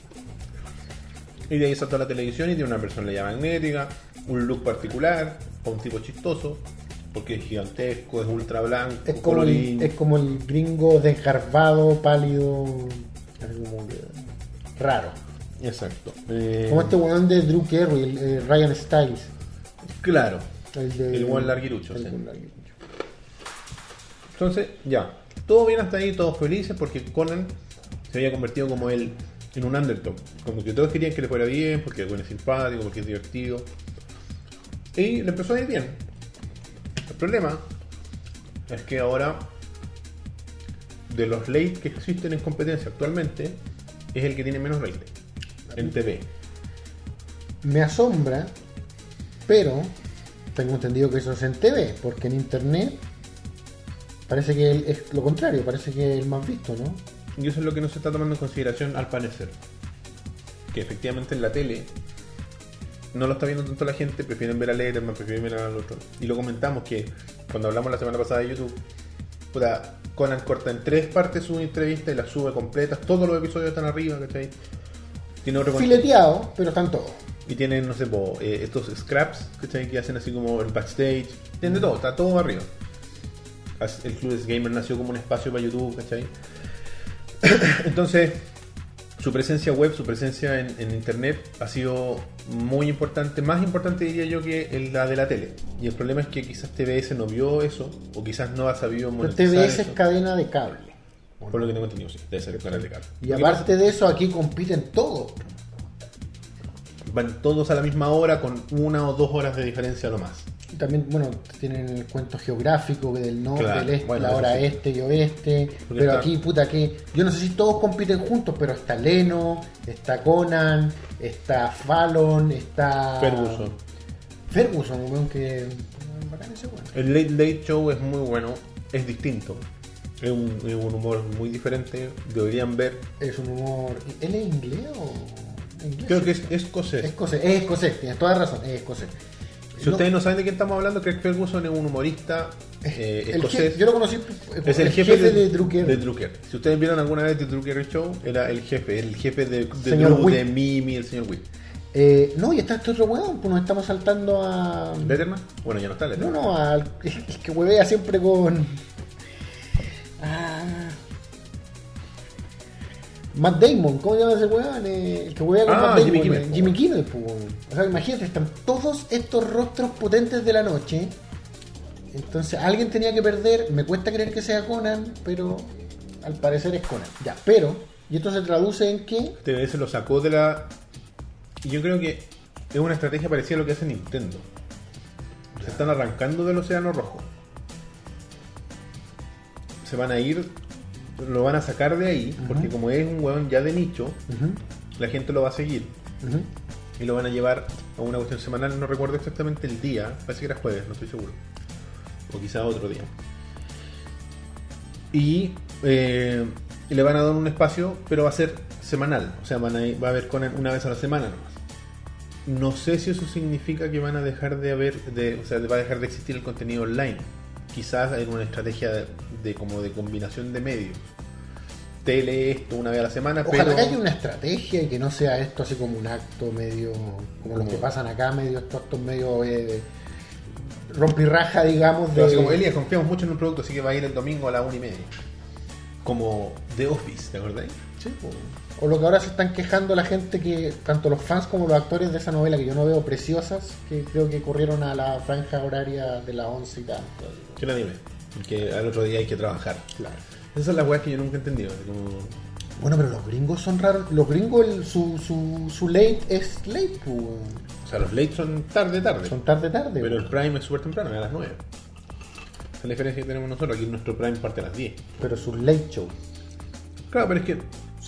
S1: Y de ahí saltó a la televisión y tiene una personalidad magnética, un look particular, o un tipo chistoso, porque es gigantesco, es ultra blanco,
S2: Es como,
S1: colorín.
S2: el, es como el gringo desgarbado, pálido, algo como que raro.
S1: Exacto. Eh,
S2: Como este weón de Drew Carey, el, eh, Ryan Stiles.
S1: Claro.
S2: El, de,
S1: El buen larguirucho,
S2: el
S1: sí.
S2: buen larguirucho.
S1: Entonces, ya. Todo bien hasta ahí, todos felices, porque Conan se había convertido como él en un underdog. Como que todos querían que le fuera bien, porque el buen es simpático, porque es divertido. Y le empezó a ir bien. El problema es que ahora, de los late que existen en competencia actualmente, es el que tiene menos rating en TV.
S2: Me asombra, pero tengo entendido que eso es en TV, porque en internet parece que el- es lo contrario, parece que es el más visto, ¿no?
S1: Y eso es lo que no se está tomando en consideración al parecer. Que efectivamente en la tele no lo está viendo tanto la gente, prefieren ver a Letterman, prefieren ver al otro. Y lo comentamos que cuando hablamos la semana pasada de YouTube, puta, Conan corta en tres partes su entrevista y la sube completa. Todos los episodios están arriba, ¿cachai? Tiene otro contenido.
S2: Fileteado, pero están todos.
S1: Y tienen, no sé, po, eh, estos scraps ¿cachai? que hacen así como el backstage. Tiene todo, está todo arriba. As- El Club de Gamer nació como un espacio para YouTube, ¿cachai? *coughs* Entonces, su presencia web, su presencia en, en internet ha sido muy importante, más importante diría yo que el- la de la tele. Y el problema es que quizás TBS no vio eso, o quizás no ha sabido
S2: Pero
S1: monetizar
S2: TVS es
S1: eso.
S2: cadena de cable.
S1: Por lo que tengo entendido, sí, debe ser el canal de cable.
S2: Y
S1: Lo que
S2: aparte de eso, aquí compiten todos.
S1: van todos a la misma hora con una o dos horas de diferencia lo más.
S2: Y También, bueno, tienen el cuento geográfico del norte,
S1: Claro,
S2: del este,
S1: bueno,
S2: la
S1: eso
S2: hora
S1: sí.
S2: este y oeste.
S1: Porque
S2: pero
S1: está-
S2: aquí, puta, que. Yo no sé si todos compiten juntos, pero está Leno, está Conan, está Fallon, está.
S1: Ferguson.
S2: Ferguson, weón, que. bacán ese weón.
S1: El Late Late Show es muy bueno, es distinto. Es un, es un humor muy diferente, deberían ver.
S2: Es un humor. ¿Él es inglés o.? inglés?
S1: Creo que es escocés.
S2: Escocés, es escocés, tienes toda razón, es escocés.
S1: si
S2: No,
S1: ustedes no saben de quién estamos hablando, Craig Ferguson es un humorista eh,
S2: el
S1: escocés.
S2: jefe- yo lo conocí.
S1: es el jefe,
S2: de, Drucker.
S1: de Drucker. Si ustedes vieron alguna vez The Drucker Show, era el jefe, el jefe de, de
S2: Señor
S1: Drew,
S2: Whip.
S1: de Mimi, el señor Whip.
S2: Eh, no, y está este otro weón, pues nos estamos saltando a.
S1: ¿Letterman? Bueno, ya no está
S2: No,
S1: Letterman.
S2: no, al es que huevea siempre con. Ah. Matt Damon, ¿cómo se llama ese weón? Eh, el que huevea con
S1: Ah,
S2: Matt Damon.
S1: Jimmy
S2: eh,
S1: Kimmel, po.
S2: Jimmy Kimmel, po, weón. O sea, imagínate, están todos estos rostros potentes de la noche. Entonces, alguien tenía que perder. Me cuesta creer que sea Conan, pero al parecer es Conan. Ya, pero. Y esto se traduce en que.
S1: TBS lo sacó de la. Y yo creo que es una estrategia parecida a lo que hace Nintendo. Se están arrancando del Océano Rojo. Se van a ir, lo van a sacar de ahí, porque como es un hueón ya de nicho, la gente lo va a seguir.
S2: Ujú.
S1: Y lo van a llevar a una cuestión semanal, no recuerdo exactamente el día, parece que era jueves, no estoy seguro. O quizá otro día. Y eh, le van a dar un espacio, pero va a ser semanal. O sea, van a ir- va a haber Conan una vez a la semana nomás. No sé si eso significa que van a dejar de haber, de, o sea, va a dejar de existir el contenido online. Quizás en una estrategia de, de como de combinación de medios. Tele esto una vez a la semana,
S2: Ojalá
S1: pero
S2: que haya una estrategia y que no sea esto así como un acto medio, como los que pasan acá, medio estos actos medio eh, rompirraja, digamos,
S1: Pero
S2: de
S1: así como Elías, confiamos mucho en un producto, así que va a ir el domingo a la una y media. Como The Office, ¿te acordáis?
S2: Sí, po. o lo que ahora se están quejando la gente que, tanto los fans como los actores de esa novela que yo no veo preciosas, que creo que corrieron a la franja horaria de las 11 y tal.
S1: Que nadie ve. Porque al otro día hay que trabajar.
S2: Claro.
S1: Esas son las weas que yo nunca he entendido. así como-
S2: Bueno, pero los gringos son raros. Los gringos, el- su, su, su late es late, pues, weón.
S1: O sea, los late son tarde, tarde.
S2: Son tarde, tarde.
S1: Pero
S2: weón.
S1: el prime es súper temprano, es a las 9. Esa es la diferencia que tenemos nosotros. Aquí nuestro prime parte a las 10.
S2: Pero su late show.
S1: Claro, pero es que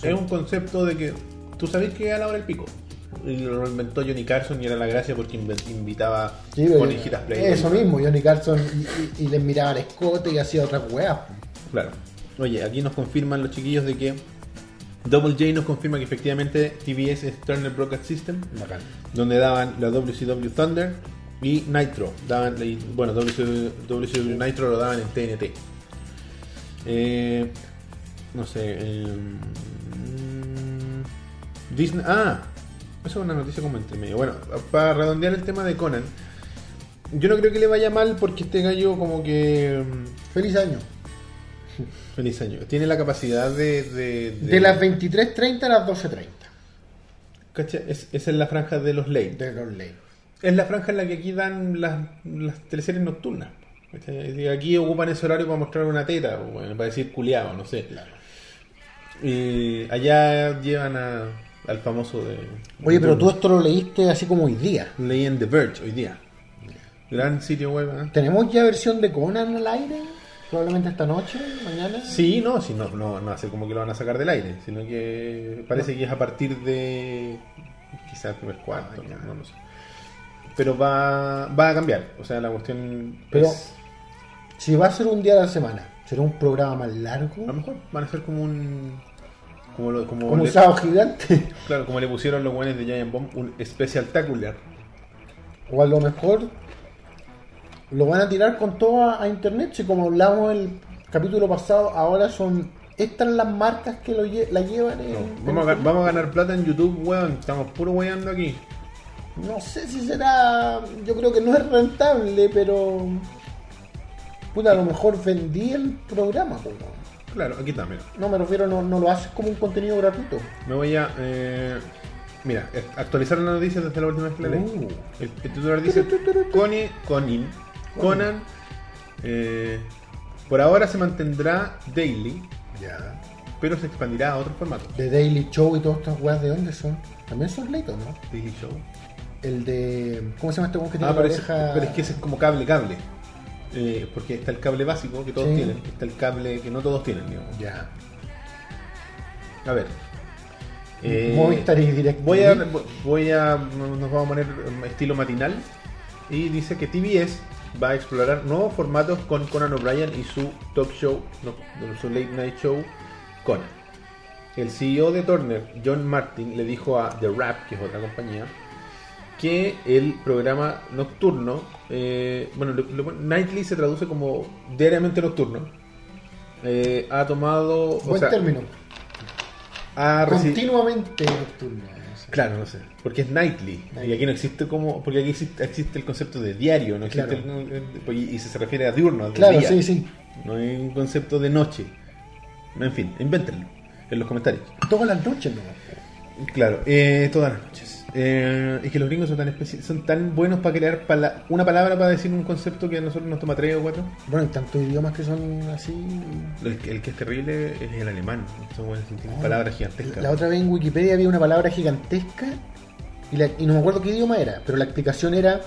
S1: es un concepto de que tú sabés que a la hora del pico. Y lo inventó Johnny Carson y era la gracia porque inven- invitaba
S2: Sí, pero-
S1: conejitas play.
S2: Eso mismo, Johnny Carson y, y- y les miraba al escote y hacía otras weas.
S1: Claro. Oye, aquí nos confirman los chiquillos de que Double J nos confirma que efectivamente TBS es Turner Broadcast System,
S2: Bacán.
S1: donde daban la WCW Thunder y Nitro. Daban, y, bueno, WCW, Nitro lo daban en TNT. Eh, no sé. eh, mm, Disney. Ah, eso es una noticia como entre medio. Bueno, para redondear el tema de Conan. Yo no creo que le vaya mal porque este gallo como que... mm,
S2: Feliz año.
S1: Feliz año. Tiene la capacidad de. De,
S2: De las 23.30 a las 12.30.
S1: Cacha, Es, esa es la franja de los late.
S2: De los late.
S1: Es la franja en la que aquí dan las, las teleseries nocturnas. ¿Cachai? Es decir, Aquí ocupan ese horario para mostrar una teta, o bueno, para decir culiado, no sé. Y allá llevan a, al famoso de.
S2: Oye, pero tú esto lo leíste así como hoy día.
S1: Leí en The Verge hoy día. Gran sitio web. ¿eh?
S2: ¿Tenemos ya versión de Conan al aire? Probablemente esta noche, mañana.
S1: Sí, no, sí, no, no, no hace como que lo van a sacar del aire, sino que parece que es a partir de quizás el primer cuarto, no, no lo sé. Pero va, va a cambiar, o sea, la cuestión
S2: Pero-
S1: es-
S2: Si va a ser un día a la semana, será un programa más largo.
S1: a lo mejor van a ser como un como lo- como,
S2: Como un
S1: le,
S2: sábado gigante.
S1: claro, como le pusieron los buenos de Giant Bomb, un espectacular.
S2: O a lo mejor lo van a tirar con todo a, a internet. Si como hablamos el capítulo pasado, ahora son estas las marcas que lo lle- la llevan. en-
S1: No, vamos, a, ga- vamos a ganar plata en YouTube, weón, estamos puro weando aquí.
S2: No sé si será. Yo creo que no es rentable, pero. Puta, a lo mejor vendí el programa, pues, weón.
S1: Claro, aquí también.
S2: No me refiero, no, no lo haces como un contenido gratuito.
S1: Me voy a eh, mira, actualizaron las noticias desde la última vez que la leí.
S2: Uh.
S1: El, el titular dice Connie, Conin, Conan. eh, por ahora se mantendrá daily,
S2: Ya.
S1: pero se expandirá a otros formatos.
S2: The Daily Show y todas estas weas, ¿de dónde son? También son Leighton, ¿no?
S1: Daily Show.
S2: El de. ¿Cómo se llama este weón que tiene
S1: Ah,
S2: la
S1: pero, es,
S2: oreja-
S1: pero es que ese es como cable, cable. Eh, porque está el cable básico que todos
S2: Sí.
S1: tienen, está el cable que no todos tienen, digamos.
S2: Ya.
S1: A ver. Eh,
S2: Movistar y DirecTV.
S1: Voy a, voy a. Nos vamos a poner um, estilo matinal. Y dice que TBS va a explorar nuevos formatos con Conan O'Brien y su talk show, no, su late night show, Conan. El CEO de Turner, John Martin, le dijo a The Rap, que es otra compañía, que el programa nocturno, eh, bueno, lo- lo- Nightly se traduce como diariamente nocturno, eh, ha tomado, o
S2: Buen
S1: sea,
S2: término.
S1: ha reci-
S2: Continuamente nocturno. no sé.
S1: Claro, no sé. Porque es nightly.
S2: Nightly.
S1: Y aquí no existe como. Porque aquí existe, existe el concepto de diario, no existe
S2: Claro.
S1: el- el- y, y se, se refiere a diurno, al
S2: Claro,
S1: día.
S2: sí, sí.
S1: No hay un concepto de noche. En fin, invéntenlo en los comentarios.
S2: Todas las noches, ¿no?
S1: Claro, eh, todas las noches. Eh, es que los gringos son tan, especi- son tan buenos para crear pala- una palabra para decir un concepto que a nosotros nos toma tres o cuatro.
S2: Bueno, y tantos idiomas que son así.
S1: El, que- el que es terrible es el alemán. Son buenos, tienen palabras gigantescas.
S2: Ah, La otra vez en Wikipedia había una palabra gigantesca y, la- y no me acuerdo qué idioma era, pero la explicación era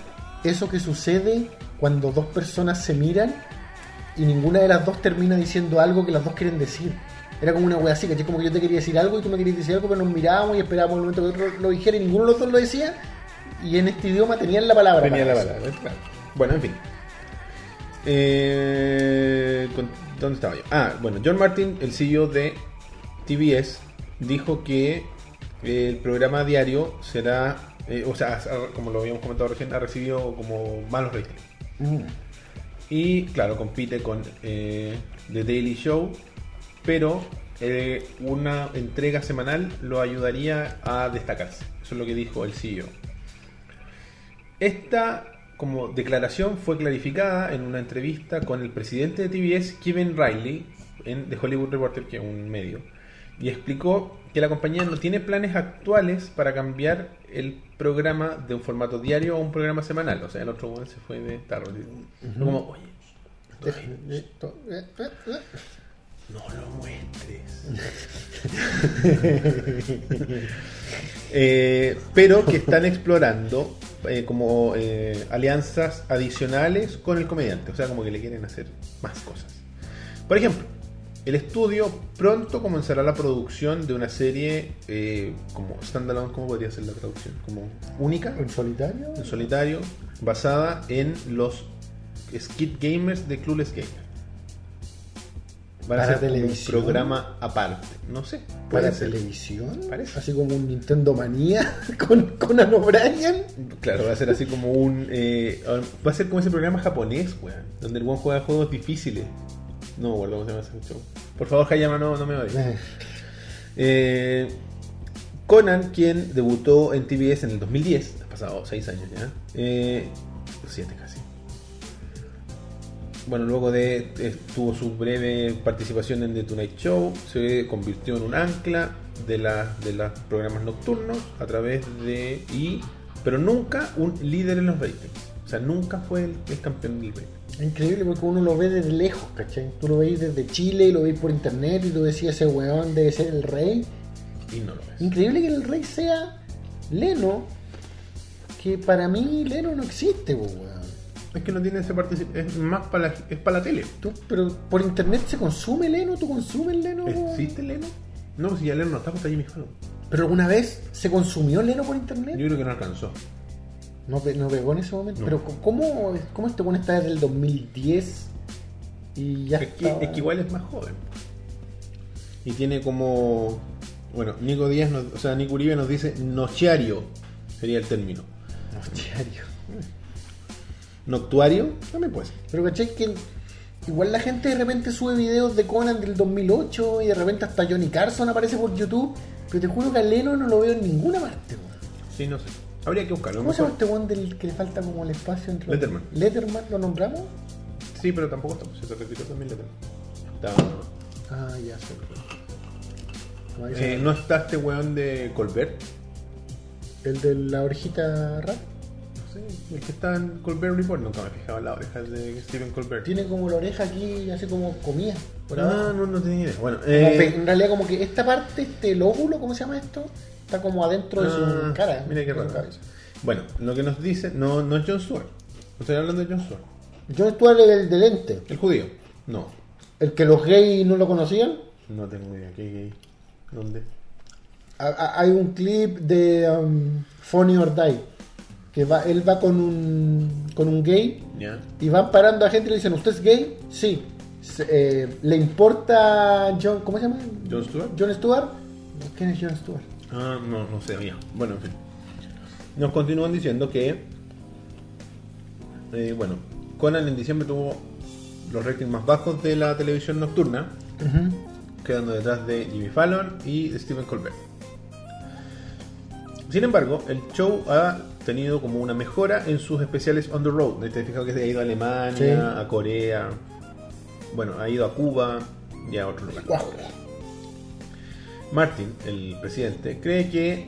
S2: eso que sucede cuando dos personas se miran y ninguna de las dos termina diciendo algo que las dos quieren decir. Era como una wea así, ¿cachai? Como que yo te quería decir algo y tú me querías decir algo, pero nos mirábamos y esperábamos el momento que otro lo dijera y ninguno de los dos lo decía. Y en este idioma tenían la palabra.
S1: Tenía
S2: para
S1: la
S2: eso.
S1: palabra, claro. Bueno, en fin. Eh, con- ¿Dónde estaba yo? Ah, bueno, John Martin, el CEO de TBS, dijo que el programa diario será, eh, o sea, ha- como lo habíamos comentado recién, ha recibido como malos ratings.
S2: Mm.
S1: Y claro, compite con eh, The Daily Show, pero eh, una entrega semanal lo ayudaría a destacarse. Eso es lo que dijo el E CEO. Esta como declaración fue clarificada en una entrevista con el presidente de TBS, Kevin Riley, en The Hollywood Reporter, que es un medio, y explicó que la compañía no tiene planes actuales para cambiar el programa de un formato diario a un programa semanal. O sea, el otro one se fue de tarro. Fue Como, oye,
S2: Mm. Deja- de- to- eh, eh, eh.
S1: No lo muestres. *laughs* Eh, pero que están explorando eh, como eh, alianzas adicionales con el comediante. O sea, como que le quieren hacer más cosas. Por ejemplo, el estudio pronto comenzará la producción de una serie eh, como standalone, ¿cómo podría ser la traducción? Como única,
S2: ¿En solitario?
S1: en solitario, basada en los skit gamers de Clueless Gamer. Van a
S2: ¿Para
S1: ser como
S2: televisión?
S1: un programa aparte. No sé.
S2: ¿Para
S1: puede ser.
S2: televisión?
S1: Parece.
S2: Así como un Nintendo Manía *laughs* con Conan O'Brien.
S1: Claro, va a ser así como un. eh, va a ser como ese programa japonés, weón. Donde el weón juega juegos difíciles. No me acuerdo cómo se llama ese show. Por favor, Hayama, no, no me vayas.
S2: Eh,
S1: Eh, Conan, quien debutó en TBS en el 2010, ha pasado 6 años ya. Eh, 7 casi. Bueno, luego de. eh, tuvo su breve participación en The Tonight Show, se convirtió en un ancla de la- de los programas nocturnos a través de. y Pero nunca un líder en los ratings. O sea, nunca fue el, el campeón del rating.
S2: Increíble porque uno lo ve desde lejos, ¿cachai? Tú lo veis desde Chile y lo veis por internet y tú decías ese weón debe ser el rey.
S1: Y no lo es.
S2: Increíble que el rey sea Leno, que para mí Leno no existe, po, weón.
S1: Es que no tiene ese participación. Es más para la, es para la tele.
S2: Tú, pero por internet se consume Leno, tú consumes Leno. weón?
S1: ¿Existe Leno? No, si ya Leno no está, pues está Jimmy Fallon.
S2: Pero alguna vez se consumió Leno por
S1: Yo
S2: internet.
S1: creo que no alcanzó.
S2: No, pe- no pegó en ese momento.
S1: No.
S2: Pero ¿cómo, cómo este bueno está desde el 2010 y ya
S1: Es que,
S2: estaba-
S1: es que igual es más joven. Y tiene como. Bueno, Nico Díaz, nos- o sea, Nico Uribe nos dice nocheario, sería el término.
S2: No, diario.
S1: Noctuario, también puede ser.
S2: Pero ¿cachai? Que igual la gente de repente sube videos de Conan del 2008 y de repente hasta Johnny Carson aparece por YouTube. Pero te juro que a Leno no lo veo en ninguna parte, weón.
S1: Sí, no sé. Habría que buscarlo. a lo
S2: ¿Cómo se llama
S1: mejor.
S2: este weón del que le falta como el espacio entre los-
S1: Letterman.
S2: Letterman, ¿lo nombramos?
S1: Sí, pero tampoco está. Se te repitió también la tele.
S2: Ah, ya sé. No, ahí
S1: Eh,
S2: se-
S1: ¿No está este weón de Colbert?
S2: El de la orejita rap.
S1: No sé, el que está en Colbert Report. Nunca me he fijado en las orejas de Steven Colbert.
S2: Tiene como la oreja aquí, así como comida. Por
S1: Ah,
S2: abajo.
S1: no, no tenía idea. Bueno,
S2: Como
S1: eh,
S2: pe- en realidad como que esta parte, este lóbulo, ¿cómo se llama esto? Está como adentro de
S1: Ah,
S2: su cara.
S1: Mira qué
S2: de su
S1: raro.
S2: cabeza.
S1: Bueno, lo que nos dice, no, no es John Stewart. No estoy hablando de John Stewart.
S2: Yo estuve el de lente.
S1: El judío. No,
S2: El que los gays no lo conocían.
S1: no tengo idea. ¿Qué, qué? dónde
S2: A- a- Hay un clip de um, Funny or Die. Que va, él va con un, con un gay
S1: Ya.
S2: y van parando a gente y le dicen, ¿usted es gay? Sí. Se- eh, ¿Le importa John... ¿Cómo se llama?
S1: ¿John Stewart?
S2: John Stewart. ¿Quién es John Stewart?
S1: Ah, no, no sé, mira. Bueno, en fin. Nos continúan diciendo que. eh, bueno, Conan en diciembre tuvo los ratings más bajos de la televisión nocturna, quedando detrás de Jimmy Fallon y Stephen Colbert. Sin embargo, el show ha tenido como una mejora en sus especiales on the road. Te has fijado que se ha ido a Alemania,
S2: Sí.
S1: a Corea, bueno, ha ido a Cuba y a otro lugar.
S2: Guau.
S1: Martin, el presidente, cree que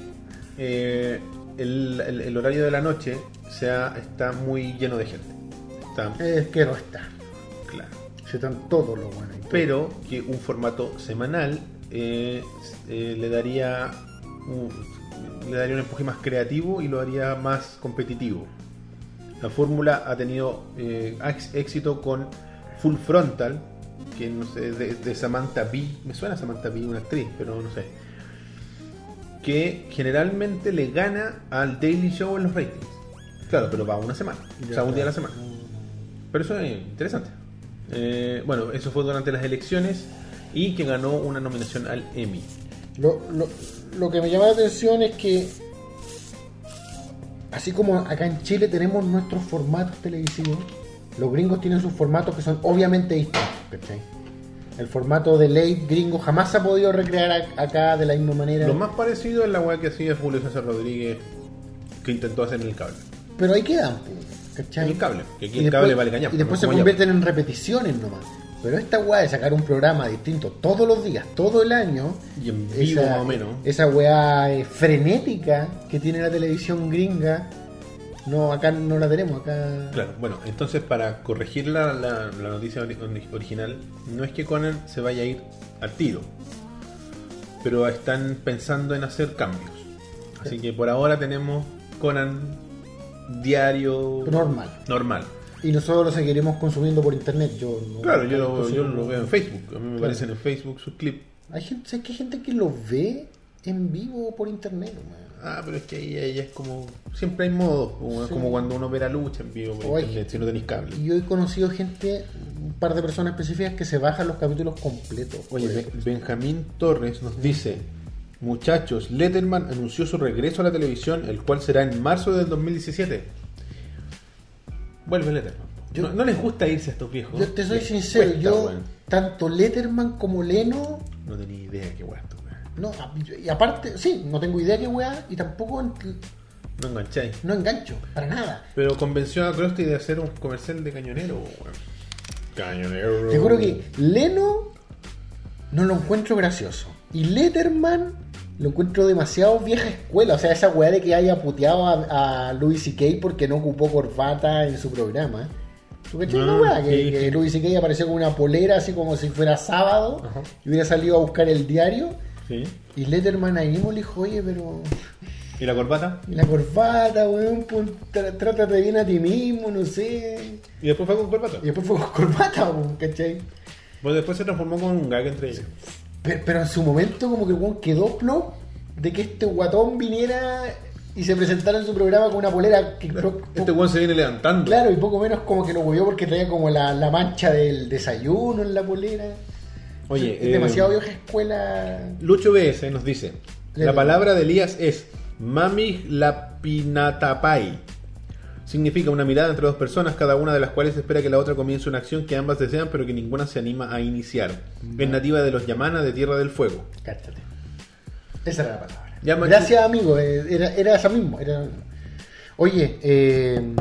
S1: eh, el, el- el horario de la noche se ha- está muy lleno de gente. Está
S2: Es que no está.
S1: claro.
S2: Se están todos los buenos.
S1: Pero que un formato semanal eh, eh, le daría un, le daría un empuje más creativo y lo haría más competitivo. La fórmula ha tenido eh, ax- éxito con Full Frontal, que no sé, de, de Samantha Bee, me suena Samantha Bee, una actriz, pero no sé. Que generalmente le gana al Daily Show en los ratings. Claro, pero va una semana, o sea, un día a la semana. Pero eso es interesante. Eh, bueno, eso fue durante las elecciones y que ganó una nominación al Emmy.
S2: Lo, lo- lo que me llama la atención es que, así como acá en Chile tenemos nuestros formatos televisivos, los gringos tienen sus formatos que son obviamente distintos. ¿cachai? El formato de ley gringo jamás se ha podido recrear a- acá de la misma manera.
S1: Lo más parecido es la weá que hacía Julio César Rodríguez que intentó hacer en el cable.
S2: Pero ahí quedan, pues, ¿cachai?
S1: En el cable, que aquí
S2: Y
S1: el
S2: después-
S1: cable vale pues, caña,
S2: Y después
S1: no
S2: se
S1: es como
S2: convierten en repeticiones nomás. Pero esta weá de sacar un programa distinto todos los días, todo el año.
S1: Y en vivo más o menos.
S2: Esa weá eh, frenética que tiene la televisión gringa. No, acá no la tenemos, acá.
S1: Claro, bueno, entonces para corregir la, la- la noticia ori- ori- original, no es que Conan se vaya a ir al tiro, pero están pensando en hacer cambios. Así que por ahora tenemos Conan diario
S2: Normal.
S1: normal.
S2: Y nosotros lo seguiremos consumiendo por internet. Yo no-
S1: Claro, yo lo,
S2: consumo-
S1: yo lo veo en Facebook, a mí me
S2: Claro.
S1: aparecen en Facebook sus clips.
S2: Hay gente, ¿sabes que hay gente que lo ve en vivo por internet, man?
S1: Ah, pero es que ahí, ahí es como... Siempre hay modos, como, es
S2: Sí.
S1: como cuando uno ve la lucha en vivo por
S2: Oye.
S1: internet, si no tenéis cable.
S2: Y yo he conocido gente, un par de personas específicas que se bajan los capítulos completos.
S1: Oye,
S2: Por
S1: Ben- Benjamín Torres nos dice, muchachos, Letterman anunció su regreso a la televisión, el cual será en marzo del 2017. Vuelve Letterman.
S2: Yo-
S1: no, no les gusta irse a estos viejos.
S2: Yo te soy
S1: Les
S2: sincero,
S1: cuesta,
S2: yo
S1: weón.
S2: tanto Letterman como Leno,
S1: No tenía idea qué weón esto, weón.
S2: no, a- y aparte, sí, no tengo idea qué weá, y tampoco en-
S1: No engancháis.
S2: no engancho, para nada.
S1: Pero convenció a Krusty de hacer un comercial de cañonero, weón. Cañonero.
S2: Te juro que Leno no lo encuentro gracioso. Y Letterman lo encuentro demasiado vieja escuela. O sea, esa weá de que haya puteado a, a Louis C.K. porque no ocupó corbata en su programa. ¿Tú cachai
S1: Ah,
S2: la weá? Que,
S1: sí,
S2: que
S1: sí.
S2: Louis C.K. apareció con una polera así como si fuera sábado
S1: Ajá.
S2: y hubiera salido a buscar el diario.
S1: Sí.
S2: Y Letterman ahí mismo le dijo, oye, pero...
S1: ¿Y la corbata?
S2: Y la corbata, weón, pues, tra- trátate bien a ti mismo, no sé.
S1: Y después fue con corbata.
S2: Y después fue con corbata, weón, ¿cachai?
S1: Bueno, después se transformó con un gag entre ellos.
S2: Pero, pero en su momento como que el weón quedó plop de que este guatón viniera y se presentara en su programa con una polera que pro-
S1: Este
S2: po-
S1: weón se viene levantando.
S2: claro y poco menos como que lo huevió porque traía como la, la mancha del desayuno en la polera.
S1: Oye,
S2: es
S1: eh,
S2: demasiado vieja escuela.
S1: Lucho BS nos dice:
S2: Léelo.
S1: La palabra de Elías es Mami Lapinatapai. Significa una mirada entre dos personas, cada una de las cuales espera que la otra comience una acción que ambas desean, pero que ninguna se anima a iniciar. Es nativa de los Yamana de Tierra del Fuego.
S2: Cáchate. Esa era la palabra.
S1: Ya, Maxi-
S2: Gracias amigo, eh, era, era esa mismo. Era... Oye, eh,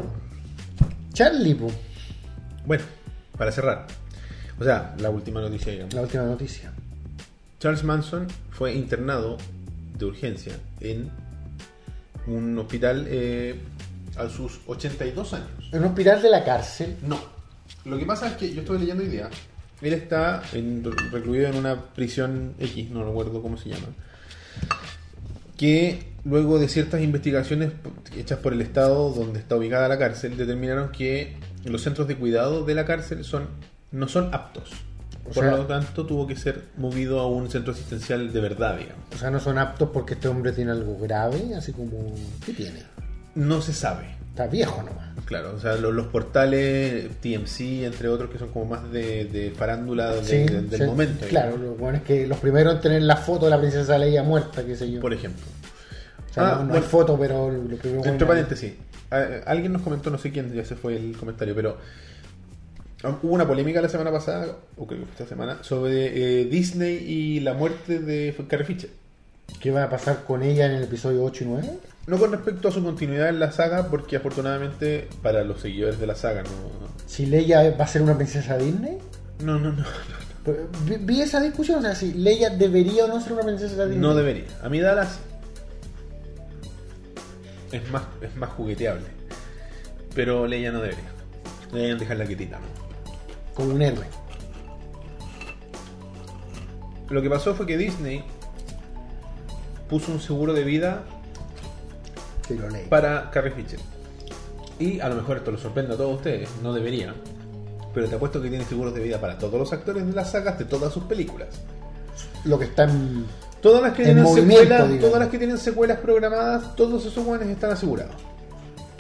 S2: Charlie, po,
S1: Bueno, para cerrar. O sea, la última noticia, digamos.
S2: la última noticia.
S1: Charles Manson fue internado de urgencia en un hospital eh, a sus 82 años.
S2: En un hospital de la cárcel.
S1: No. Lo que pasa es que yo estuve leyendo hoy día. Él está en- recluido en una prisión X, no recuerdo cómo se llama. Que luego de ciertas investigaciones hechas por el Estado donde está ubicada la cárcel, determinaron que los centros de cuidado de la cárcel son no son aptos.
S2: O
S1: por
S2: sea-
S1: lo tanto, tuvo que ser movido a un centro asistencial de verdad, digamos.
S2: O sea, no son aptos porque este hombre tiene algo grave, así como... ¿Qué tiene?
S1: No se sabe.
S2: Está viejo nomás.
S1: Claro, o sea, lo- los, portales TMC, entre otros, que son como más de, de farándula de-
S2: Sí,
S1: de- del
S2: sí,
S1: momento.
S2: Claro, lo bueno es que los primeros en tener la foto de la princesa Leia muerta, qué sé yo.
S1: por ejemplo.
S2: o sea,
S1: ah,
S2: no, no
S1: bueno.
S2: hay foto, pero los primeros...
S1: Entre paréntesis, a- alguien nos comentó, no sé quién, ya se fue el comentario, pero ah, hubo una polémica la semana pasada, o creo que fue esta semana, sobre eh, Disney y la muerte de Carrie Fisher.
S2: ¿Qué va a pasar con ella en el episodio 8 y 9?
S1: No con respecto a su continuidad en la saga, porque afortunadamente para los seguidores de la saga no.
S2: Si Leia va a ser una princesa Disney.
S1: No, no, no.
S2: Pero Vi, vi esa discusión, o sea, si Leia debería o no ser una princesa
S1: No,
S2: Disney.
S1: no debería. A mí Dallas es más, es más jugueteable. Pero Leia no debería. Deberían dejarla quietita, ¿no?
S2: Como un héroe.
S1: Lo que pasó fue que Disney puso un seguro de vida
S2: Pero Leia.
S1: para Carrie Fisher. Y a lo mejor esto lo sorprende a todos ustedes, no debería. Pero te apuesto que tiene seguros de vida para todos los actores de las sagas de todas sus películas.
S2: Lo que está en...
S1: Todas las que
S2: En
S1: tienen
S2: movimiento,
S1: secuelas,
S2: digamos.
S1: todas las que tienen secuelas programadas, todos esos jóvenes están asegurados.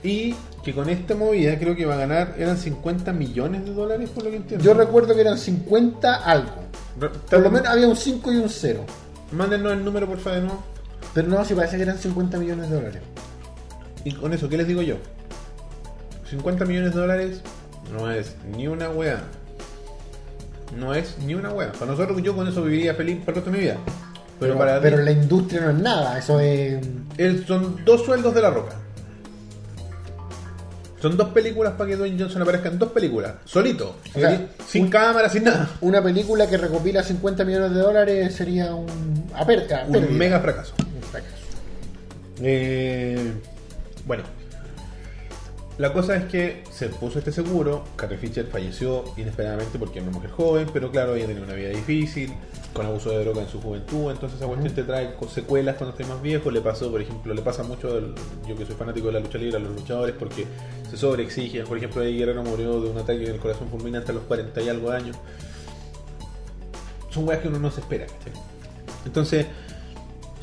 S1: Y que con esta movida creo que va a ganar, eran 50 millones de dólares por lo que entiendo.
S2: Yo recuerdo que eran 50 algo.
S1: Re-
S2: Por lo menos había un 5 y un 0.
S1: Mándenos el número, por favor, de nuevo.
S2: Pero no, si parece que eran 50 millones de dólares.
S1: Y con eso, ¿qué les digo yo? 50 millones de dólares no es ni una wea. No es ni una wea. Para nosotros, yo con eso viviría feliz por el resto de mi vida. Pero, para
S2: pero
S1: ti,
S2: la industria no es nada, eso es.
S1: es- son dos sueldos de la roca. Son dos películas para que Dwayne Johnson aparezca en dos películas, solito,
S2: O sea,
S1: sin- sin cámara, sin nada.
S2: Una película que recopila 50 millones de dólares sería un. A per- a pérdida. este
S1: Un mega fracaso.
S2: Un fracaso.
S1: Eh, bueno, La cosa es que se puso este seguro, Carrie Fisher falleció inesperadamente porque era una mujer joven, pero claro, ella tenía una vida difícil, con abuso de droga en su juventud, entonces esa cuestión te trae co- secuelas cuando estés más viejo, le pasó, por ejemplo, le pasa mucho, al- yo que soy fanático de la lucha libre, a los luchadores porque se sobreexigen, por ejemplo, Eddie Guerrero murió de un ataque en el corazón fulminante a los 40 y algo de años. Son weas que uno no se espera, ¿cachai? Entonces,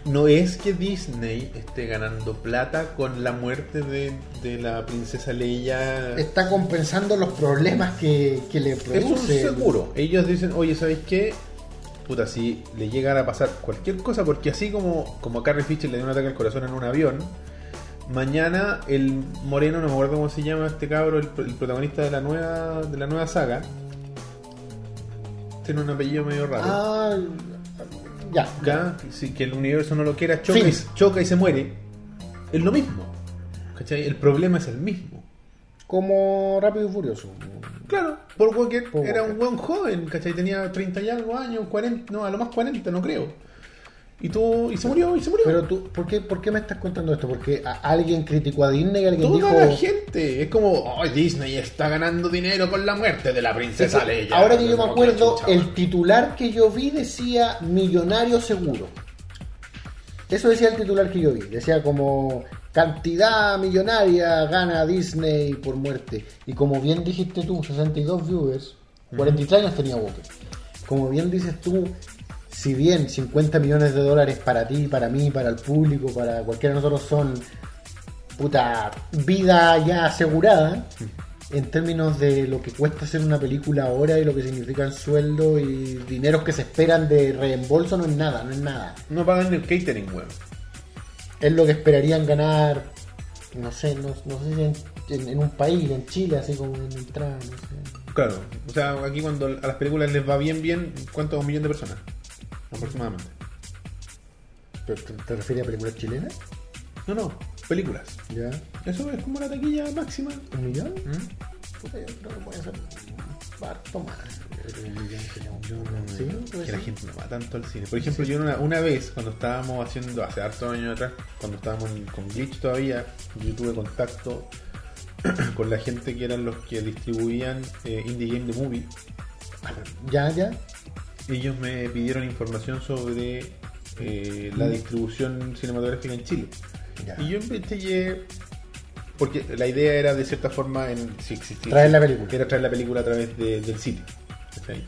S1: no es que Disney esté ganando plata con la muerte de, de la princesa Leia. Es,
S2: Está compensando los problemas que, que le
S1: un
S2: produce.
S1: seguro. Ellos dicen, oye, ¿sabéis qué? Puta, si le llegara a pasar cualquier cosa, porque así como, como a Carrie Fisher le dio un ataque al corazón en un avión, mañana el moreno, no me acuerdo cómo se llama este cabro, el, el protagonista de la nueva de la nueva saga, tiene un apellido medio raro.
S2: Ah, ya.
S1: Ya, si que el universo no lo quiera, choca, y,
S2: Fin.
S1: choca y se muere. Es lo mismo. ¿Cachai? El problema es el mismo.
S2: Como rápido y furioso.
S1: Claro, Paul Walker
S2: Paul
S1: era un
S2: Walker.
S1: buen joven, ¿cachai? Tenía 30 y algo años, 40, no, a lo más 40, no creo. Y tú, y se murió, y se murió.
S2: Pero tú, ¿por qué, ¿por qué me estás contando esto? Porque a- alguien criticó a Disney, alguien
S1: Toda la
S2: dijo.
S1: gente es como, "Ay, Disney está ganando dinero con la muerte de la
S2: Es que
S1: princesa Leia.
S2: ahora que yo me
S1: Como
S2: acuerdo,
S1: chucha,
S2: el
S1: weón.
S2: titular que yo vi decía millonario seguro. Eso decía el titular que yo vi. Decía como cantidad millonaria gana Disney por muerte. Y como bien dijiste tú, 62 viewers, 43 años tenía Walker. Como bien dices tú, si bien 50 millones de dólares para ti, para mí, para el público, para cualquiera de nosotros son puta vida ya asegurada en términos de lo que cuesta hacer una película ahora y lo que significan sueldo y dineros que se esperan de reembolso no es nada, no es nada.
S1: No pagan el catering, weón.
S2: Es lo que esperarían ganar, no sé, no, no sé si en, en- en un país, en Chile, así como en entrada, no sé.
S1: Claro, o sea, aquí cuando a las películas les va bien, bien, ¿cuántos? Un millón de personas, aproximadamente.
S2: ¿Pero ¿Te, te refieres a películas chilenas?
S1: No, no, películas.
S2: ¿Ya?
S1: Eso es como la taquilla máxima.
S2: ¿Un millón? Puta, yo creo que puede ser harto más. Yo creo que un millón sería un- ¿Mm? ¿Sí? Puede
S1: Que la
S2: ser.
S1: gente no va tanto al cine. Por ejemplo, yo una, una vez, cuando estábamos haciendo, hace hartos años atrás, cuando estábamos en- con Glitch todavía, yo tuve contacto *clears throat* con la gente que eran los que distribuían eh, Indie Game The Movie.
S2: ¿Ya, ya?
S1: Ellos me pidieron información sobre eh, la distribución cinematográfica en Chile.
S2: ya.
S1: Y yo investigué. Porque la idea era, de cierta forma, en, si existía.
S2: Traer la película.
S1: Era traer la película a través de- del cine. ¿cachai?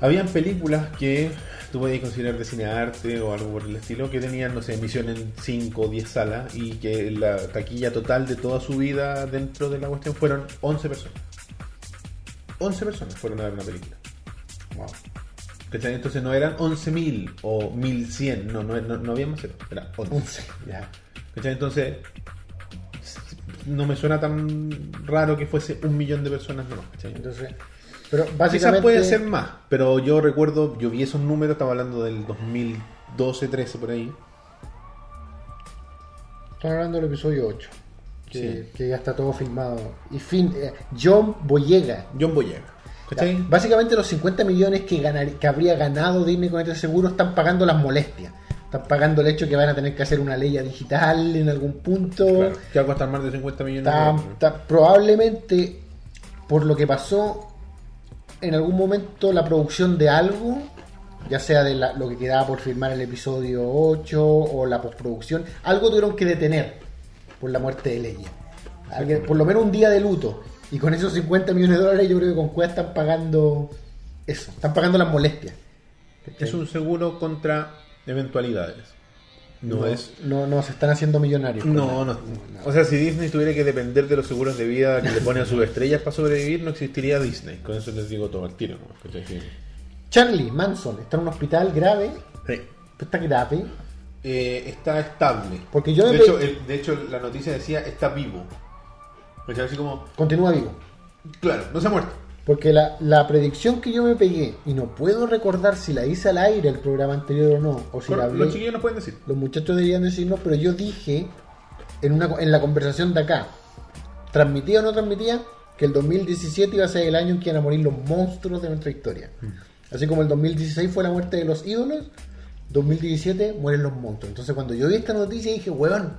S1: Habían películas que tú podías considerar de cine arte o algo por el estilo, que tenían, no sé, emisión en 5 o 10 salas y que la taquilla total de toda su vida dentro de la cuestión fueron 11 personas. 11 personas fueron a ver una película.
S2: *laughs* Wow.
S1: ¿cachai? Entonces no eran 11.000 o 1.100, no, no, no, no había más, cero, era 11.
S2: Once, ya.
S1: ¿Cachai? Entonces, no me suena tan raro que fuese un millón de personas nomás, ¿cachai?
S2: Entonces, pero
S1: Quizás
S2: básicamente
S1: puede ser más, pero yo recuerdo, yo vi esos números, estaba hablando del 2012, 13 por ahí.
S2: están hablando del episodio 8, que,
S1: Sí.
S2: que ya está todo filmado. Y fin, eh, John Boyega.
S1: John Boyega, ¿cachai?
S2: Ya, Básicamente los 50 millones que, ganar- que habría ganado Disney con este seguro están pagando las molestias. Están pagando el hecho que van a tener que hacer una ley digital en algún punto.
S1: Claro, que va a costar más de 50 millones de
S2: Ta-
S1: dólares, ¿no?
S2: ta- probablemente por lo que pasó en algún momento la producción de algo ya sea de la- lo que quedaba por filmar el episodio 8 o la postproducción algo tuvieron que detener por la muerte de Leia Alguien-
S1: pues.
S2: por lo menos un día de luto y con esos 50 millones de dólares yo creo que con Cueva están pagando eso están pagando las molestias
S1: Es un seguro contra eventualidades. No, es.
S2: no, no se están haciendo millonarios con
S1: No,
S2: nada.
S1: no. O sea, si Disney tuviera que depender de los seguros de vida que le ponen a sus estrellas para sobrevivir, no existiría Disney. Con eso les digo todo al tiro. ¿no? ¿Cachai? Sí.
S2: Charlie Manson está en un hospital grave
S1: Sí.
S2: está grave
S1: Eh, está estable.
S2: Porque yo me
S1: de,
S2: pe-
S1: hecho, el- de hecho, la noticia decía está vivo. O sea, así como,
S2: continúa vivo
S1: claro, no se ha muerto.
S2: Porque la, la predicción que yo me pegué, y no puedo recordar si la hice al aire el programa anterior o no, o si la
S1: Bueno,
S2: hablé,
S1: los
S2: los,
S1: chiquillos nos pueden decir.
S2: muchachos deberían decirnos, pero yo dije en, una, en la conversación de acá, transmitía o no transmitía, que el 2017 iba a ser el año en que iban a morir los monstruos de nuestra historia. Así como el 2016 fue la muerte de los ídolos, 2017 mueren los monstruos. Entonces cuando yo vi esta noticia dije, weón,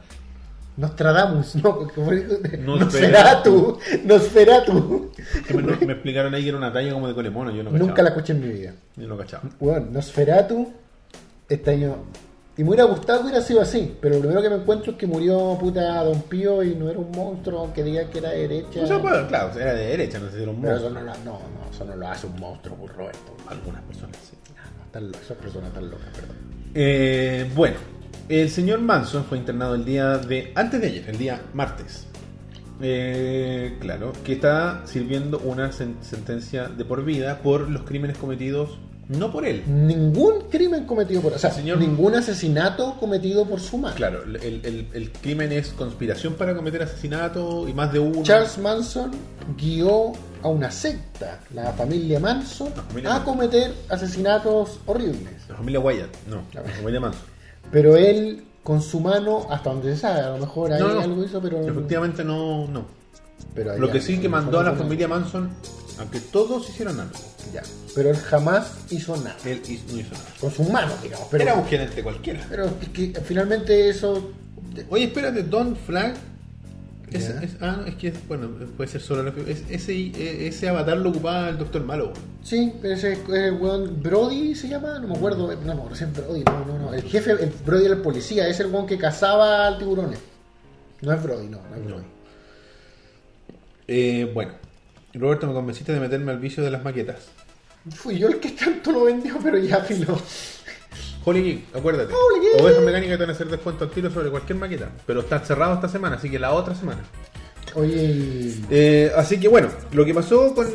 S2: Nostradamus, *laughs* no, como dijo,
S1: Nosferatu.
S2: Nosferatu, Nosferatu.
S1: Que me, me explicaron ahí que era una talla como de colemono, yo no cachaba.
S2: Nunca la escuché en mi vida.
S1: Yo no cachaba.
S2: Bueno, Nosferatu, este año. Y me hubiera gustado que hubiera sido así, pero lo primero que me encuentro es que murió puta Don Pío y no era un monstruo, aunque diga que era derecha.
S1: O sea, pues, claro, era de derecha, no sé si era un
S2: Pero eso
S1: monstruo.
S2: no, lo- no, no, eso no lo hace un monstruo, pues, Roberto.
S1: Algunas personas, sí.
S2: No, tan lo- esas personas tan locas, perdón.
S1: Eh, bueno, el señor Manson fue internado el día de. antes de ayer, el día martes. Eh, claro, que está sirviendo una sen- sentencia de por vida por los crímenes cometidos no por él.
S2: Ningún crimen cometido por. O sea,
S1: Señor-
S2: ningún asesinato cometido por su madre.
S1: Claro, el, el- el crimen es conspiración para cometer asesinato y más de uno.
S2: Charles Manson guió a una secta, la familia Manson,
S1: La familia
S2: a
S1: Manson.
S2: cometer asesinatos horribles.
S1: La familia Wyatt, no, la
S2: Claro.
S1: familia Manson.
S2: Pero él, con su mano, hasta donde se sabe, a lo mejor ahí
S1: No, no,
S2: algo hizo, pero.
S1: Efectivamente, no, no.
S2: pero ahí
S1: Lo que
S2: ya,
S1: sí que
S2: no
S1: mandó a la
S2: fue
S1: familia Manson a que todos hicieran algo.
S2: Ya. Pero él jamás hizo nada.
S1: Él hizo- no hizo nada.
S2: Con sus manos, digamos. Pero,
S1: Era un gerente cualquiera.
S2: pero es que finalmente eso.
S1: Oye, espérate, Don Flag. Es,
S2: Este- Ya.
S1: es- ah, no, es que, es- bueno, puede ser solo la es- ese, eh, ese avatar lo ocupaba el Doctor Malo.
S2: Sí, pero ese ese weón Brody se llama, no me acuerdo. No, no, no es Brody, no, no, no. El jefe, el Brody era el policía, es el weón que cazaba al tiburones. No es Brody, no, no es Brody.
S1: Eh, bueno, Roberto, me convenciste de meterme al vicio de las maquetas.
S2: Fui yo el que tanto lo vendió, pero ya filo.
S1: Holy Geek, acuérdate.
S2: Holy Geek.
S1: Ovejas mecánicas te van a hacer descuento al tiro sobre cualquier maqueta. Pero está cerrado esta semana, así que la otra semana.
S2: Oye, y-
S1: Eh, así que bueno, lo que pasó con.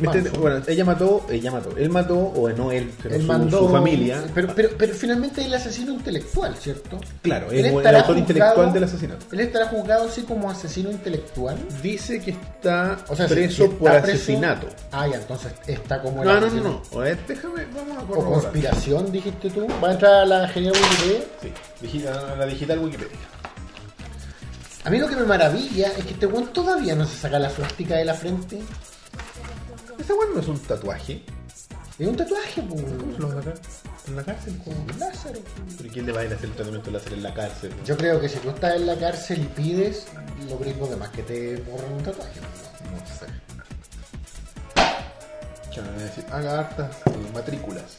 S2: Manso.
S1: este- bueno, ella mató, ella mató, él mató, o no él, pero
S2: él
S1: su,
S2: mandó.
S1: su familia.
S2: Pero, pero, pero finalmente el asesino intelectual, ¿cierto?
S1: claro,
S2: Él
S1: es el
S2: estará
S1: autor intelectual del asesinato.
S2: Él estará juzgado así como asesino intelectual.
S1: Dice que está
S2: O sea, si-
S1: preso
S2: si está
S1: por
S2: preso-
S1: asesinato.
S2: Ah, ya, entonces está como el
S1: No, no, no,
S2: asesino.
S1: no. A ver, déjame, vamos a
S2: O
S1: corroborar.
S2: conspiración, dijiste tú. Va a entrar la genial Wikipedia.
S1: Sí, digital- la digital Wikipedia.
S2: A mí lo que me maravilla es que este weón todavía no se saca la suástica de la frente.
S1: Esa weón no es un tatuaje.
S2: Es un tatuaje, pues.
S1: ¿Cómo se lo van a sacar? ¿En la cárcel? pues.
S2: Como un Lázaro.
S1: ¿Pero quién le va a ir a hacer el tratamiento láser en la cárcel?
S2: Yo creo que si tú estás en la cárcel y pides, lo gringos demás que te borran un tatuaje.
S1: No sé. Ya me van a decir, haga hartas eh, matrículas.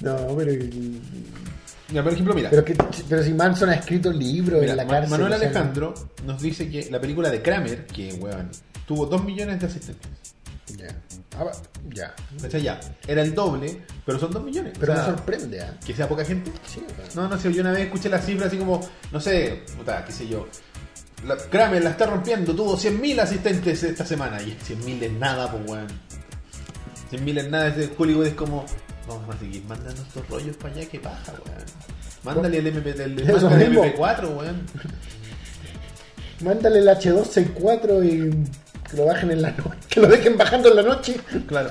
S2: No, pero.
S1: Mira, por ejemplo, mira.
S2: Pero, que, pero si Manson ha escrito libros
S1: Mira,
S2: en la
S1: Ma-
S2: cárcel.
S1: Manuel
S2: o sea,
S1: Alejandro nos dice que la película de Kramer, que weón, tuvo 2 millones de asistentes.
S2: Ya. Ah, va- ya.
S1: O sea, ya, era el doble, pero son 2 millones.
S2: Pero
S1: O sea,
S2: me sorprende, ¿ah?
S1: que sea poca gente.
S2: Sí, bueno.
S1: No, no sé, yo una vez escuché la cifra así como, no sé, puta, qué sé yo. La, Kramer la está rompiendo, tuvo 100.000 asistentes esta semana. Y 100.000 es nada, pues weón. 100.000 es nada, ese Hollywood es como, vamos a seguir mandando estos rollos para allá, que baja, weón. Mándale el MP, el,
S2: *laughs* Eso
S1: mándale el
S2: mismo.
S1: MP4, weón.
S2: Mándale el H264 y que lo bajen en la noche. Que lo dejen bajando en la noche.
S1: Claro.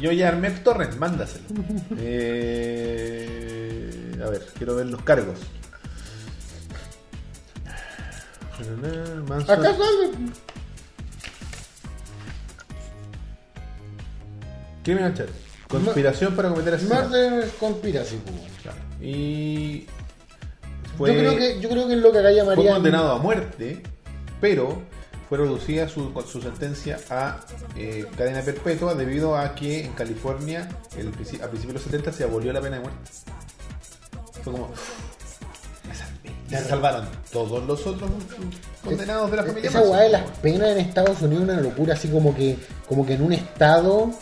S1: Yo ya armé el torrent,
S2: *laughs*
S1: mándaselo. Eh, a ver, quiero ver los cargos. Manson-
S2: Acá sale.
S1: Criminal Chat. Conspiración para cometer asesinato.
S2: Murder Conspiracy, pues.
S1: Claro. Y. Fue,
S2: Yo creo que, yo creo que es lo que acá
S1: fue
S2: llamarían.
S1: condenado a muerte, pero fue reducida su, su sentencia a eh, cadena perpetua debido a que en California el princi- a principios de los 70 se abolió la pena de muerte. Fue como. "Me salvé". Y Se salvaron todos los otros condenados de la familia.
S2: Esa
S1: Manson.
S2: weá de las penas en Estados Unidos es una locura, así como que, como que en un estado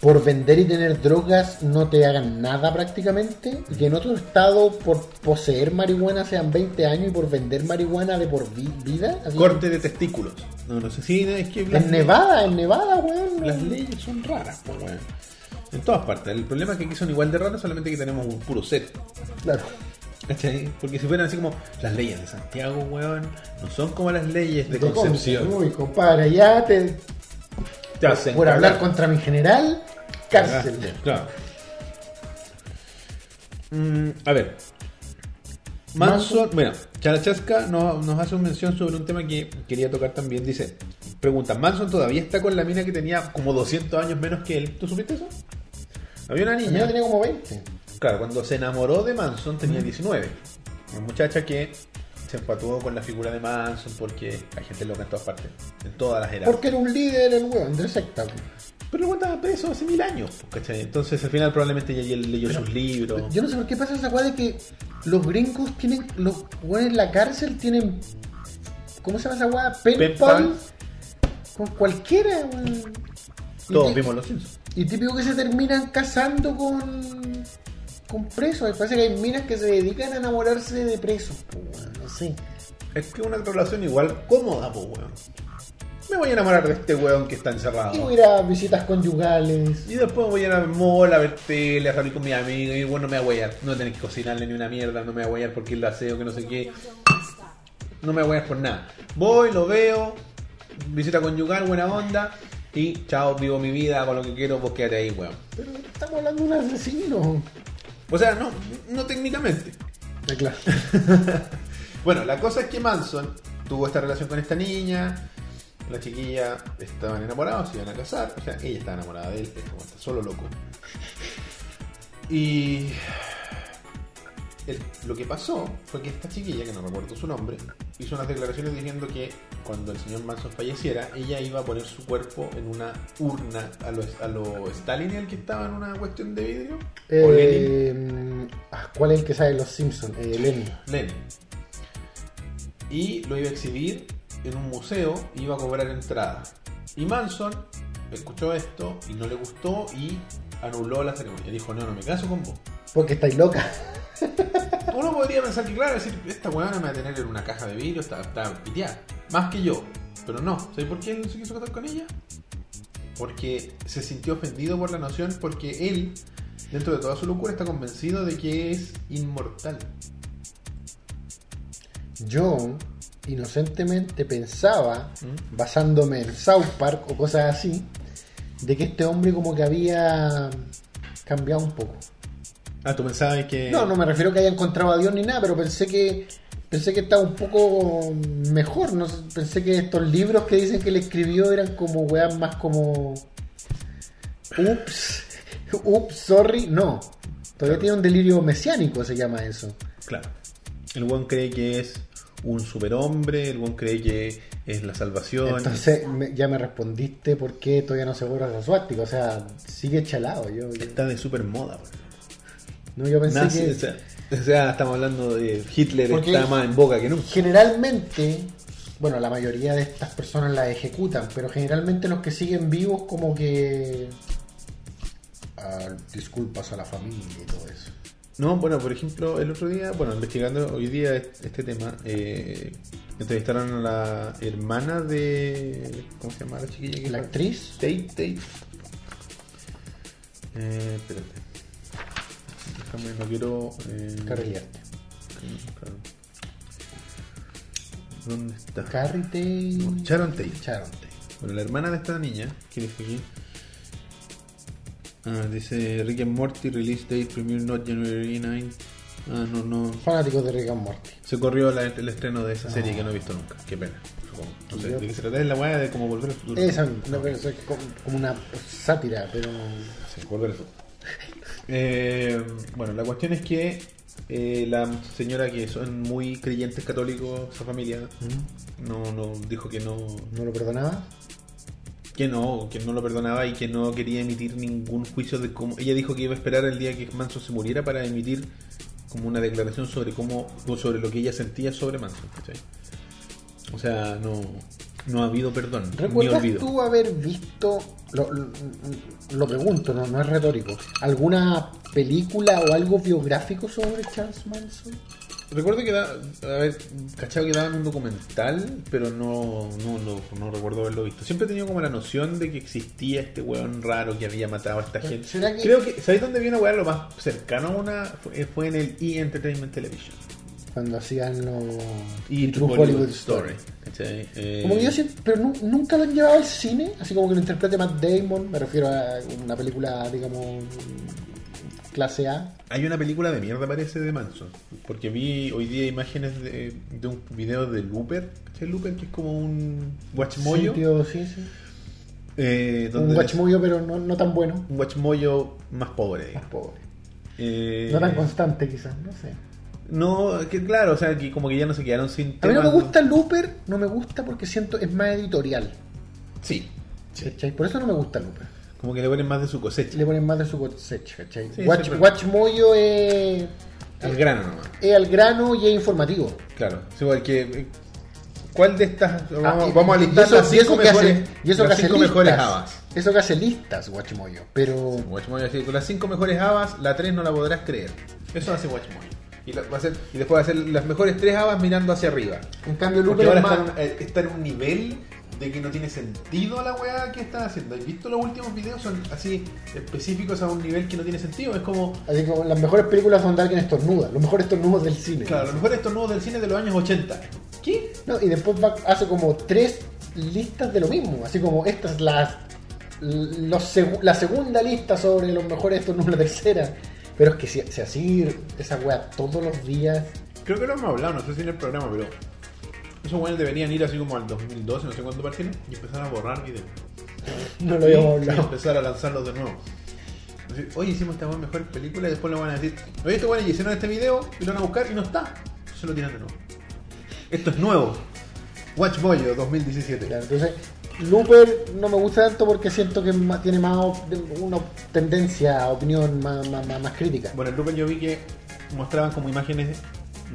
S2: por vender y tener drogas no te hagan nada prácticamente, y que en otro estado por poseer marihuana sean 20 años y por vender marihuana de por vi- vida. así-
S1: Corte de testículos. No, no sé si es que.
S2: En Nevada, en Nevada, weón.
S1: Las leyes son raras, pues, weón. En todas partes. El problema es que aquí son igual de raras, solamente que tenemos un puro set.
S2: Claro.
S1: ¿Cachai? Porque si fueran así como las leyes de Santiago, weón, no son como las leyes de
S2: Te
S1: Concepción.
S2: pues, Uy, compadre, ya te.
S1: Te hacen
S2: Por hablar
S1: cagar. Ah,
S2: contra mi general, cárcel.
S1: Claro. Mm, a ver. Manson, bueno, Charachasca no- nos hace una mención sobre un tema que quería tocar también. Dice, pregunta, ¿Manson todavía está con la mina que tenía como 200 años menos que él? ¿Tú supiste eso? Había una
S2: El mío
S1: niña
S2: tenía como 20.
S1: Claro, cuando se enamoró de Manson tenía 19. Una muchacha que se enfatuó con la figura de Manson porque la gente loca en todas partes, en todas las eras.
S2: Porque era un líder el weón de secta. weón.
S1: Pero lo estaba preso hace mil años, pues, ¿cachai? Entonces al final probablemente ella leyó sus libros.
S2: Yo no sé por qué pasa esa weá de que los gringos tienen. Los weones en la cárcel tienen. ¿Cómo se llama esa weá?
S1: Pen
S2: Pen
S1: pal.
S2: pal. Con cualquiera, weón. Y
S1: Todos
S2: tí-
S1: vimos los Simpsons.
S2: Y típico que se terminan casando con. con presos. Me parece que hay minas que se dedican a enamorarse de presos, po, weón. No sé.
S1: Es que una relación igual cómoda, pues, weón. Me voy a enamorar de este weón que está
S2: Y
S1: encerrado.
S2: voy a ir a visitas conyugales.
S1: Y después voy a ir al mall a ver tele, a salir con mis amigos. Y bueno, no me voy a huear. No voy a tener que cocinarle ni una mierda. No me voy a huear porque el aseo, que no sé qué. No me voy a huear por nada. Voy, lo veo. Visita conyugal, buena onda. Y chao, vivo mi vida, con lo que quiero, vos quédate ahí, weón.
S2: Pero estamos hablando de un asesino.
S1: O sea, no, no técnicamente.
S2: Ah, claro.
S1: Bueno, la cosa es que Manson tuvo esta relación con esta niña. La chiquilla estaban enamorados, se iban a casar. O sea, ella estaba enamorada de él, es como está solo loco. Y. el- lo que pasó fue que esta chiquilla, que no recuerdo su nombre, hizo unas declaraciones diciendo que cuando el señor Manson falleciera, ella iba a poner su cuerpo en una urna a lo, a lo Stalin, el que estaba en una cuestión de vidrio. O Lenin.
S2: Eh, ah, ¿Cuál es el que sabe los Simpsons? Eh, Lenny.
S1: Lenin. Y lo iba a exhibir en un museo y iba a cobrar entrada. Y Manson escuchó esto y no le gustó y anuló la ceremonia. Dijo, no, no me caso con vos.
S2: Porque estáis loca.
S1: Uno podría pensar que, claro, decir, esta weona me va a tener en una caja de vidrio, está, está piteada. Más que yo. Pero no. ¿Sabes por qué él se quiso casar con ella? Porque se sintió ofendido por la noción porque él, dentro de toda su locura, está convencido de que es inmortal.
S2: Yo inocentemente pensaba, basándome en South Park o cosas así, de que este hombre como que había cambiado un poco.
S1: Ah, tú pensabas que...
S2: No, no me refiero a que haya encontrado a Dios ni nada, pero pensé que pensé que estaba un poco mejor. No sé, pensé que estos libros que dicen que le escribió eran como weas más como. Ups, *laughs* ups, sorry. No, todavía tiene un delirio mesiánico, se llama eso.
S1: Claro. El buen cree que es un superhombre, el buen cree que es la salvación.
S2: Entonces me- ya me respondiste por qué todavía no se borra esa suástica. O sea, sigue chalado. Yo, yo-
S1: Está de super moda.
S2: no, yo pensé
S1: Nazi,
S2: Pues que.
S1: o, sea, o sea, estamos hablando de Hitler
S2: Porque-
S1: está más en boca que nunca.
S2: generalmente, bueno, la mayoría de estas personas las ejecutan, pero generalmente los que siguen vivos como que... ah, disculpas a la familia y todo eso.
S1: No, bueno, por ejemplo, el otro día, bueno, investigando hoy día este tema, eh, entrevistaron a la hermana de. ¿Cómo se llama la chiquilla? que
S2: ¿La
S1: fue?
S2: actriz?
S1: Tate, Tate. Eh, espérate. Déjame, no quiero. Eh,
S2: Carrilearte.
S1: Claro. ¿Dónde está?
S2: Carrite...
S1: Sharon Tate.
S2: Charonte.
S1: Bueno, la hermana de esta niña, que dice aquí. Ah, dice Rick and Morty, release date, premiere not January 9. Ah, no, no.
S2: Fanáticos de Rick and Morty.
S1: Se corrió la- el estreno de esa
S2: Ah.
S1: serie que no he visto nunca. Qué pena. Supongo. No sé,
S2: Yo-
S1: de qué se trata. Es la weá de cómo volver al futuro.
S2: Esa, no, pero eso es como como una sátira, pero...
S1: Sí, volver al futuro. Eh, bueno, la cuestión es que eh, la señora que son muy creyentes católicos, esa familia, no, no dijo que no,
S2: ¿No lo perdonaba?
S1: que no, que no lo perdonaba y que no quería emitir ningún juicio de cómo. Ella dijo que iba a esperar el día que Manson se muriera para emitir como una declaración sobre cómo, o sobre lo que ella sentía sobre Manson. ¿cachai? O sea, no, no ha habido perdón, ni
S2: ¿Recuerdas
S1: olvido.
S2: tú haber visto, lo, lo- lo pregunto, no, no es retórico, alguna película o algo biográfico sobre Charles Manson?
S1: Recuerdo que da, a ver, cachado que daban un documental, pero no, no, no, no recuerdo haberlo visto. Siempre he tenido como la noción de que existía este weón raro que había matado a esta gente.
S2: ¿Será que-
S1: Creo que, ¿sabéis dónde viene una weá lo más cercano a una? Fue, fue en el E! Entertainment Television.
S2: Cuando hacían los...
S1: y
S2: True Hollywood Story.
S1: ¿cachai? Eh,
S2: Como que yo siempre, pero nu- nunca lo han llevado al cine, así como que lo interprete Matt Damon, me refiero a una película, digamos, clase A.
S1: Hay una película de mierda, parece, de Manson. Porque vi hoy día imágenes de, de un video de Looper. ¿Cachai? Looper, que es como un guachimoyo.
S2: Sitio, sí, sí.
S1: eh, donde
S2: Un guachimoyo, pero no, no tan bueno.
S1: un guachimoyo más pobre. digamos.
S2: Más pobre.
S1: Eh,
S2: No tan constante, quizás, no sé.
S1: No, que claro, o sea, que como que ya no se quedaron sin
S2: A mí no me
S1: temas,
S2: gusta Looper, no me gusta porque siento es más editorial.
S1: Sí. sí.
S2: ¿cachai? Por eso no me gusta Looper.
S1: Como que le ponen más de su cosecha.
S2: Le ponen más de su cosecha, ¿cachai?
S1: Sí,
S2: Watch,
S1: siempre.
S2: Watch Mojo es,
S1: Al grano nomás.
S2: es al grano y es informativo.
S1: Claro. Sí, porque, eh, ¿Cuál de estas. Vamos,
S2: Ah, y-
S1: vamos a
S2: y
S1: listar
S2: eso-
S1: las
S2: y eso
S1: cinco
S2: que hace-
S1: mejores.
S2: y eso que
S1: las
S2: hace
S1: cinco mejores
S2: listas.
S1: habas.
S2: Eso que hace listas, Watchmoyo. Pero
S1: Watchmojo así, con las cinco mejores habas, la tres no la podrás creer. Eso hace Watchmojo. Y, la- va a hacer- y después va a hacer las mejores tres habas mirando hacia arriba.
S2: en cambio
S1: Porque
S2: Looper
S1: ahora
S2: es más-
S1: está, eh, está en un nivel de que no tiene sentido la weá que están haciendo. ¿Has visto los últimos videos? Son así específicos a un nivel que no tiene sentido. Es como,
S2: así como las mejores películas donde alguien estornuda, los mejores estornudos del cine.
S1: claro, a lo mejor estos nuevos del cine de los años 80. ¿Qué?
S2: No, y después va- hace como tres listas de lo mismo, así como estas las los segu- la segunda lista sobre los mejores estornudos, la tercera. Pero es que si, si así esa wea todos los días *laughs*
S1: Creo que lo hemos hablado, no sé si en el programa, pero esos weones deberían ir así como al 2012, no sé cuándo partieron, y empezar a borrar videos.
S2: no lo habíamos
S1: y
S2: hablado.
S1: empezar a lanzarlos de nuevo. Así, Hoy hicimos esta mejor película y después le van a decir, oye, estos buenos hicieron este video y lo van a buscar y no está. Se lo tiran de nuevo. Esto es nuevo. Watch Mojo 2017.
S2: Claro, entonces, Looper no me gusta tanto porque siento que ma- tiene más op- una tendencia, opinión más, más, más- más crítica.
S1: Bueno, el Looper yo vi que mostraban como imágenes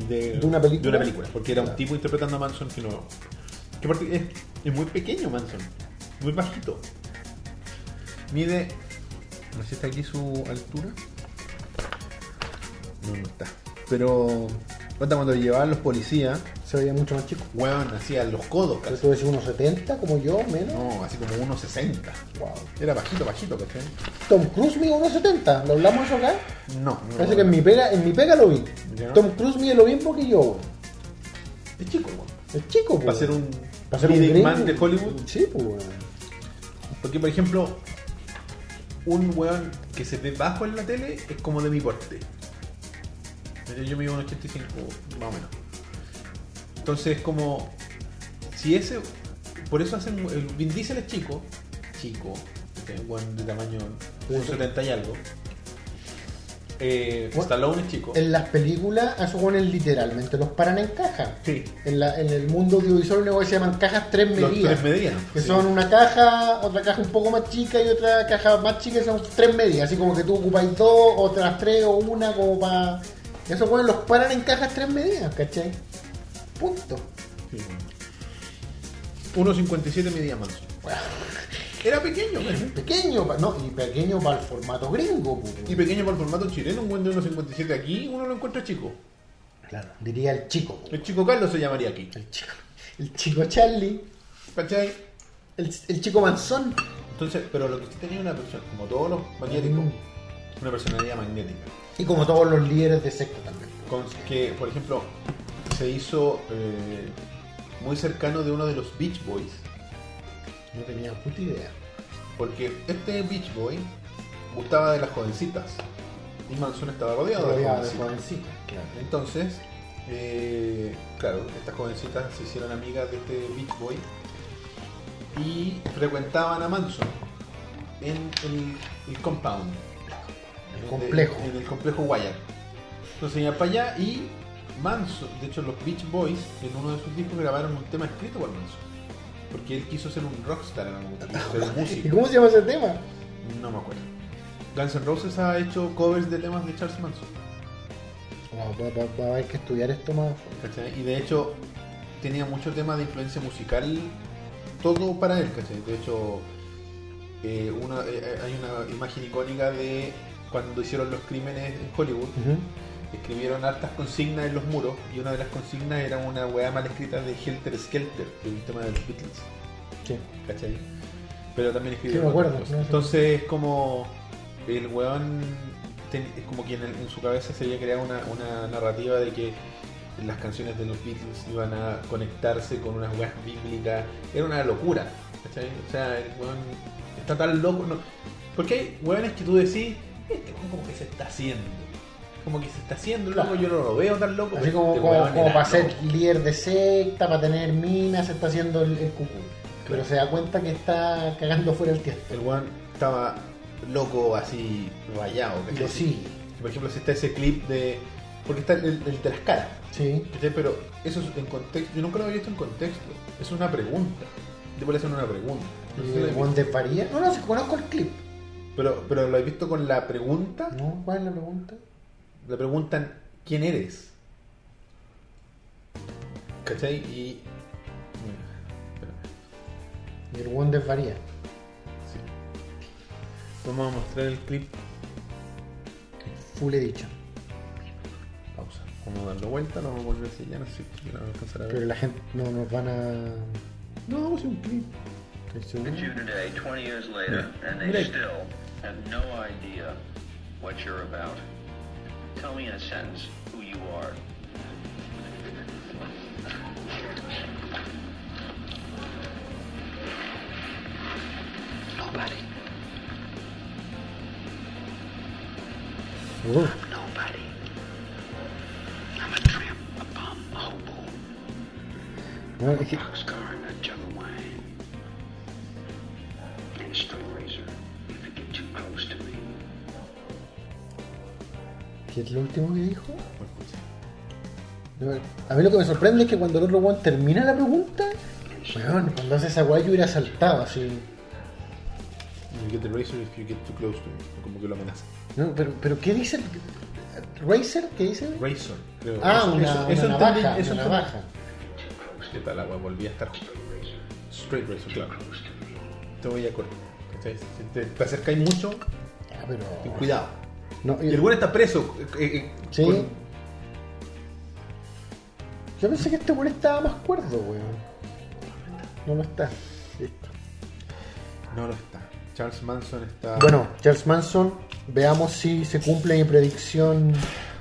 S1: de,
S2: ¿De una película?
S1: de una película, porque era un
S2: Claro.
S1: tipo interpretando a Manson que no. Que aparte es, es muy pequeño Manson, muy bajito. Mide. No sé si está aquí su altura. No, no está. Pero. Cuenta cuando lo llevaban los policías,
S2: Se veía mucho más chico.
S1: weón, hacían los codos
S2: Yo
S1: casi.
S2: tuve unos 70, como yo, menos.
S1: No, así como 1,60.
S2: Wow.
S1: Era bajito, bajito, ¿cachai?
S2: Tom Cruise mide unos 70, ¿lo hablamos eso acá?
S1: No, no.
S2: Parece que en mi pega, en mi pega lo vi.
S1: Ya.
S2: Tom Cruise mide lo mismo que yo, weón.
S1: Es chico, weón.
S2: Es chico, weón.
S1: Para ser un.
S2: Para ser un
S1: leading
S2: gringo.
S1: man de Hollywood. Oh.
S2: Sí, pues, weón.
S1: Porque, por ejemplo, un weón que se ve bajo en la tele es como de mi porte. Mira, Yo mido un 85, más o menos. Entonces, como. Si ese. Por eso hacen. El Vin Diesel es chico. Chico. este, Un weón de tamaño. Un 70 y algo. Eh,
S2: Bueno,
S1: Stallone es chico.
S2: En las películas, a esos weones literalmente los paran en caja.
S1: Sí.
S2: En, la- en el mundo audiovisual, un negocio se llaman cajas tres
S1: Los
S2: medidas.
S1: tres medianos.
S2: Que
S1: sí.
S2: son una caja, otra caja un poco más chica y otra caja más chica, son tres medias. Así como que tú ocupáis dos, otras tres o una, como para. Esos weones los paran en cajas tres medidas, ¿cachai? Punto.
S1: Sí, bueno. 1.57 medía más. Era pequeño, weón.
S2: Pequeño, pa- no, y pequeño para el formato gringo, pues.
S1: Y pequeño para el formato chileno, un buen de 1.57 aquí, uno lo encuentra chico.
S2: Claro, diría el chico, pues.
S1: El chico Carlos se llamaría aquí.
S2: el chico, el chico Charlie,
S1: ¿Cachai?
S2: el, el chico Manzón.
S1: Entonces, pero lo que usted tenía una persona, como todos los magnéticos, una personalidad magnética.
S2: Y como todos los líderes de secta también.
S1: Con, que, por ejemplo, se hizo eh, muy cercano de uno de los Beach Boys.
S2: No tenía puta idea.
S1: Porque este Beach Boy gustaba de las jovencitas. Y Manson estaba rodeado de
S2: Rodeado de
S1: jovencitas.
S2: jovencitas, claro.
S1: Entonces, eh, claro, estas jovencitas se hicieron amigas de este Beach Boy y frecuentaban a Manson en el, el compound.
S2: El
S1: donde-
S2: complejo.
S1: En el complejo Wyatt. Entonces iban para allá y Manson, de hecho los Beach Boys en uno de sus discos grabaron un tema escrito por Manson. Porque él quiso ser un rockstar en algún momento, quiso ser
S2: *laughs*
S1: un
S2: ¿Y
S1: músico.
S2: cómo se llama ese tema?
S1: No me acuerdo. Guns N' Roses ha hecho covers de temas de Charles Manson.
S2: Wow, va, va- va a haber que estudiar esto más. a fondo.
S1: ¿cachai? Y de hecho tenía mucho tema de influencia musical, todo para él, ¿cachai? De hecho, eh, una- eh, hay una imagen icónica de cuando hicieron los crímenes en Hollywood, escribieron hartas consignas en los muros y una de las consignas era una weá mal escrita de Helter Skelter, que es un tema de los Beatles,
S2: Sí.
S1: ¿cachai? Pero también escribieron...
S2: me acuerdo,
S1: otras cosas.
S2: no sé.
S1: Entonces es como el weón, ten- es como que en, el- en su cabeza se había creado una, una narrativa de que las canciones de los Beatles iban a conectarse con unas weas bíblicas. Era una locura. ¿cachai? O sea, el weón está tan loco. no- Porque hay weones que tú decís, este weón como que se está haciendo. Como que se está haciendo loco, yo no lo veo tan loco.
S2: Así
S1: pero
S2: como,
S1: este
S2: como-
S1: weón
S2: como
S1: era
S2: para ser
S1: loco.
S2: líder de secta, para tener minas, se está haciendo el, el cucú. Pero se da cuenta que está cagando fuera el tiempo.
S1: El weón estaba loco así, rayado.
S2: Y
S1: ¿cachai?
S2: lo sigue.
S1: Por ejemplo, si está ese clip de. Porque está el, el de las caras.
S2: Sí.
S1: ¿cachai? Pero eso es en contexto. Yo nunca lo había visto en contexto. Es una pregunta. Debo le hacer una pregunta. No sé si lo
S2: ¿El
S1: habéis
S2: Juan
S1: visto.
S2: de Faría? No, no, sí, conozco el clip.
S1: Pero, pero lo he visto con la pregunta.
S2: No, ¿cuál es la pregunta?
S1: le preguntan quién eres. ¿Cachai? Y. Mira, espérame,
S2: Y el Juan de Faría.
S1: sí. Vamos a mostrar el clip.
S2: Full Edition.
S1: Pausa. Vamos a darlo vuelta, lo vamos a volver así ya, no sé si lo vamos a alcanzar a
S2: Pero
S1: ver.
S2: la gente no nos van a.
S1: No, vamos a hacer un clip.
S2: ¿Estoy seguro?
S6: It's you today, 20 years later,
S1: Yeah.
S6: and they
S1: Right.
S6: still have no idea what you're about. Tell me in a sentence who you are.
S5: Nobody.
S2: Uh,
S5: Nobody. I'm a tramp, a bum, a hobo,
S2: no,
S5: a
S2: es que-
S5: boxcar, and a jug of wine. And a straight razor. If you get too close to me,
S2: ¿Qué es lo último que dijo? No, A mí lo que me sorprende es que cuando el otro Juan termina la pregunta, weón, cuando hace esa guay yo hubiera saltado así.
S1: You get the razor if you get too close to me. Como que lo amenaza.
S2: No, pero, pero ¿qué dice? el- ¿Racer? ¿Qué dice?
S1: Razor, creo.
S2: Ah,
S1: Eso-
S2: una,
S1: eso-
S2: una
S1: eso entendí,
S2: navaja.
S1: eso
S2: una
S1: entendí.
S2: navaja.
S1: ¿Qué tal agua? Volví a estar. Straight razor, claro. Te voy a correr. ¿Cachai? Si te, te acercáis mucho,
S2: Ya, pero...
S1: ten cuidado.
S2: No,
S1: Y el güey está preso. eh, eh,
S2: Sí.
S1: con-
S2: Yo pensé que este weón estaba más cuerdo, weón. No lo está. Listo.
S1: No lo está. Charles Manson está.
S2: Bueno, Charles Manson, veamos si se cumple mi predicción.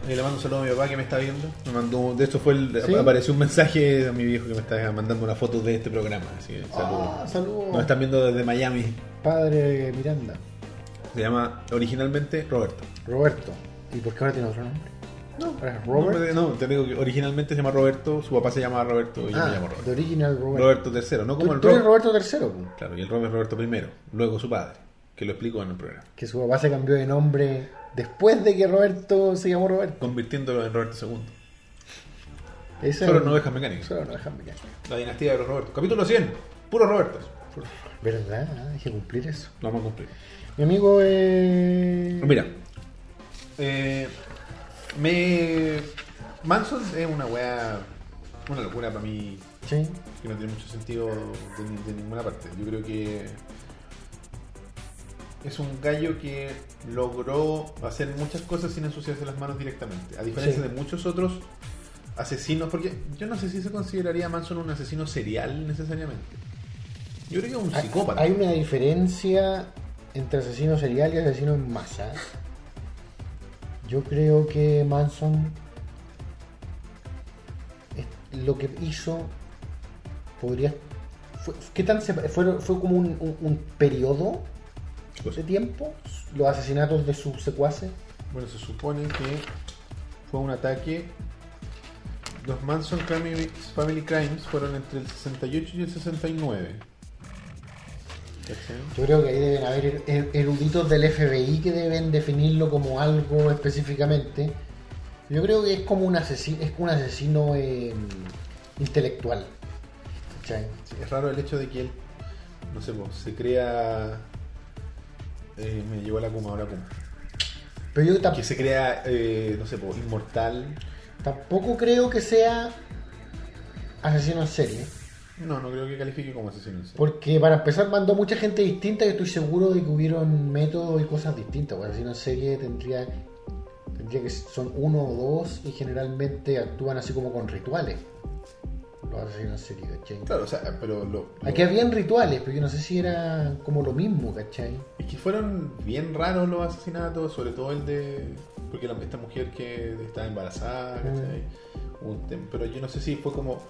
S1: Eh, le mando un saludo a mi papá que me está viendo. Me mandó, de hecho fue el,
S2: ¿Sí?
S1: apareció un mensaje a mi viejo que me está mandando una foto de este programa. Así que saludos.
S2: Ah, saludos.
S1: Nos están viendo desde Miami.
S2: Padre Miranda,
S1: Se llama originalmente Roberto.
S2: Roberto. ¿Y por qué ahora tiene otro nombre? No, ahora es Robert.
S1: No, no, te digo que originalmente se llama Roberto, su papá se llama Roberto y yo
S2: ah,
S1: me llamo
S2: The
S1: Roberto.
S2: Original Robert.
S1: Roberto III, no como
S2: Tú,
S1: el
S2: tú eres
S1: Robert.
S2: Roberto III,
S1: Claro, y el Robert Roberto I, luego su padre, que lo explico en el programa.
S2: que su papá se cambió de nombre después de que Roberto se llamó Roberto.
S1: Convirtiéndolo en Roberto II.
S2: Ese
S1: Solo
S2: es-
S1: en ovejas mecánicas.
S2: Solo en ovejas mecánicas.
S1: La dinastía de los Robertos. Capítulo 100. Puros Robertos.
S2: ¿Verdad? Ah, Hay que cumplir eso.
S1: Lo vamos a cumplir.
S2: Mi amigo eh...
S1: Mira. eh, me. Manson es una weá. Una locura para mí.
S2: Sí.
S1: Que no tiene mucho sentido de, ni- de ninguna parte. Yo creo que. Es un gallo que logró hacer muchas cosas sin ensuciarse las manos directamente. A diferencia
S2: Sí.
S1: de muchos otros asesinos. Porque yo no sé si se consideraría a Manson un asesino serial necesariamente. Yo creo que es un
S2: Hay-
S1: psicópata.
S2: Hay una diferencia entre asesino serial y asesino en masa. Yo creo que Manson es- lo que hizo podría fue, ¿qué tan separ- fue, fue como un, un- un periodo de tiempo los asesinatos de sus secuaces
S1: Bueno, se supone que fue un ataque. Los Manson Crime- Family Crimes fueron entre el 68 y el 69. ¿Cachai?
S2: yo creo que ahí deben haber er- eruditos del FBI que deben definirlo como algo específicamente Yo creo que es como un asesino, es un asesino eh, intelectual. ¿Cachai?
S1: Sí, es raro el hecho de que él, no sé, pues, se crea. eh, me llegó la cuma, ahora cuma.
S2: Pero yo
S1: Que
S2: tampoco,
S1: se crea, eh, no sé, pues, inmortal.
S2: tampoco creo que sea asesino en serie.
S1: No, no creo que califique como asesino. en serie.
S2: Porque para empezar mandó mucha gente distinta y estoy seguro de que hubieron métodos y cosas distintas. Bueno, asesino en serie tendría, tendría que son uno o dos y generalmente actúan así como con rituales. Los asesinos en serie, ¿cachai?
S1: Claro, o sea, pero lo. lo-
S2: Aquí habían rituales, pero yo no sé si era como lo mismo, ¿cachai?
S1: Es que fueron bien raros los asesinatos, sobre todo el de. Porque la, esta mujer que estaba embarazada, ¿cachai? Hubo un tem- Pero yo no sé si fue como.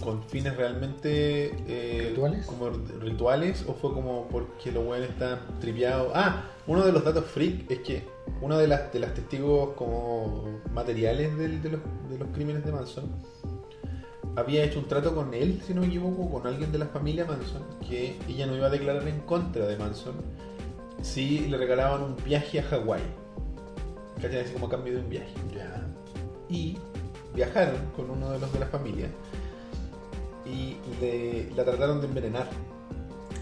S1: con fines realmente. eh,
S2: ¿Rituales?
S1: Como r- rituales, o fue como porque los weones están triviados. Ah, uno de los datos freak es que uno de las, de las testigos como materiales del- de, los, de los crímenes de Manson había hecho un trato con él, si no me equivoco, con alguien de la familia Manson, que ella no iba a declarar en contra de Manson si le regalaban un viaje a Hawái. ¿cachai? Así como a cambio de un viaje.
S2: Ya.
S1: Y viajaron con uno de los de la familia y le- la trataron de envenenar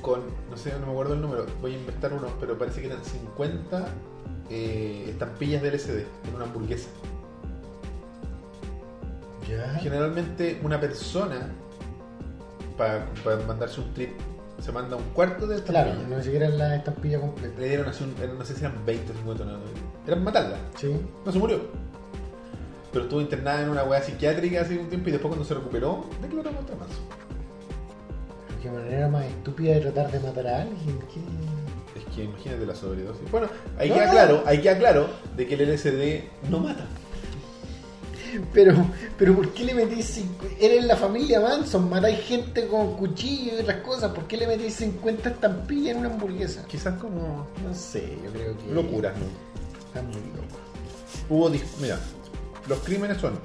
S1: con, no sé, no me acuerdo el número, voy a inventar uno, pero parece que eran 50 eh, estampillas de LSD en una hamburguesa.
S2: Ya.
S1: Generalmente una persona, para mandarse un trip, se manda un cuarto de
S2: Claro,
S1: estampillas.
S2: no ni siquiera es la estampilla completa.
S1: Le dieron así, un- eran- no sé si eran 20 o 50, no, no, eran matarla.
S2: Sí.
S1: No se murió. Pero estuvo internada en una weá psiquiátrica hace un tiempo y después cuando se recuperó, declaró contra Manson.
S2: Qué manera más estúpida de tratar de matar a alguien. qué-
S1: Es que imagínate la sobredosis. Bueno, ahí
S2: No,
S1: queda
S2: no.
S1: claro, ahí queda claro de que el LSD no mata.
S2: Pero, pero ¿por qué le metís cinco- Eres la familia Manson, matáis gente con cuchillo y otras cosas. ¿Por qué le metís 50 estampillas en una hamburguesa?
S1: Quizás como
S2: No sé, yo creo que.
S1: locuras, ¿no?
S2: Está muy loco.
S1: Hubo dis- mira, los crímenes son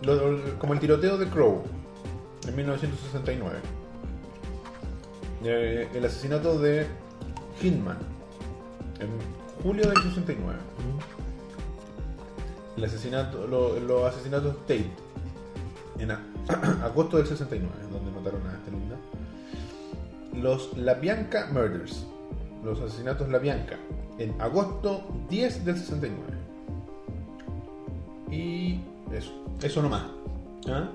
S1: lo- como el tiroteo de Crow en 1969. Eh, el asesinato de Hinman en julio del 69. El asesinato, lo- los asesinatos Tate en a- *clears throat* agosto del 69, donde mataron a esta linda. Los La Bianca Murders, los asesinatos La Bianca en agosto 10 del 69. Y eso, eso nomás. ¿Ah?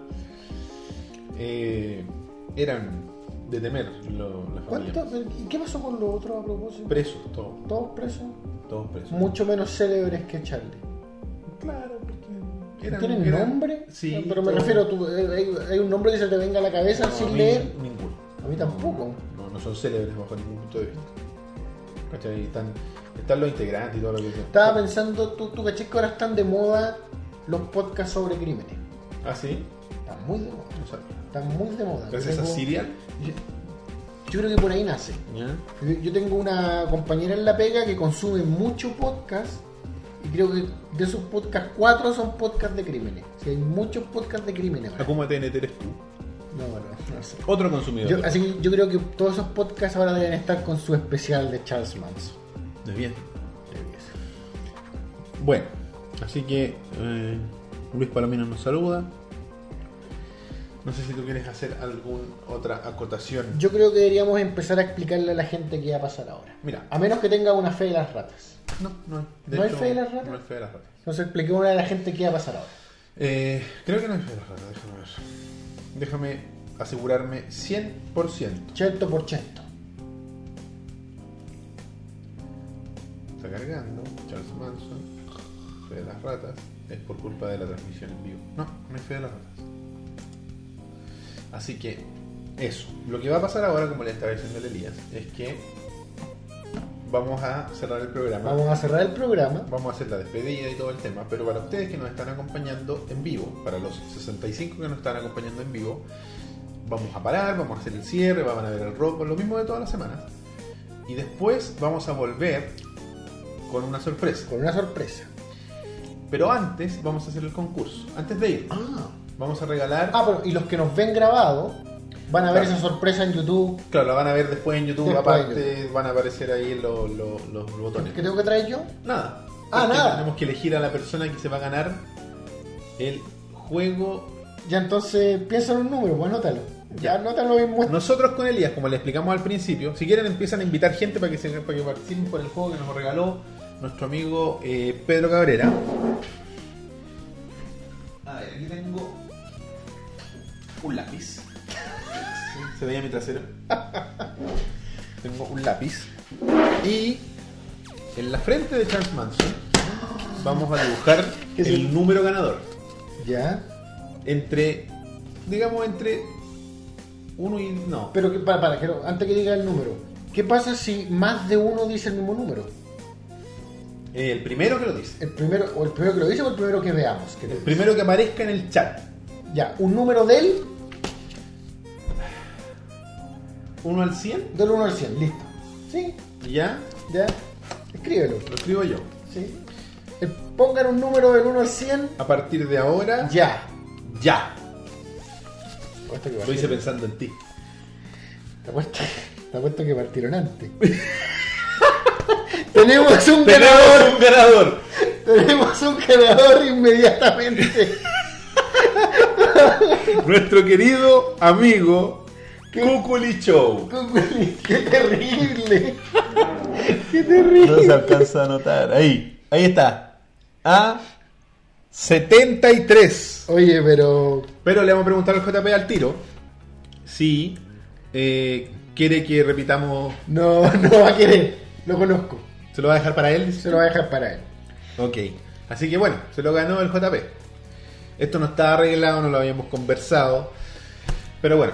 S1: Eh, eran de temer lo- la familia.
S2: ¿Cuántos? ¿Y qué pasó con los otros a propósito?
S1: Presos, todos,
S2: Todos presos.
S1: todos presos.
S2: Mucho menos célebres que Charlie.
S1: claro, porque eran-
S2: ¿Tienen
S1: eran-
S2: nombre?
S1: Sí.
S2: Pero me
S1: todos-
S2: refiero, tú, eh, hay, hay un nombre que se te venga a la cabeza
S1: No, a
S2: sin
S1: mí
S2: leer.
S1: Ninguno.
S2: A mí tampoco.
S1: No, no son célebres bajo ningún punto de vista. ¿Cachai? Están, están los integrantes y todo lo que
S2: Estaba pensando, tú, tú caché que ahora están de moda los podcasts sobre crímenes.
S1: Ah, sí.
S2: Están muy de moda.
S1: No sabía.
S2: Están muy de moda.
S1: Gracias
S2: Yo
S1: a
S2: tengo-
S1: Sirian.
S2: Yo creo que por ahí nace. Yo, yo tengo una compañera en la pega que consume mucho podcast y creo que de esos podcasts, cuatro son podcasts de crímenes. O sea, hay muchos podcasts de crímenes. ahora.
S1: Akuma TNT eres tú.
S2: No, no, no sé.
S1: Otro consumidor.
S2: Yo, así que yo creo que todos esos podcasts ahora deben estar con su especial de Charles Manson.
S1: Muy bien. Bueno, así que eh, Luis Palomino nos saluda. No sé si tú quieres hacer alguna otra acotación.
S2: Yo creo que deberíamos empezar a explicarle a la gente qué va a pasar ahora.
S1: Mira.
S2: A menos que tenga una fe de las ratas.
S1: No, no hay.
S2: ¿No hay fe de las ratas?
S1: No hay fe de las ratas.
S2: Entonces expliquemos a la gente qué va a pasar ahora.
S1: Eh, creo que no hay fe de las ratas, déjame ver. Déjame asegurarme 100%.
S2: Chento por chento.
S1: Está cargando Charles Manson. Fe de las ratas. Es por culpa de la transmisión en vivo. No, no hay fe de las ratas. Así que, eso. Lo que va a pasar ahora, como le estaba diciendo el Elías, es que vamos a cerrar el programa.
S2: Vamos a cerrar el programa.
S1: Vamos a hacer la despedida y todo el tema, pero para ustedes que nos están acompañando en vivo, para los 65 que nos están acompañando en vivo, vamos a parar, vamos a hacer el cierre, van a ver el rock, lo mismo de todas las semanas. Y después vamos a volver con una sorpresa.
S2: Con una sorpresa.
S1: Pero antes vamos a hacer el concurso. Antes de ir,
S2: Ah.
S1: vamos a regalar...
S2: Ah, pero y los que nos ven grabado van a ver
S1: Claro.
S2: esa sorpresa en YouTube.
S1: Claro, la van a ver después en YouTube,
S2: Después en
S1: aparte van a aparecer ahí los, los- los botones.
S2: ¿Qué tengo que traer yo?
S1: Nada.
S2: Ah,
S1: Porque
S2: nada.
S1: Tenemos que elegir a la persona que se va a ganar el juego
S2: Ya entonces piensa en un número, pues anótalo. Ya anótalo y muestra.
S1: Nosotros con Elías, como le explicamos al principio, si quieren empiezan a invitar gente para que, se, para que participen por el juego que nos regaló nuestro amigo eh, Pedro Cabrera. A ver, aquí tengo un lápiz. Se veía mi trasero. *laughs* tengo un lápiz. Y en la frente de Charles Manson vamos a dibujar
S2: ¿Qué es
S1: el
S2: el-
S1: número ganador.
S2: Ya.
S1: Entre, digamos, entre 1 y... No,
S2: Pero que, para, para, quiero- antes que diga el número. ¿Qué pasa si más de uno dice el mismo número?
S1: Eh, el primero que lo dice.
S2: El primero, o el primero que lo dice o el primero que veamos. que lo
S1: El
S2: dice.
S1: primero que aparezca en el chat.
S2: Ya, un número del,
S1: 1 al 100.
S2: del 1 al 100, listo. ¿Sí?
S1: Ya,
S2: Ya. Escríbelo.
S1: lo escribo yo.
S2: ¿Sí? Eh, Pongan un número del 1 al 100.
S1: A partir de ahora,
S2: Ya.
S1: ya.
S2: Te apuesto que
S1: Lo hice
S2: partieron-
S1: pensando *laughs* en ti.
S2: Te apuesto, te apuesto que partieron antes. *laughs* Tenemos un
S1: Tenemos
S2: ganador.
S1: un ganador.
S2: Tenemos un creador inmediatamente. *laughs*
S1: Nuestro querido amigo Cuculi Show.
S2: ¡Qué terrible!
S1: No se
S2: ¡Qué terrible!
S1: alcanza a notar. Ahí, ahí está. A 73.
S2: Oye, pero.
S1: Pero le vamos a preguntar al JP al tiro si eh, quiere que repitamos.
S2: No, no va a querer. Lo conozco.
S1: ¿Se lo va a dejar para él?
S2: Se lo va a dejar para él.
S1: Ok. Así que bueno, se lo ganó el JP. Esto no estaba arreglado, no lo habíamos conversado. Pero bueno,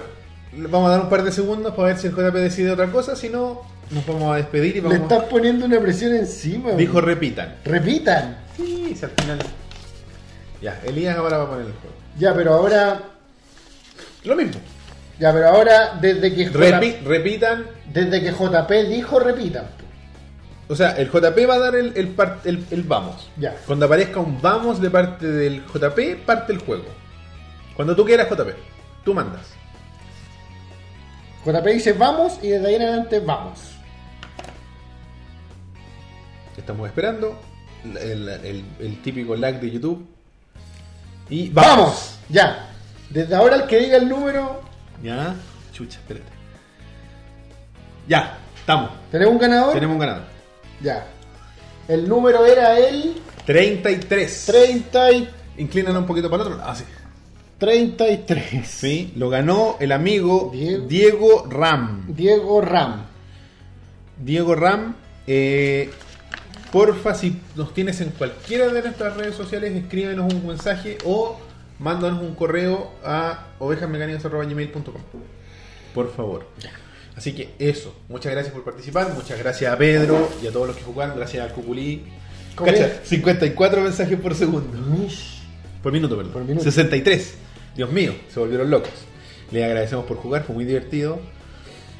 S1: le vamos a dar un par de segundos para ver si el JP decide otra cosa. Si no, nos vamos a despedir y
S2: Le
S1: vamos
S2: estás poniendo una presión encima.
S1: Dijo
S2: güey.
S1: repitan.
S2: Repitan.
S1: Sí, si al final. Ya, Elías ahora va a poner el juego.
S2: Ya, pero ahora.
S1: Lo mismo.
S2: Ya, pero ahora, desde que.
S1: Repi- repitan.
S2: Desde que JP dijo, repitan. po.
S1: O sea, el JP va a dar el, el, par- el- el vamos.
S2: Ya.
S1: Cuando aparezca un vamos de parte del JP, parte el juego. Cuando tú quieras, JP. Tú mandas.
S2: JP dice vamos y desde ahí en adelante vamos.
S1: Estamos esperando. El, el- el típico lag de YouTube. Y
S2: ¡Vamos! Ya. Desde ahora el que diga el número,
S1: Ya. Chucha, espérate. Ya, estamos.
S2: ¿tenemos un ganador?
S1: Tenemos un ganador.
S2: Ya. El número era el
S1: 33.
S2: 30 y
S1: Inclínalo un poquito para el otro. lado. Ah, sí.
S2: 33.
S1: Sí, lo ganó el amigo Diego,
S2: Diego.
S1: Ram.
S2: Diego Ram.
S1: Diego Ram, eh, porfa, si nos tienes en cualquiera de nuestras redes sociales, escríbenos un mensaje o mándanos un correo a ovejasmecánicas.com. Por favor. Así que eso, muchas gracias por participar, muchas gracias a Pedro y a todos los que jugaron, gracias al Cuculí.
S2: ¿Cómo
S1: Cacha,
S2: es?
S1: 54 mensajes por segundo.
S2: Mish.
S1: Por minuto, perdón.
S2: Por minuto.
S1: 63. Dios mío, se volvieron locos. Les agradecemos por jugar, fue muy divertido.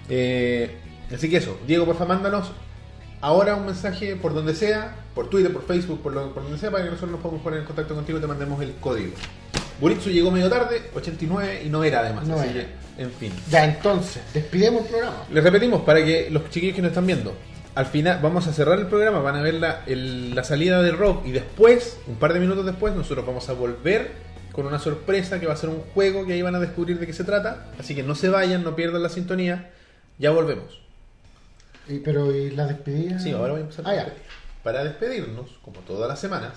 S1: Eh, así que eso, Diego, porfa, mándanos ahora un mensaje por donde sea, por Twitter, por Facebook, por, lo- por donde sea, para que nosotros nos podamos poner en contacto contigo y te mandemos el código. Buritsu llegó medio tarde, 89, y no era además.
S2: No
S1: así
S2: era.
S1: que, en fin.
S2: Ya, entonces, despidemos el programa.
S1: Les repetimos para que los chiquillos que nos están viendo, al final vamos a cerrar el programa, van a ver la, el- la salida de Rob y después, un par de minutos después, nosotros vamos a volver con una sorpresa que va a ser un juego que ahí van a descubrir de qué se trata. Así que no se vayan, no pierdan la sintonía. Ya volvemos.
S2: Y- pero, ¿y la despedida?
S1: Sí, ahora voy a empezar.
S2: Ah,
S1: con
S2: ya.
S1: despedida. Para despedirnos, como todas las semanas,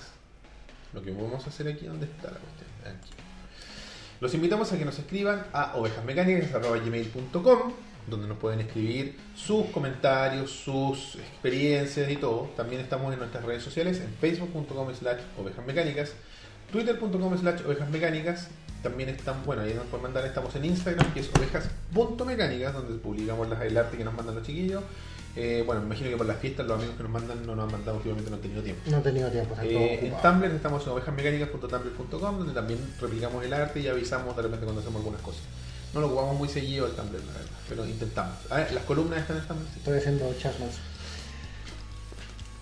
S1: lo que vamos a hacer aquí, ¿dónde está la cuestión? Aquí. Los invitamos a que nos escriban a ovejasmecánicas.gmail.com donde nos pueden escribir sus comentarios, sus experiencias y todo. También estamos en nuestras redes sociales, en facebook.com slash ovejasmecánicas, twitter.com slash ovejasmecánicas. También están, bueno, ahí nos pueden mandar, estamos en Instagram, que es ovejas.mecánicas, donde publicamos las el arte que nos mandan los chiquillos. Eh, bueno, me imagino que por las fiestas los amigos que nos mandan no nos han mandado últimamente, no han tenido tiempo.
S2: No he tenido tiempo. está todo
S1: Eh, en
S2: ocupado.
S1: Tumblr estamos en ovejasmecánicas.tumblr.com donde también replicamos el arte y avisamos de repente cuando hacemos algunas cosas. No lo ocupamos muy seguido el Tumblr, la verdad, pero intentamos. A ver, las columnas están en Tumblr.
S2: Estoy haciendo chasmas.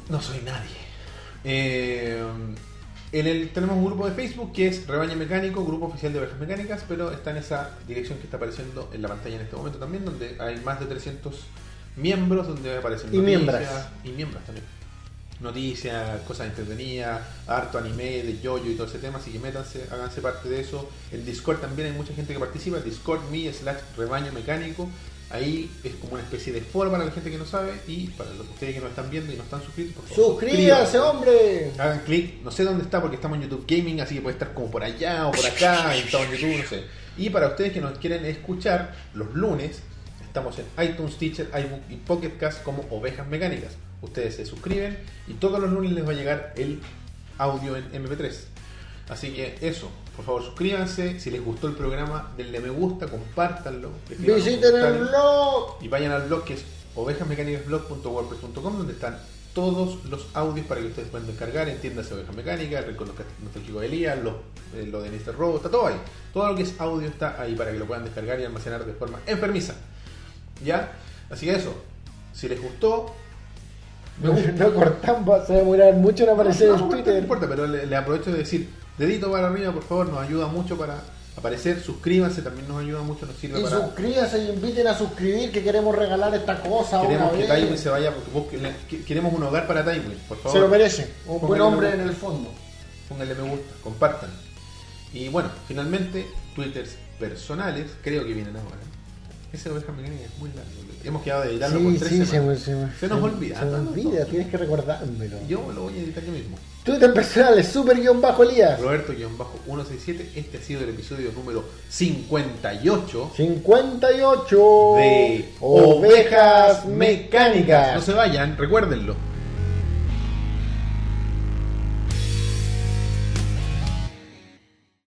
S1: No soy nadie. Eh, en el, tenemos un grupo de Facebook que es Rebaño Mecánico, Grupo Oficial de Ovejas Mecánicas, pero está en esa dirección que está apareciendo en la pantalla en este momento también, donde hay más de 300 miembros, donde aparecen
S2: Y miembras.
S1: y miembros también. Noticias, cosas entretenidas, harto anime de yoyo y todo ese tema, así que métanse, háganse parte de eso. En Discord también hay mucha gente que participa, discord.me slash rebaño mecánico. Ahí es como una especie de foro para la gente que no sabe y para los de ustedes que no están viendo y no están suscritos, por favor,
S2: ¡Suscríbase, hombre!
S1: Hagan clic, no sé dónde está porque estamos en YouTube Gaming, así que puede estar como por allá o por acá, estamos en YouTube, no sé. Y para ustedes que nos quieren escuchar, los lunes estamos en iTunes, Teacher, iBook y Pocket Cast como Ovejas Mecánicas. Ustedes se suscriben y todos los lunes les va a llegar el audio en MP3. Así que eso, por favor suscríbanse, si les gustó el programa, denle me gusta, compártanlo. escriban en los
S2: ¡Visiten el
S1: comentarios.
S2: blog!
S1: Y vayan al blog que es ovejasmecánicasblog.wordpress.com donde están todos los audios para que ustedes puedan descargar, entiéndase Ovejas Mecánicas, el Rincón Nostálgico de Elías, los- eh, lo de Mr. Robo, está todo ahí. Todo lo que es audio está ahí para que lo puedan descargar y almacenar de forma enfermiza. ¿Ya? Así que eso, si les gustó, me
S2: No,
S1: gusta.
S2: no cortamos, se va a demorar mucho en aparecer
S1: No,
S2: en
S1: no importa,
S2: Twitter.
S1: No importa, pero le, le aprovecho de decir, dedito para arriba, por favor, nos ayuda mucho para aparecer. Suscríbanse, también nos ayuda mucho, nos sirve
S2: Y
S1: para.
S2: suscríbanse y inviten a suscribir que queremos regalar esta cosa.
S1: Queremos
S2: una
S1: que
S2: vez.
S1: Tywin se vaya, porque vos- que- queremos un hogar para Tywin, por favor.
S2: eh. Se lo merece. Un buen
S1: Póngale
S2: hombre
S1: me-
S2: en el fondo.
S1: Pónganle me gusta, compartan. Y bueno, finalmente, twitters personales, creo que vienen ahora. Ese oveja mecánica es muy largo. Hemos quedado de editarlo por tres semanas. Se nos olvida.
S2: Se
S1: a
S2: nos
S1: todos
S2: olvida,
S1: nosotros.
S2: tienes que recordármelo.
S1: Yo lo voy a editar yo mismo.
S2: Twitter personal es super guión bajo Elías.
S1: Roberto-167, este ha sido el episodio número 58.
S2: 58
S1: de Mecánicas.
S2: ovejas
S1: No
S2: mecánicas.
S1: se vayan, recuérdenlo.